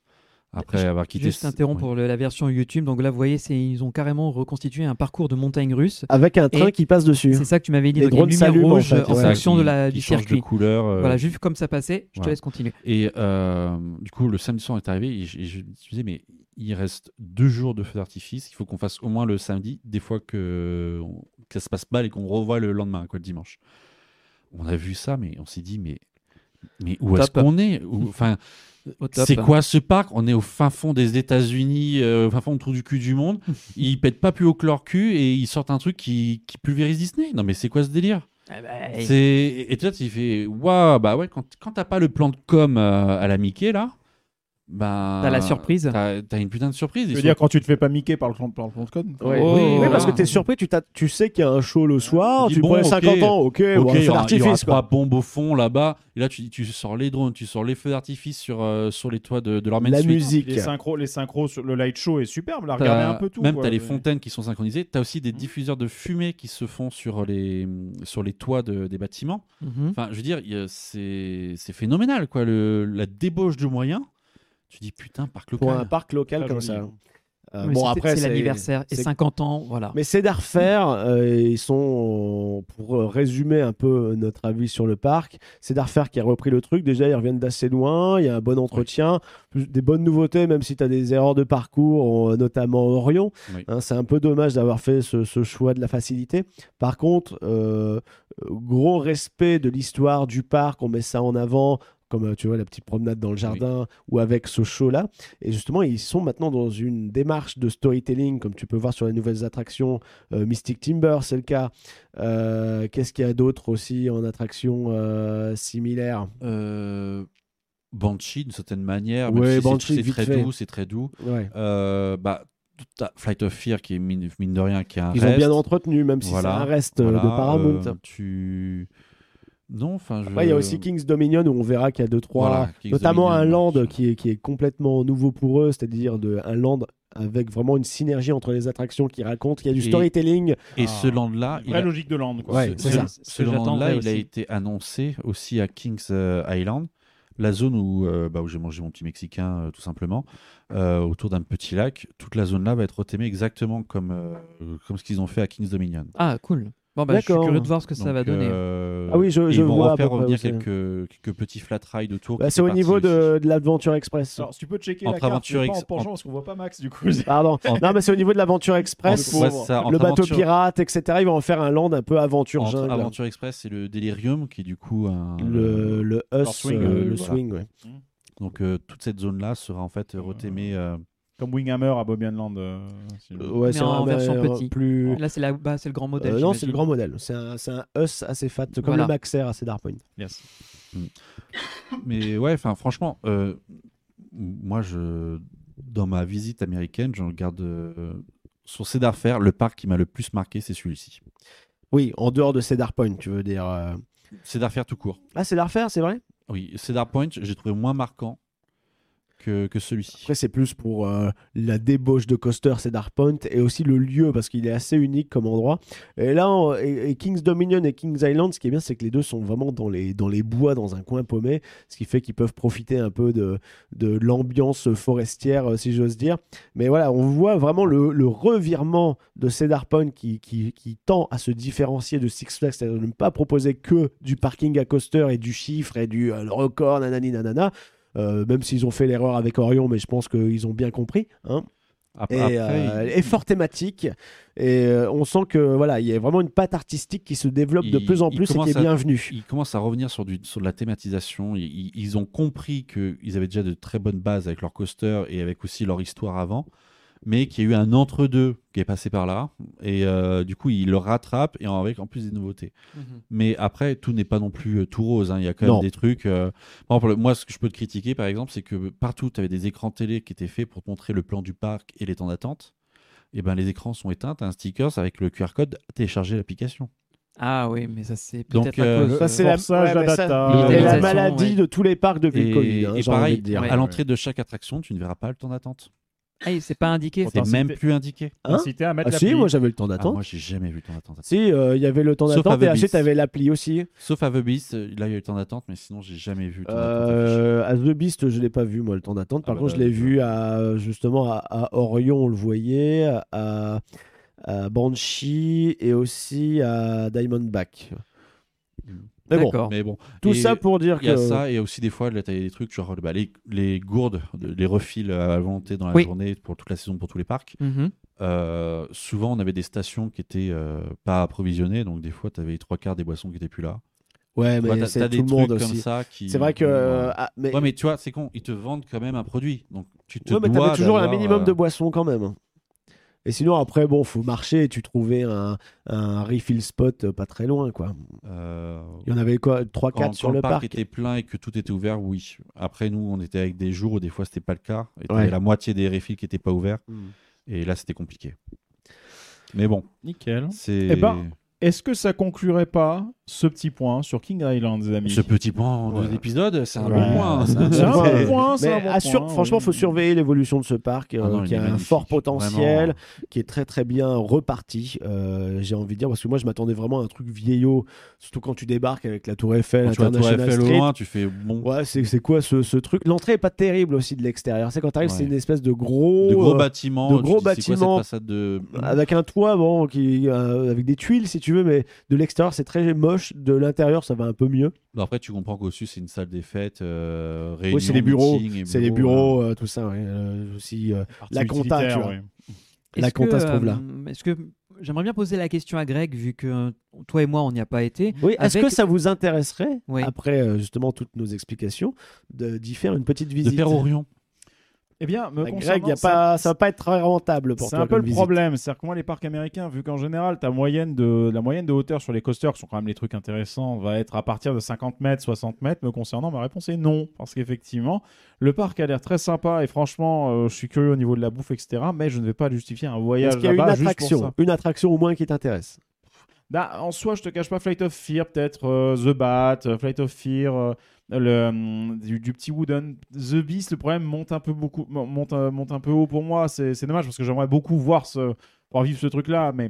Après avoir quitté.
Juste interrompre pour le- la version YouTube. Donc là, vous voyez, c'est- ils ont carrément reconstitué un parcours de montagne russe.
Avec un train
Et-
qui passe dessus.
C'est ça que tu m'avais dit.
Les
Donc, il y a
drones
une lumière
s'allument, en
rouge
fait,
en
ouais.
fonction de la, du
change
circuit.
de couleur. euh,
Voilà, j'ai vu comme ça passait. Je te
voilà.
laisse continuer.
Et euh, du coup, le samedi soir, on est arrivé et je, et je me disais, mais il reste deux jours de feu d'artifice. Il faut qu'on fasse au moins le samedi, des fois que, on- que ça se passe mal et qu'on revoit le lendemain, quoi, le dimanche. On a vu ça, mais on s'est dit, mais, mais où est-ce
Top.
qu'on est Où- Enfin,
Au top.
c'est quoi ce parc On est au fin fond des États-Unis, euh, au fin fond du trou du cul du monde. ils pètent pas plus haut que leur cul et ils sortent un truc qui, qui pulvérise Disney. Non, mais c'est quoi ce délire
Ah bah,
c'est... Et toi, tu fais Waouh, bah ouais, quand, quand t'as pas le plan de com euh, à la Mickey, là, bah.
T'as la surprise.
T'as, t'as une putain de surprise.
Tu
Ils
veux
sont-
dire quand tu te fais pas miquer par le plan par le plan de code
Ouais.
Oh,
oui, oui,
voilà.
parce que tu es surpris, tu, t'as- tu sais qu'il y a un show le soir, tu,
Tu dis, bon,
prends les
ok,
50 ans, ok,
Ok,
bon,
il
c'est
y aura, il y aura
l'artifice.
trois
quoi.
bombes au fond là-bas. Et là, tu, tu sors les drones, tu sors les feux d'artifice sur, euh, sur les toits de, de leur Main
La
Street.
musique.
Les synchros, les synchros sur le light show est superbe. Là,
T'as-
regardez un peu tout.
Même
quoi.
t'as les
Mais-
fontaines qui sont synchronisées. T'as aussi des diffuseurs de fumée qui se font sur les, sur les toits de- des bâtiments.
Mhm.
Enfin, je veux dire, il y a- c'est c'est phénoménal, quoi. Le, la débauche de moyens. Tu dis putain, parc
Pour un
local. euh,
parc local
Très
comme
joli.
ça. Euh,
Mais
bon,
c'était-
après,
c'est l'anniversaire et
c'est-
50 ans, voilà.
Mais c'est d'Arfaire, euh, ils sont, pour euh, résumer un peu notre avis sur le parc, c'est d'Arfaire qui a repris le truc. Déjà, ils reviennent d'assez loin, il y a un bon entretien, plus- des bonnes nouveautés, même si tu as des erreurs de parcours, euh, notamment Orion.
Oui.
Hein, c'est un peu dommage d'avoir fait ce, ce choix de la facilité. Par contre, euh, gros respect de l'histoire du parc, on met ça en avant. Comme euh, tu vois, la petite promenade dans le jardin ou avec ce show-là. Et justement, ils sont maintenant dans une démarche de storytelling, comme tu peux voir sur les nouvelles attractions. euh, Mystic Timber, c'est le cas. Euh, Qu'est-ce qu'il y a d'autre aussi en attraction euh, similaire
Euh, Banshee, d'une certaine manière.
Ouais,
même si c'est-
Banshee,
c'est
vite
très
fait.
doux, c'est très doux.
ouais.
Euh, bah, t'as Flight of Fear qui est mine, mine de rien, qui est un
Ils ont
reste.
bien entretenu, même si
Voilà,
c'est un reste euh,
Voilà,
de Paramount.
euh, tu non, enfin. je-
Après, il y a aussi King's Dominion où on verra qu'il y a deux, trois.
Voilà, Kings
notamment
Dominion,
un land
Banshee.
qui est, qui est complètement nouveau pour eux, c'est-à-dire de- un land avec vraiment une synergie entre les attractions qui racontent. Il y a du
Et-
storytelling.
Et
Ah.
ce land-là, il
Vraie
a-
logique de land. Quoi.
Ouais,
ce-
c'est
ce-
ça.
C'est ce
Ce
que
land-là,
j'attendais
il a
aussi.
été annoncé aussi à Kings euh, Island, la zone où, euh, bah, où j'ai mangé mon petit mexicain, euh, tout simplement, euh, autour d'un petit lac. Toute la zone-là va être retémée exactement comme, euh, comme ce qu'ils ont fait à Kings Dominion.
Ah, cool. Bon, bah, je suis
D'accord.
curieux de voir ce que ça
Donc,
va donner.
euh,
Ah oui, je-
et
je
ils vont
vois à
refaire
peu près
revenir
où c'est.
quelques, quelques petits flat rides autour.
Bah,
qui
c'est au
font partie
niveau
aussi.
de, de l'Adventure Express.
Alors, tu peux checker
Entre
la carte,
aventure
mais pas en
ex-
penchant
en-
parce qu'on voit pas Max du coup. c'est-
Pardon.
En-
non, mais c'est au niveau de l'Aventure
Ouais,
Express.
c'est ça, entre
le bateau
aventure-
pirate, etc. Ils vont en faire un land un peu aventure
entre
jungle.
Aventure Express et le Delirium, qui est du coup un.
Le, le us,
swing,
euh,
euh,
le
voilà.
swing, ouais.
Donc euh, toute cette zone-là sera en fait retémée.
Ah.
euh,
Comme Winghammer à Bobby Land. euh, si-
Euh, ouais,
Mais
c'est
en
un-
version
un-
petit.
Plus...
Là, c'est la- bah, c'est le grand modèle.
Euh, non, c'est le
j'imagine.
grand modèle. C'est un, c'est un us assez fat, comme
Voilà.
le Maxer assez Darpoint.
Yes.
Mais ouais, enfin, franchement, euh, moi, je, dans ma visite américaine, j'en garde euh, sur Cedar Fair, le parc qui m'a le plus marqué, c'est celui-ci.
Oui, en dehors de Cedar Point, tu veux dire. euh.
Cedar Fair tout court.
Ah, Cedar Fair, c'est vrai
Oui, Cedar Point, j'ai trouvé moins marquant que, que celui-ci.
Après, c'est plus pour euh, la débauche de coaster Cedar Point et aussi le lieu parce qu'il est assez unique comme endroit. Et là, on- et, et Kings Dominion et Kings Island, ce qui est bien, c'est que les deux sont vraiment dans les, dans les bois, dans un coin paumé, ce qui fait qu'ils peuvent profiter un peu de, de l'ambiance forestière, euh, si j'ose dire. Mais voilà, on voit vraiment le, le revirement de Cedar Point qui, qui, qui tend à se différencier de Six Flags, c'est-à-dire de ne pas proposer que du parking à coaster et du chiffre et du euh, le record, nanani, nanana euh, même s'ils ont fait l'erreur avec Orion, mais je pense qu'ils ont bien compris. hein.
Après,
Et, euh,
après,
elle est fort thématique. Et euh, on sent que voilà, il y a vraiment une patte artistique qui se développe de
Il-
plus en
il
plus et qui
commence
est
à-
bienvenue.
ils, ils commencent à revenir sur, du, sur de la thématisation. Ils, ils- ils ont compris qu'ils avaient déjà de très bonnes bases avec leur coaster et avec aussi leur histoire avant, mais qu'il y a eu un entre-deux qui est passé par là. Et euh, du coup, ils le rattrapent et en- avec en plus des nouveautés.
Mhm.
Mais après, tout n'est pas non plus euh, tout rose. hein. Il y a quand même
Non.
des trucs. euh, par exemple, moi, ce que je peux te critiquer, par exemple, c'est que partout, tu avais des écrans télé qui étaient faits pour te montrer le plan du parc et les temps d'attente. Et ben, les écrans sont éteints. T'as un stickers avec le QR code. Télécharger l'application.
Ah oui, mais ça c'est
Donc,
peut-être à
euh,
cause.
ça,
euh,
c'est la-
forçage,
ouais, mais ça-
data,
Et la
L'utilisation,
maladie
ouais.
de tous les parcs depuis
Et,
le Covid. hein,
et
j'ai envie
pareil,
de dire.
ouais.
à l'entrée de chaque attraction, tu ne verras pas le temps d'attente.
Ah, et c'est pas indiqué.
Pourtant,
C'est
si
même
t'es-
plus indiqué.
Hein
Incité à mettre
Ah
la
si,
pluie.
moi j'avais le temps
Ah,
d'attente.
moi, j'ai jamais vu le temps d'attente.
si, euh, il y avait le temps
Sauf
d'attente et
Avebiz.
ensuite t'avais l'appli aussi.
Sauf à The Beast, euh, là, il y a eu le temps d'attente, mais sinon, j'ai jamais vu le temps d'attente. affiché.
Euh, à The Beast, je l'ai pas vu moi le temps d'attente.
Ah
Par
bah,
contre, je
bah,
l'ai
bah.
vu à justement à, à Orion, on le voyait, à, à Banshee et aussi à Diamondback. Mais bon,
D'accord.
Mais bon.
tout
Et-
ça pour dire
Il y a
que
ça, et aussi des fois, là, t'as des trucs, genre bah, les, les gourdes, de- les refils à volonté dans la
Oui.
journée pour toute la saison, pour tous les parcs.
Mhm.
Euh, souvent, on avait des stations qui étaient euh, pas approvisionnées, donc des fois, t'avais les trois quarts des boissons qui étaient plus là.
ouais,
Tu
mais
vois, t'as-
Eh ben, c'est
t'as
tout
des
le
trucs
monde
comme
aussi.
ça qui.
C'est vrai que euh, ah, mais,
Ouais, mais tu vois, c'est con, ils te vendent quand même un produit. Donc, tu te
ouais, mais
dois
t'avais toujours un
d'avoir,
minimum
euh,
de boissons quand même. Et sinon après bon, faut marcher et tu trouvais un, un refill spot euh, pas très loin quoi.
euh,
Il y en avait quoi 3
quand,
4 sur
quand
le parc.
était plein et que tout était ouvert, oui. Après, nous, on était avec des jours où des fois, c'était pas le cas. Et t'avais
Ouais.
la moitié des refils qui n'étaient pas ouverts.
Mm.
Et là, c'était compliqué. Mais bon,
Nickel.
c'est.
Eh ben, Est-ce que ça conclurait pas ce petit point sur King Island, les amis
Ce petit point en deux
Ouais.
épisodes, c'est un
Ouais,
bon point. hein.
c'est un
C'est un
bon
bon
Ouais.
point, c'est
Mais
un bon
assure-
point,
franchement,
oui.
faut surveiller l'évolution de ce parc euh,
Ah non, il
qui
est
a un
magnifique.
fort potentiel,
Vraiment.
qui est très très bien reparti. euh, J'ai envie de dire parce que moi je m'attendais vraiment à un truc vieillot, surtout quand tu débarques avec la Tour Eiffel,
Quand tu vois la tour
International
Eiffel au
Street.
loin, tu fais bon.
Ouais, c'est c'est quoi ce, ce truc L'entrée est pas terrible aussi de l'extérieur. C'est quand t'arrives,
Ouais.
c'est une espèce de gros,
de gros
euh,
bâtiments.
de
tu
gros
dis, c'est quoi cette
bâtiments.
façade de.
avec un toit bon qui euh, avec des tuiles si tu veux, mais de l'extérieur c'est très moche. De l'intérieur ça va un peu mieux.
Bon, Bah, Après, tu comprends qu'au-dessus, c'est une salle des fêtes, euh,
Oui, c'est
réunions,
les bureaux,
meetings et
c'est les bureaux, euh, tout ça. ouais, euh, aussi euh,
Partie
la compta,
utilitaire,
tu vois.
ouais.
La
Est-ce que,
compta se trouve là.
euh, Est-ce que j'aimerais bien poser la question à Greg vu que euh, toi et moi on n'y a pas été.
Oui, est-ce
Avec-
que ça vous intéresserait,
Oui.
après euh, justement toutes nos explications, de- d'y faire une petite
euh, De
visite
Père Orion.
Eh bien, me
Bah, Greg,
concernant,
y a
ça-
pas, ça va pas être très rentable pour
C'est
toi.
un peu
comme
le
visite.
problème, c'est-à-dire que moi les parcs américains, vu qu'en général ta moyenne de la moyenne de hauteur sur les coasters, qui sont quand même les trucs intéressants, va être à partir de 50 mètres, 60 mètres, me concernant, ma réponse est non, parce qu'effectivement le parc a l'air très sympa et franchement euh, je suis curieux au niveau de la bouffe etc, mais je ne vais pas justifier un
Est-ce
voyage
qu'il y a une
là-bas juste pour
attraction,
ça.
une attraction au moins qui t'intéresse
Bah, en soi je te cache pas Flight of Fear peut-être, euh, The Bat, euh, Flight of Fear. euh, le, hum, du, du petit Wooden The Beast le problème monte un peu beaucoup mon- monte, euh, monte un peu haut pour moi c'est c'est dommage parce que j'aimerais beaucoup voir ce pouvoir vivre ce truc là mais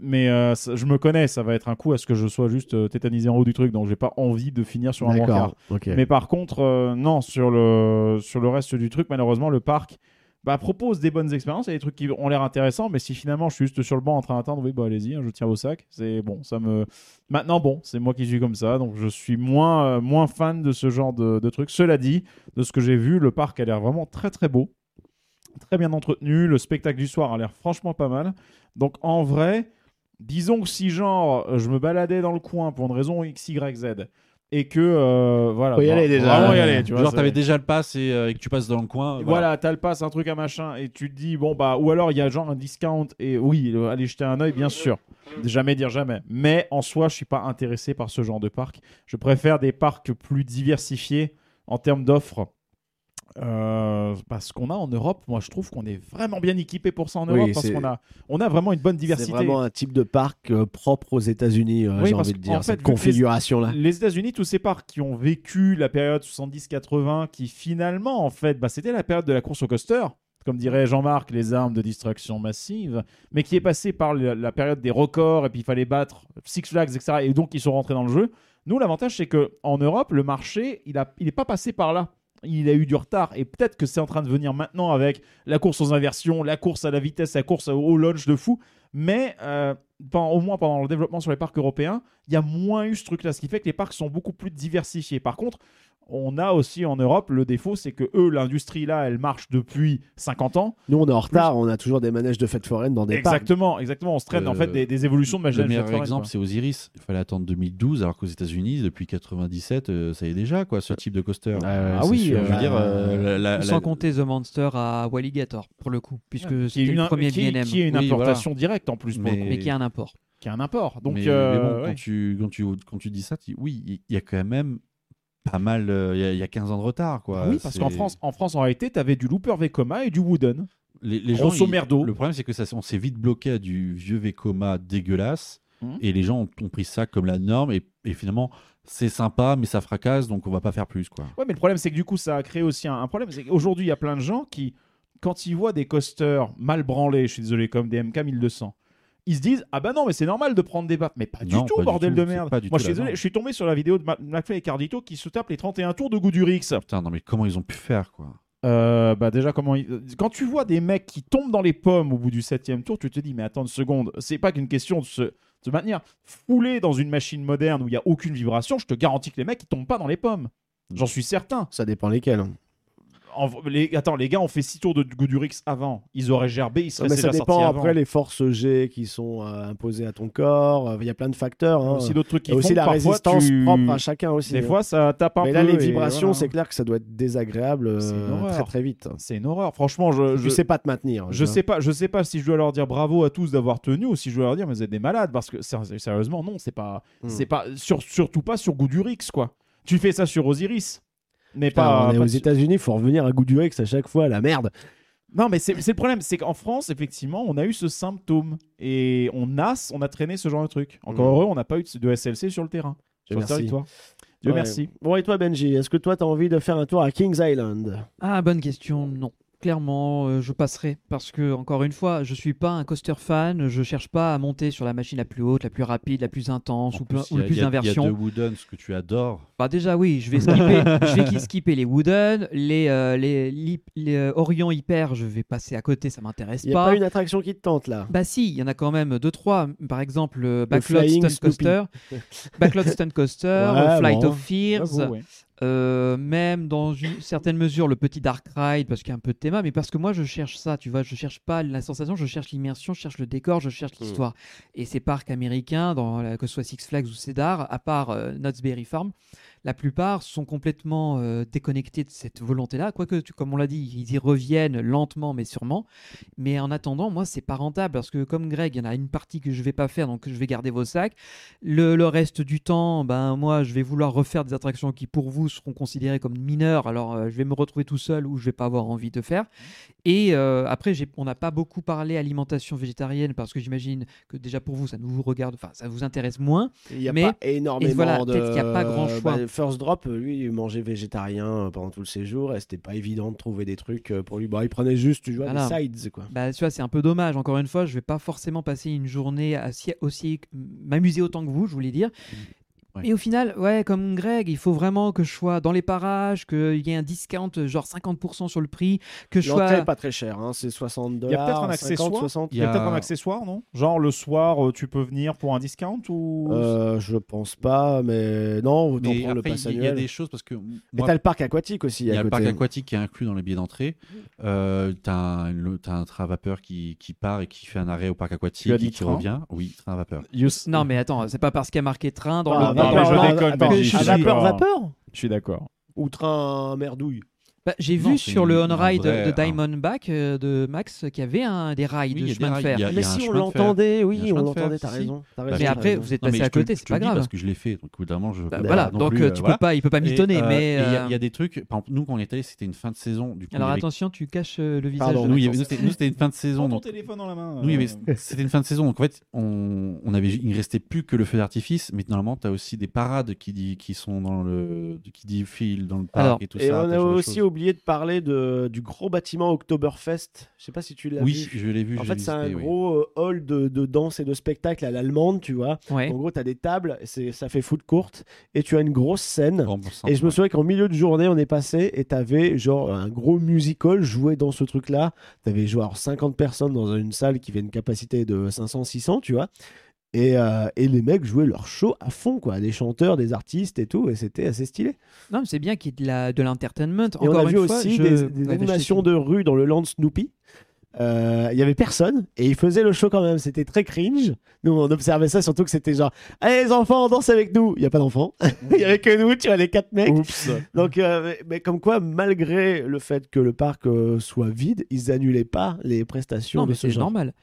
mais euh, ça- je me connais ça va être un coup à ce que je sois juste euh, tétanisé en haut du truc donc j'ai pas envie de finir sur un brancard
D'accord. ok.
mais par contre, euh, non, sur le, sur le reste du truc, malheureusement, le parc bah, propose des bonnes expériences et des trucs qui ont l'air intéressants, mais si finalement je suis juste sur le banc en train d'attendre, oui, bah allez-y, hein, je tiens au sac. C'est bon, ça me. Maintenant, bon, c'est moi qui suis comme ça, donc je suis moins, euh, moins fan de ce genre de, de truc. Cela dit, de ce que j'ai vu, le parc a l'air vraiment très très beau, très bien entretenu. Le spectacle du soir a l'air franchement pas mal. Donc en vrai, disons que si genre euh, je me baladais dans le coin pour une raison X, Y, Z et que euh, voilà,
Faut y
vra-
aller déjà.
vraiment y aller, tu vois.
Genre,
c'est-
t'avais déjà le pass et, euh, et que tu passes dans le coin.
voilà,
Voilà.
t'as le pass, un truc, un machin, et tu te dis, bon, bah, ou alors il y a genre un discount, et oui, euh, allez jeter un oeil, bien sûr. Jamais dire jamais. Mais en soi, je suis pas intéressé par ce genre de parc. Je préfère des parcs plus diversifiés en termes d'offres. Euh, parce qu'on a en Europe, moi je trouve qu'on est vraiment bien équipé pour ça en
Oui,
Europe, parce
c'est-
qu'on a, on a vraiment une bonne
C'est
diversité.
vraiment un type de parc euh, propre aux États-Unis, euh,
Oui,
j'ai
parce
envie de
qu'en
dire,
fait,
cette
vu que les-
configuration-là.
Les États-Unis, tous ces parcs qui ont vécu la période 70-80, qui finalement, en fait, bah, c'était la période de la course au coaster, comme dirait Jean-Marc, les armes de distraction massive, mais qui est passée par le- la période des records, et puis il fallait battre Six Flags, etc. Et donc, ils sont rentrés dans le jeu. Nous, l'avantage, c'est que en Europe, le marché, il n'est il est pas passé par là. Il a eu du retard et peut-être que c'est en train de venir maintenant avec la course aux inversions, la course à la vitesse, la course au- au launch de fou. Mais euh, pendant- au moins pendant le développement sur les parcs européens, il y a moins eu ce truc-là, ce qui fait que les parcs sont beaucoup plus diversifiés. Par contre, on a aussi en Europe le défaut, c'est que eux, l'industrie là, elle marche depuis 50 ans.
Nous, on est en retard, on a toujours des manèges de fête foraine dans des parcs.
exactement, exactement. On se traîne
Euh,
en fait des, des évolutions de machines
Le meilleur exemple, c'est Osiris. Il fallait attendre 2012, alors qu'aux États-Unis, depuis 97, euh, ça y est déjà, quoi, ce type de coaster.
Ah
C'est
oui,
sûr,
euh,
je veux dire, euh, la- la-
Sans
la-
compter The Monster à Walligator, pour le coup, puisque
Ah, qui est
c'était
une,
le premier
qui,
BNM,
qui est une
Oui, voilà.
importation directe en plus, pour le
Mais-
coup,
mais qui a un import.
qui est un import. Donc,
mais,
euh,
mais bon,
ouais.
quand, tu, quand, tu, quand tu dis ça, tu dis, oui, il- il y a quand même pas mal. euh, Il y a- il y, a 15 ans de retard, quoi.
Ah oui, parce
C'est-
qu'en France, en France, en réalité, t'avais du Looper Vekoma et du Wooden.
les, les gens.
grosso
ils-
merdo.
Le problème, c'est que ça, on s'est vite bloqué à du vieux Vekoma dégueulasse.
Mmh.
Mhm.
Et les gens ont, ont pris ça comme la norme. Et, et finalement, c'est sympa, mais ça fracasse, donc on va pas faire plus, quoi.
Ouais, mais le problème, c'est que du coup, ça a créé aussi un, un problème. C'est qu'aujourd'hui, il y a plein de gens qui, quand ils voient des coasters mal branlés, je suis désolé, comme des MK 1200, ils se disent Ah bah non, mais c'est normal de prendre des baffes. Mais pas
Non,
du tout,
pas du
bordel
tout,
de
c'est
merde.
pas du
Moi,
tout
je suis
la
désolé,
norme.
je suis tombé sur la vidéo de Ma- McFly et Cardito qui se tapent les 31 tours de Goudurix.
Ah, Putain, non, mais comment ils ont pu faire, quoi
Euh, bah déjà, comment ils- quand tu vois des mecs qui tombent dans les pommes au bout du septième tour, tu te dis Mais attends une seconde, c'est pas qu'une question de se. de se maintenir foulé dans une machine moderne où il n'y a aucune vibration, je te garantis que les mecs ils tombent pas dans les pommes. J'en suis certain.
Ça dépend lesquels. hein.
En- les, attends, les gars ont fait 6 tours de Godurix avant. Ils auraient gerbé, ils seraient
Mais ça
déjà
dépend
sortis
après
avant.
les forces G qui sont euh, imposées à ton corps. Euh, Il y a plein de facteurs. hein.
aussi d'autres trucs qui
Et aussi
font
la
que parfois,
résistance
tu-
propre à chacun aussi.
Des
hein.
fois, ça tape un
mais
peu.
là, les
et
vibrations,
voilà.
c'est clair que ça doit être désagréable euh,
C'est une horreur.
très très vite.
c'est une horreur. Franchement, je,
Tu
je,
Euh, sais pas hein. te maintenir.
je
tu
sais pas, je sais pas si je dois leur dire bravo à tous d'avoir tenu ou si je dois leur dire mais vous êtes des malades parce que ser- sérieusement, non, c'est pas,
Hmm.
c'est pas, sur- surtout pas sur Godurix quoi. Tu fais ça sur Osiris, mais
vois.
pas.
on est
pas
aux
sur-
États-Unis, faut revenir à goût du Rex à chaque fois, la merde.
Non, mais c'est c'est le problème, c'est qu'en France, effectivement, on a eu ce symptôme et on a, on a traîné ce genre de truc. Encore
Mm.
heureux, on n'a pas eu de, de SLC sur le terrain, sur le
merci.
territoire. Dieu
Ouais.
merci.
Bon, et toi, Benji, est-ce que toi, t'as envie de faire un tour à Kings Island
Ah, bonne question, non. Clairement, euh, je passerai parce que, encore une fois, je suis pas un coaster fan, je cherche pas à monter sur la machine la plus haute, la plus rapide, la plus intense
En
ou, peu-
plus,
ou
il y
le
a-
plus
il y a- Il y a
d'inversions.
deux Wooden, ce que tu adores.
Bah, déjà, oui, je vais skipper, je vais qui- skipper les Wooden, les, euh, les, l'Hip- les, euh, Orion Hyper, je vais passer à côté, ça m'intéresse
Il n'y a
pas.
pas une attraction qui te tente là
Bah, si, il y en a quand même deux, trois. Par exemple, le Backlot
Flying
Stone
Snoopy.
Coaster, Backlot Stone Coaster,
Ouais,
Flight
bon.
of Fears.
Bravo, ouais.
Euh, même dans une certaine mesure le petit dark ride parce qu'il y a un peu de théma mais parce que moi je cherche ça tu vois je cherche pas la sensation je cherche l'immersion je cherche le décor je cherche l'histoire et ces parcs américains dans la- que ce soit Six Flags ou Cedar à part euh, Knott's Berry Farm la plupart sont complètement euh, déconnectés de cette volonté là quoique tu, comme on l'a dit ils y reviennent lentement mais sûrement mais en attendant moi c'est pas rentable parce que comme Greg il y en a une partie que je vais pas faire donc je vais garder vos sacs le, le reste du temps, ben moi, je vais vouloir refaire des attractions qui pour vous seront considérées comme mineures. Alors, euh, je vais me retrouver tout seul ou je vais pas avoir envie de faire. Et euh, après, j'ai- on n'a pas beaucoup parlé alimentation végétarienne parce que j'imagine que déjà pour vous, ça ne vous regarde, enfin, ça vous intéresse moins.
Il n'y a
Mais-
pas énormément
et voilà,
de.
peut-être qu'il y a pas grand choix.
bah, First Drop, lui, il mangeait végétarien euh, pendant tout le séjour et c'était pas évident de trouver des trucs euh, pour lui. Bah, il prenait juste, tu vois,
Voilà.
des sides quoi.
Bah, tu vois, c'est un peu dommage. Encore une fois, je vais pas forcément passer une journée assis- aussi m'amuser autant que vous, je voulais dire.
Ouais.
Et au final, ouais, comme Greg, il faut vraiment que je sois dans les parages, qu'il y ait un discount euh, genre 50% sur le prix, que je sois
L'entrée est pas très chère, hein, c'est 60
Il y a
dollars.
peut-être un accessoire.
50, 60.
Il y a, peut-être un accessoire, non Genre le soir, euh, tu peux venir pour un discount ou
Euh, je pense pas, mais non, autant
Mais
prendre le
après,
pass
il y a- il y a
annuel.
des choses parce que.
Mais
moi,
t'as le parc aquatique aussi
Il y
à
a le parc
côté.
aquatique qui est inclus dans les billets d'entrée. Euh, t'as un, le- t'as un train à vapeur qui, qui part et qui fait un arrêt au parc aquatique
as
et
dit
qui
train
revient. Oui, train à vapeur.
Non, mais attends, c'est pas parce qu'il y a marqué train dans
Ah,
le.
non,
dans
mais
le
je
plan.
déconne,
attends,
Benji, je
à
suis
vapeur,
d'accord.
vapeur
Je suis d'accord.
Ou train merdouille
Bah, J'ai
Non,
vu
c'est
sur le
une- un
on-ride
vrai-
de Diamondback euh, de Max qu'il y avait un, des rails
Oui, il
de
y a des
chemin de
rails,
fer.
il y a-
Mais si
un
on
chemin de fer.
l'entendait,
Il
oui,
y a un
on
chemin de fer,
l'entendait, t'as
si.
raison. t'as
Bah,
raison,
mais
t'as
après,
raison.
vous êtes
Non, mais
passé à
je te-
côté,
je
c'est
te
pas
le dis
grave.
Parce que je l'ai fait, donc au bout d'un moment, je.
Bah,
Merde,
voilà,
non
donc
plus,
euh,
euh,
tu
voilà.
peux pas, il peut pas
Et,
mitonner,
euh,
mais.
et Il y, a-
euh,
il y a des trucs. Par exemple, nous, quand on est allé, c'était une fin de saison. Du coup,
Alors
il y avait-
attention, tu caches euh, le visage.
Pardon,
de
nous, il y
Maxence.
avait- nous, c'était nous, c'était une fin de saison.
Prends ton
donc
téléphone dans la main.
Nous, il y
euh,
avait- c'était une fin de saison. Donc, en fait, on, on avait, il ne restait plus que le feu d'artifice. Mais normalement, tu as aussi des parades qui, dit- qui sont dans le, qui défilent dans le parc
Alors,
et tout
Et
ça.
on
t'as
a
ce genre de
aussi
choses.
oublié de parler de, du gros bâtiment Oktoberfest. Je sais pas si tu l'as
Oui,
vu.
je l'ai vu.
En
je
fait,
l'ai
c'est un
visité, oui.
gros euh, hall de, de danse et de spectacle à l'allemande, tu vois.
Ouais.
En gros, t'as des tables, c'est- ça fait foot courte, et tu as une grosse scène.
Grand bon sens,
Et je me
ouais.
souviens qu'en milieu de journée, on est passé et t'avais genre un gros musical joué dans ce truc-là. T'avais genre 50 personnes dans une salle qui avait une capacité de 500-600, tu vois. Et, euh, et les mecs jouaient leur show à fond, quoi. Des chanteurs, des artistes et tout, et c'était assez stylé.
Non, mais c'est bien qu'il y ait de la- de l'entertainment.
Et
Encore
on a
une
vu
fois,
aussi
je-
des,
Ouais,
des
vas-y, je
animations
t'écoute.
de rue dans le land Snoopy. Euh, Il y avait personne et ils faisaient le show quand même. C'était très cringe. Nous on observait ça surtout que c'était genre allez les enfants dansez avec nous. Il y a pas d'enfants. Il y avait que nous. Tu vois les quatre mecs.
Oups.
Donc, euh, mais, mais comme quoi, malgré le fait que le parc euh, soit vide, ils annulaient pas les prestations
Non,
de
mais
ce
c'est
genre.
normal.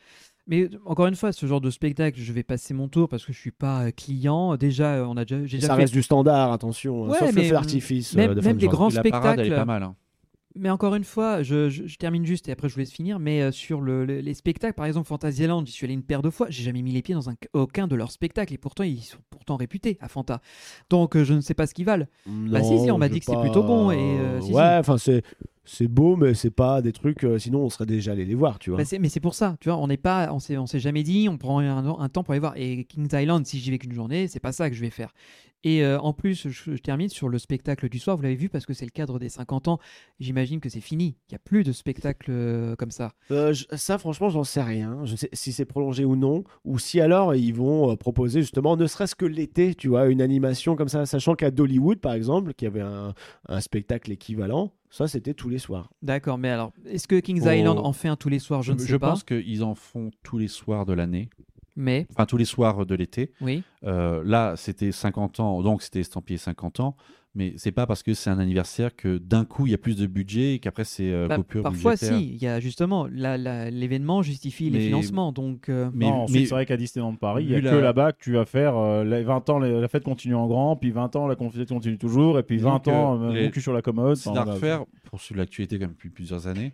Mais euh, encore une fois, ce genre de spectacle, je vais passer mon tour parce que je suis pas euh, client. Déjà, euh, on a déjà, j'ai déjà
Ça
fait-
reste du standard, attention, hein,
Ouais,
sauf
mais,
le feu d'artifice.
même-
euh, de
même
fin de
des
journée.
grands
la parade, elle est
spectacles.
pas mal. hein.
Mais encore une fois, je, je- je termine juste et après je vous laisse finir. Mais euh, sur le- le- les spectacles, par exemple Fantasyland, j'y suis allé une paire de fois. J'ai jamais mis les pieds dans un- aucun de leurs spectacles et pourtant ils sont pourtant réputés à Fanta. Donc euh, je ne sais pas ce qu'ils valent. Bah si, si, on
Non,
m'a
je
dit que
sais
c'est
pas.
plutôt bon, et, euh, si,
ouais, enfin, c'est. C'est beau, mais c'est pas des trucs. euh, sinon, on serait déjà allé les voir, tu vois.
Bah, c'est- mais c'est pour ça, tu vois, on n'est pas, on s'est, on s'est jamais dit, on prend un, un temps pour aller voir. Et Kings Island, si j'y vais qu'une journée, c'est pas ça que je vais faire. Et euh, en plus, je, je termine sur le spectacle du soir. Vous l'avez vu parce que c'est le cadre des 50 ans. J'imagine que c'est fini. Il y a plus de spectacle euh, comme ça.
Euh, je- ça, franchement, j'en sais rien. Je sais si c'est prolongé ou non, ou si alors ils vont euh, proposer justement, ne serait-ce que l'été, tu vois, une animation comme ça, sachant qu'à Dollywood, par exemple, qui avait un, un spectacle équivalent, ça, c'était tous les soirs.
D'accord, mais alors, est-ce que Kings
Oh.
Island en fait un tous les soirs Je ne sais pas.
pense qu'ils en font tous les soirs de l'année,
Mais
enfin tous les soirs de l'été.
oui,
Euh, là, c'était 50 ans, donc c'était estampillé 50 ans. Mais c'est pas parce que c'est un anniversaire que d'un coup il y a plus de budget et qu'après c'est euh,
Bah,
coupure
parfois
budgétaire.
si. Il y a justement la- la- l'événement justifie les
Mais-
financements, donc. euh,
Mais,
non, ensuite,
mais-
c'est vrai qu'à Disneyland Paris, il n'y a
vu
que
la-
là-bas que tu vas faire euh, les 20 ans, les- la fête continue en grand, puis 20 ans, la confisette continue toujours, et puis
Disons
20
que
ans, euh,
les-
mon cul sur la commode.
c'est
enfin,
d'art
voilà.
faire, poursuivre l'actualité comme depuis plusieurs années,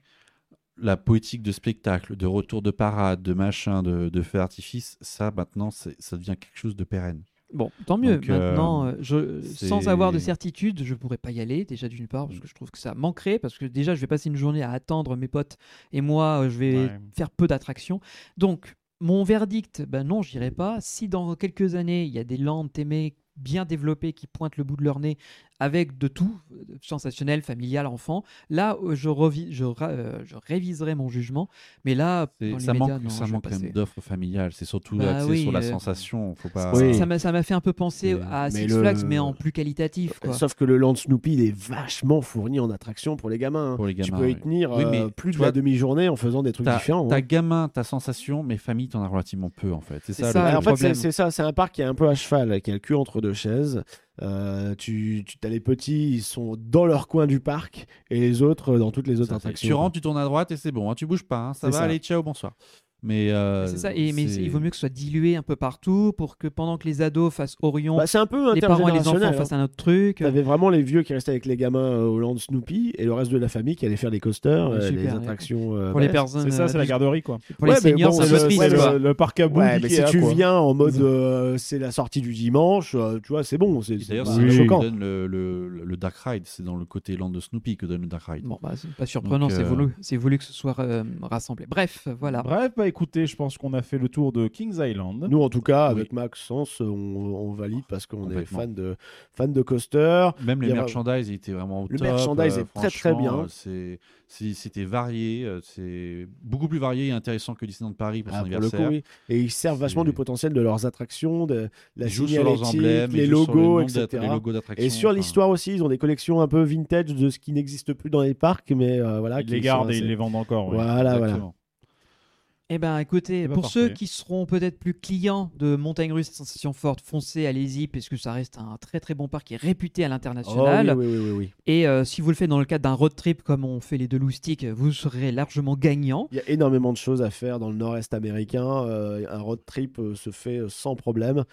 la poétique de spectacle, de retour de parade, de machin, de, de feu d'artifice, ça maintenant, c'est- ça devient quelque chose de pérenne.
Bon, tant mieux.
Donc, euh,
Maintenant, euh, je, sans
c'est-
avoir de certitude, je pourrais pas y aller, déjà d'une part, parce que je trouve que ça manquerait, parce que déjà, je vais passer une journée à attendre mes potes, et moi, euh, je vais
Ouais.
faire peu d'attractions. Donc, mon verdict, ben non, j'irai pas. Si dans quelques années, il y a des landes aimées bien développées qui pointent le bout de leur nez avec de tout, euh, sensationnel, familial, enfant, là, euh, je, revi- je, ra- euh, je réviserai mon jugement, mais là,
C'est-
dans
Ça
l'immédiat,
manque,
non,
ça
je vais
manque
pas
quand même
essayer.
d'offres familiales. C'est surtout
Bah
axé
oui,
sur la
euh,
sensation. Faut pas.
Oui.
Ah, Ça m'a- ça m'a fait un peu penser
Mais-
à Six
mais le-
Flags, mais en plus qualitatif. Quoi.
Sauf que le land Snoopy, il est vachement fourni en attractions pour les gamins. hein.
Pour les
tu
gamins,
peux y
oui.
tenir
Oui, mais
euh, plus de
tu
la
vois,
demi-journée en faisant des trucs
T'as
différents.
t'as
hein.
gamin, t'as sensation, mais famille, t'en as relativement peu en fait. C'est
C'est
ça,
ça,
le
Ouais,
le
en fait,
problème.
c'est- c'est ça. C'est un parc qui est un peu à cheval, qui a le cul entre deux chaises. Euh, tu tu- t'as les petits, ils sont dans leur coin du parc, et les autres euh, dans toutes les autres
Ça, c'est-
attractions.
Tu rentres, tu tournes à droite et c'est bon, hein, tu bouges pas, hein,
C'est
ça va,
ça.
allez, ciao, bonsoir. Mais, euh,
C'est ça, et, mais
c'est-
il vaut mieux que ce soit dilué un peu partout pour que pendant que les ados fassent Orion,
Bah, c'est un peu
les parents et les enfants
intergénérationnel. hein.
fassent euh. un autre truc.
T'avais vraiment les vieux qui restaient avec les gamins euh, au land Snoopy et le reste de la famille qui allait faire les coasters,
Ouais,
euh,
super,
les
ouais.
attractions. euh,
Pour les
bah,
personnes.
C'est ça,
euh,
c'est la
plus-
garderie, quoi.
Pour
Ouais,
les
mais
seniors,
bon,
c'est un peu
le-
triste.
ouais,
quoi.
le, le parc à boum
Ouais, mais si
d'Ikea,
tu
quoi.
viens en
Mmh.
mode euh, c'est la sortie du dimanche, euh, tu vois, c'est bon, c'est
Et D'ailleurs,
c'est
c'est
pas
là où
choquant.
donne le, le- le Dark Ride, c'est dans le côté land de Snoopy que donne le Dark Ride.
Bon, bah, c'est pas surprenant,
Donc,
c'est
euh,
voulu, c'est voulu que ce soit euh, rassemblé. Bref, voilà.
Bref, bah écoutez, je pense qu'on a fait le tour de Kings Island.
Nous, en tout cas,
Oui.
avec Maxence, on, on valide parce qu'on est
Complètement.
fan de, fan de coaster.
Même
Il
les
y a-
merchandise, ils étaient vraiment au
Le
top.
merchandise est très, très
franchement,
bien.
euh, c'est- c'est- C'était varié, euh, c'est beaucoup plus varié et intéressant que Disneyland Paris pour
Ah,
son
pour le coup,
anniversaire.
oui. Et ils servent vachement
C'est-
du potentiel de leurs attractions, de la
Ils jouent sur leurs
signalétique,
emblèmes,
les
ils jouent sur le
logos,
nombre d'att-
etc.
les logos d'attractions.
Et sur
enfin,
l'histoire aussi, ils ont des collections un peu vintage de ce qui n'existe plus dans les parcs, mais euh, voilà.
Ils
qui
les
sont
gardent et
assez-
ils les vendent encore. ouais.
ah, Voilà, voilà.
exactement.
Eh ben, écoutez,
Eh ben,
pour ceux
parfait.
qui seront peut-être plus clients de Montagne Russe et Sensation Forte, foncez, allez-y, parce que ça reste un très très bon parc qui est réputé à
Oh,
l'international.
oui, oui, oui, oui, oui.
Et euh, si vous le faites dans le cadre d'un road trip comme on fait les deux loustiques, vous serez largement gagnant.
Il y a énormément de choses à faire dans le nord-est américain. Euh, un road trip euh, se fait euh, sans problème.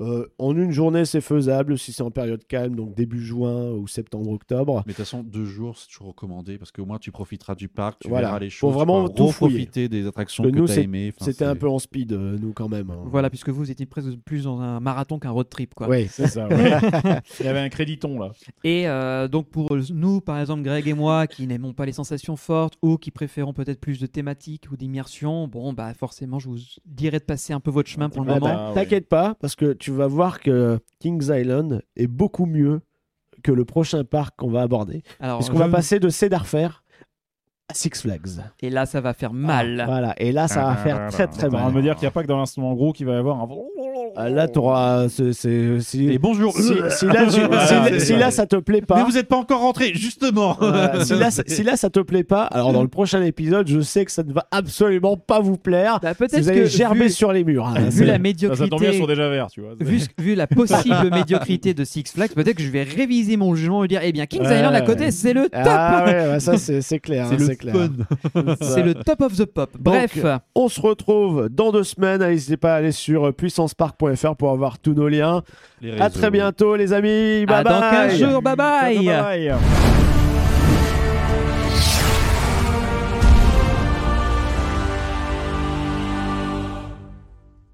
Euh, en une journée, c'est faisable si c'est en période calme, donc début juin ou septembre-octobre.
Mais de toute façon, deux jours, c'est toujours recommandé parce qu'au moins tu profiteras du parc, tu
Voilà.
verras les
Faut
choses. tu
vraiment
pourras
tout fouiller.
profiter des attractions que,
Parce que nous,
tu as
c'est-
aimées. enfin,
C'était un
c'est-
peu en speed, euh, nous, quand même. hein.
Voilà, puisque vous étiez presque plus dans un marathon qu'un road trip. Quoi.
Ouais.
C'est ça, ouais. Il y avait un créditon, là.
Et euh, donc pour nous, par exemple, Greg et moi, qui n'aimons pas les sensations fortes ou qui préférons peut-être plus de thématiques ou d'immersion, bon, bah forcément, je vous dirais de passer un peu votre chemin pour le
Ah
moment.
bah,
ouais.
T'inquiète pas, parce que tu vas voir que Kings Island est beaucoup mieux que le prochain parc qu'on va aborder.
Alors,
bah, Puisqu'on
Oh, je-
va passer de Cedar Fair à Six Flags.
Et là, ça va faire mal.
Ah, bah, Voilà, et là, ça va faire très très
On va
mal.
Ah,
me dire qu'il n'y a pas que dans l'instant en gros qu'il va y avoir un.
Ah, Là, t'auras. c'est- c'est-
Et
Si,
bonjour.
si, si là, tu-
Voilà,
si-
c'est
si
ça.
là, ça te plaît
Mais
pas.
vous n'êtes pas encore rentré, justement.
voilà, si, là, ça- si là, ça te plaît pas, alors dans le prochain épisode, je sais que ça ne va absolument pas vous plaire.
Bah,
Si
Peut-être
Vous allez
que
gerber
vu,
sur les murs. hein, là,
vu
c'est-
la
Ça, ça tombe bien, ils
médiocrité,
sont déjà verts, tu vois.
vu, ce- vu la possible médiocrité de Six Flags, peut-être que je vais réviser mon jugement et dire, eh bien, Kings
Ouais.
Island à côté, c'est le top,
Ah ouais, bah, ça c'est c'est clair. hein,
le
clair.
fun.
c'est le top of the pop. Bref.
On se retrouve dans deux semaines. Ah, N'hésitez pas à aller sur puissancepark.fr pour avoir tous nos liens.
Les
À très
réseaux.
bientôt, les amis. Bye
à dans
bye.
15 jours, bye bye.
Bye bye.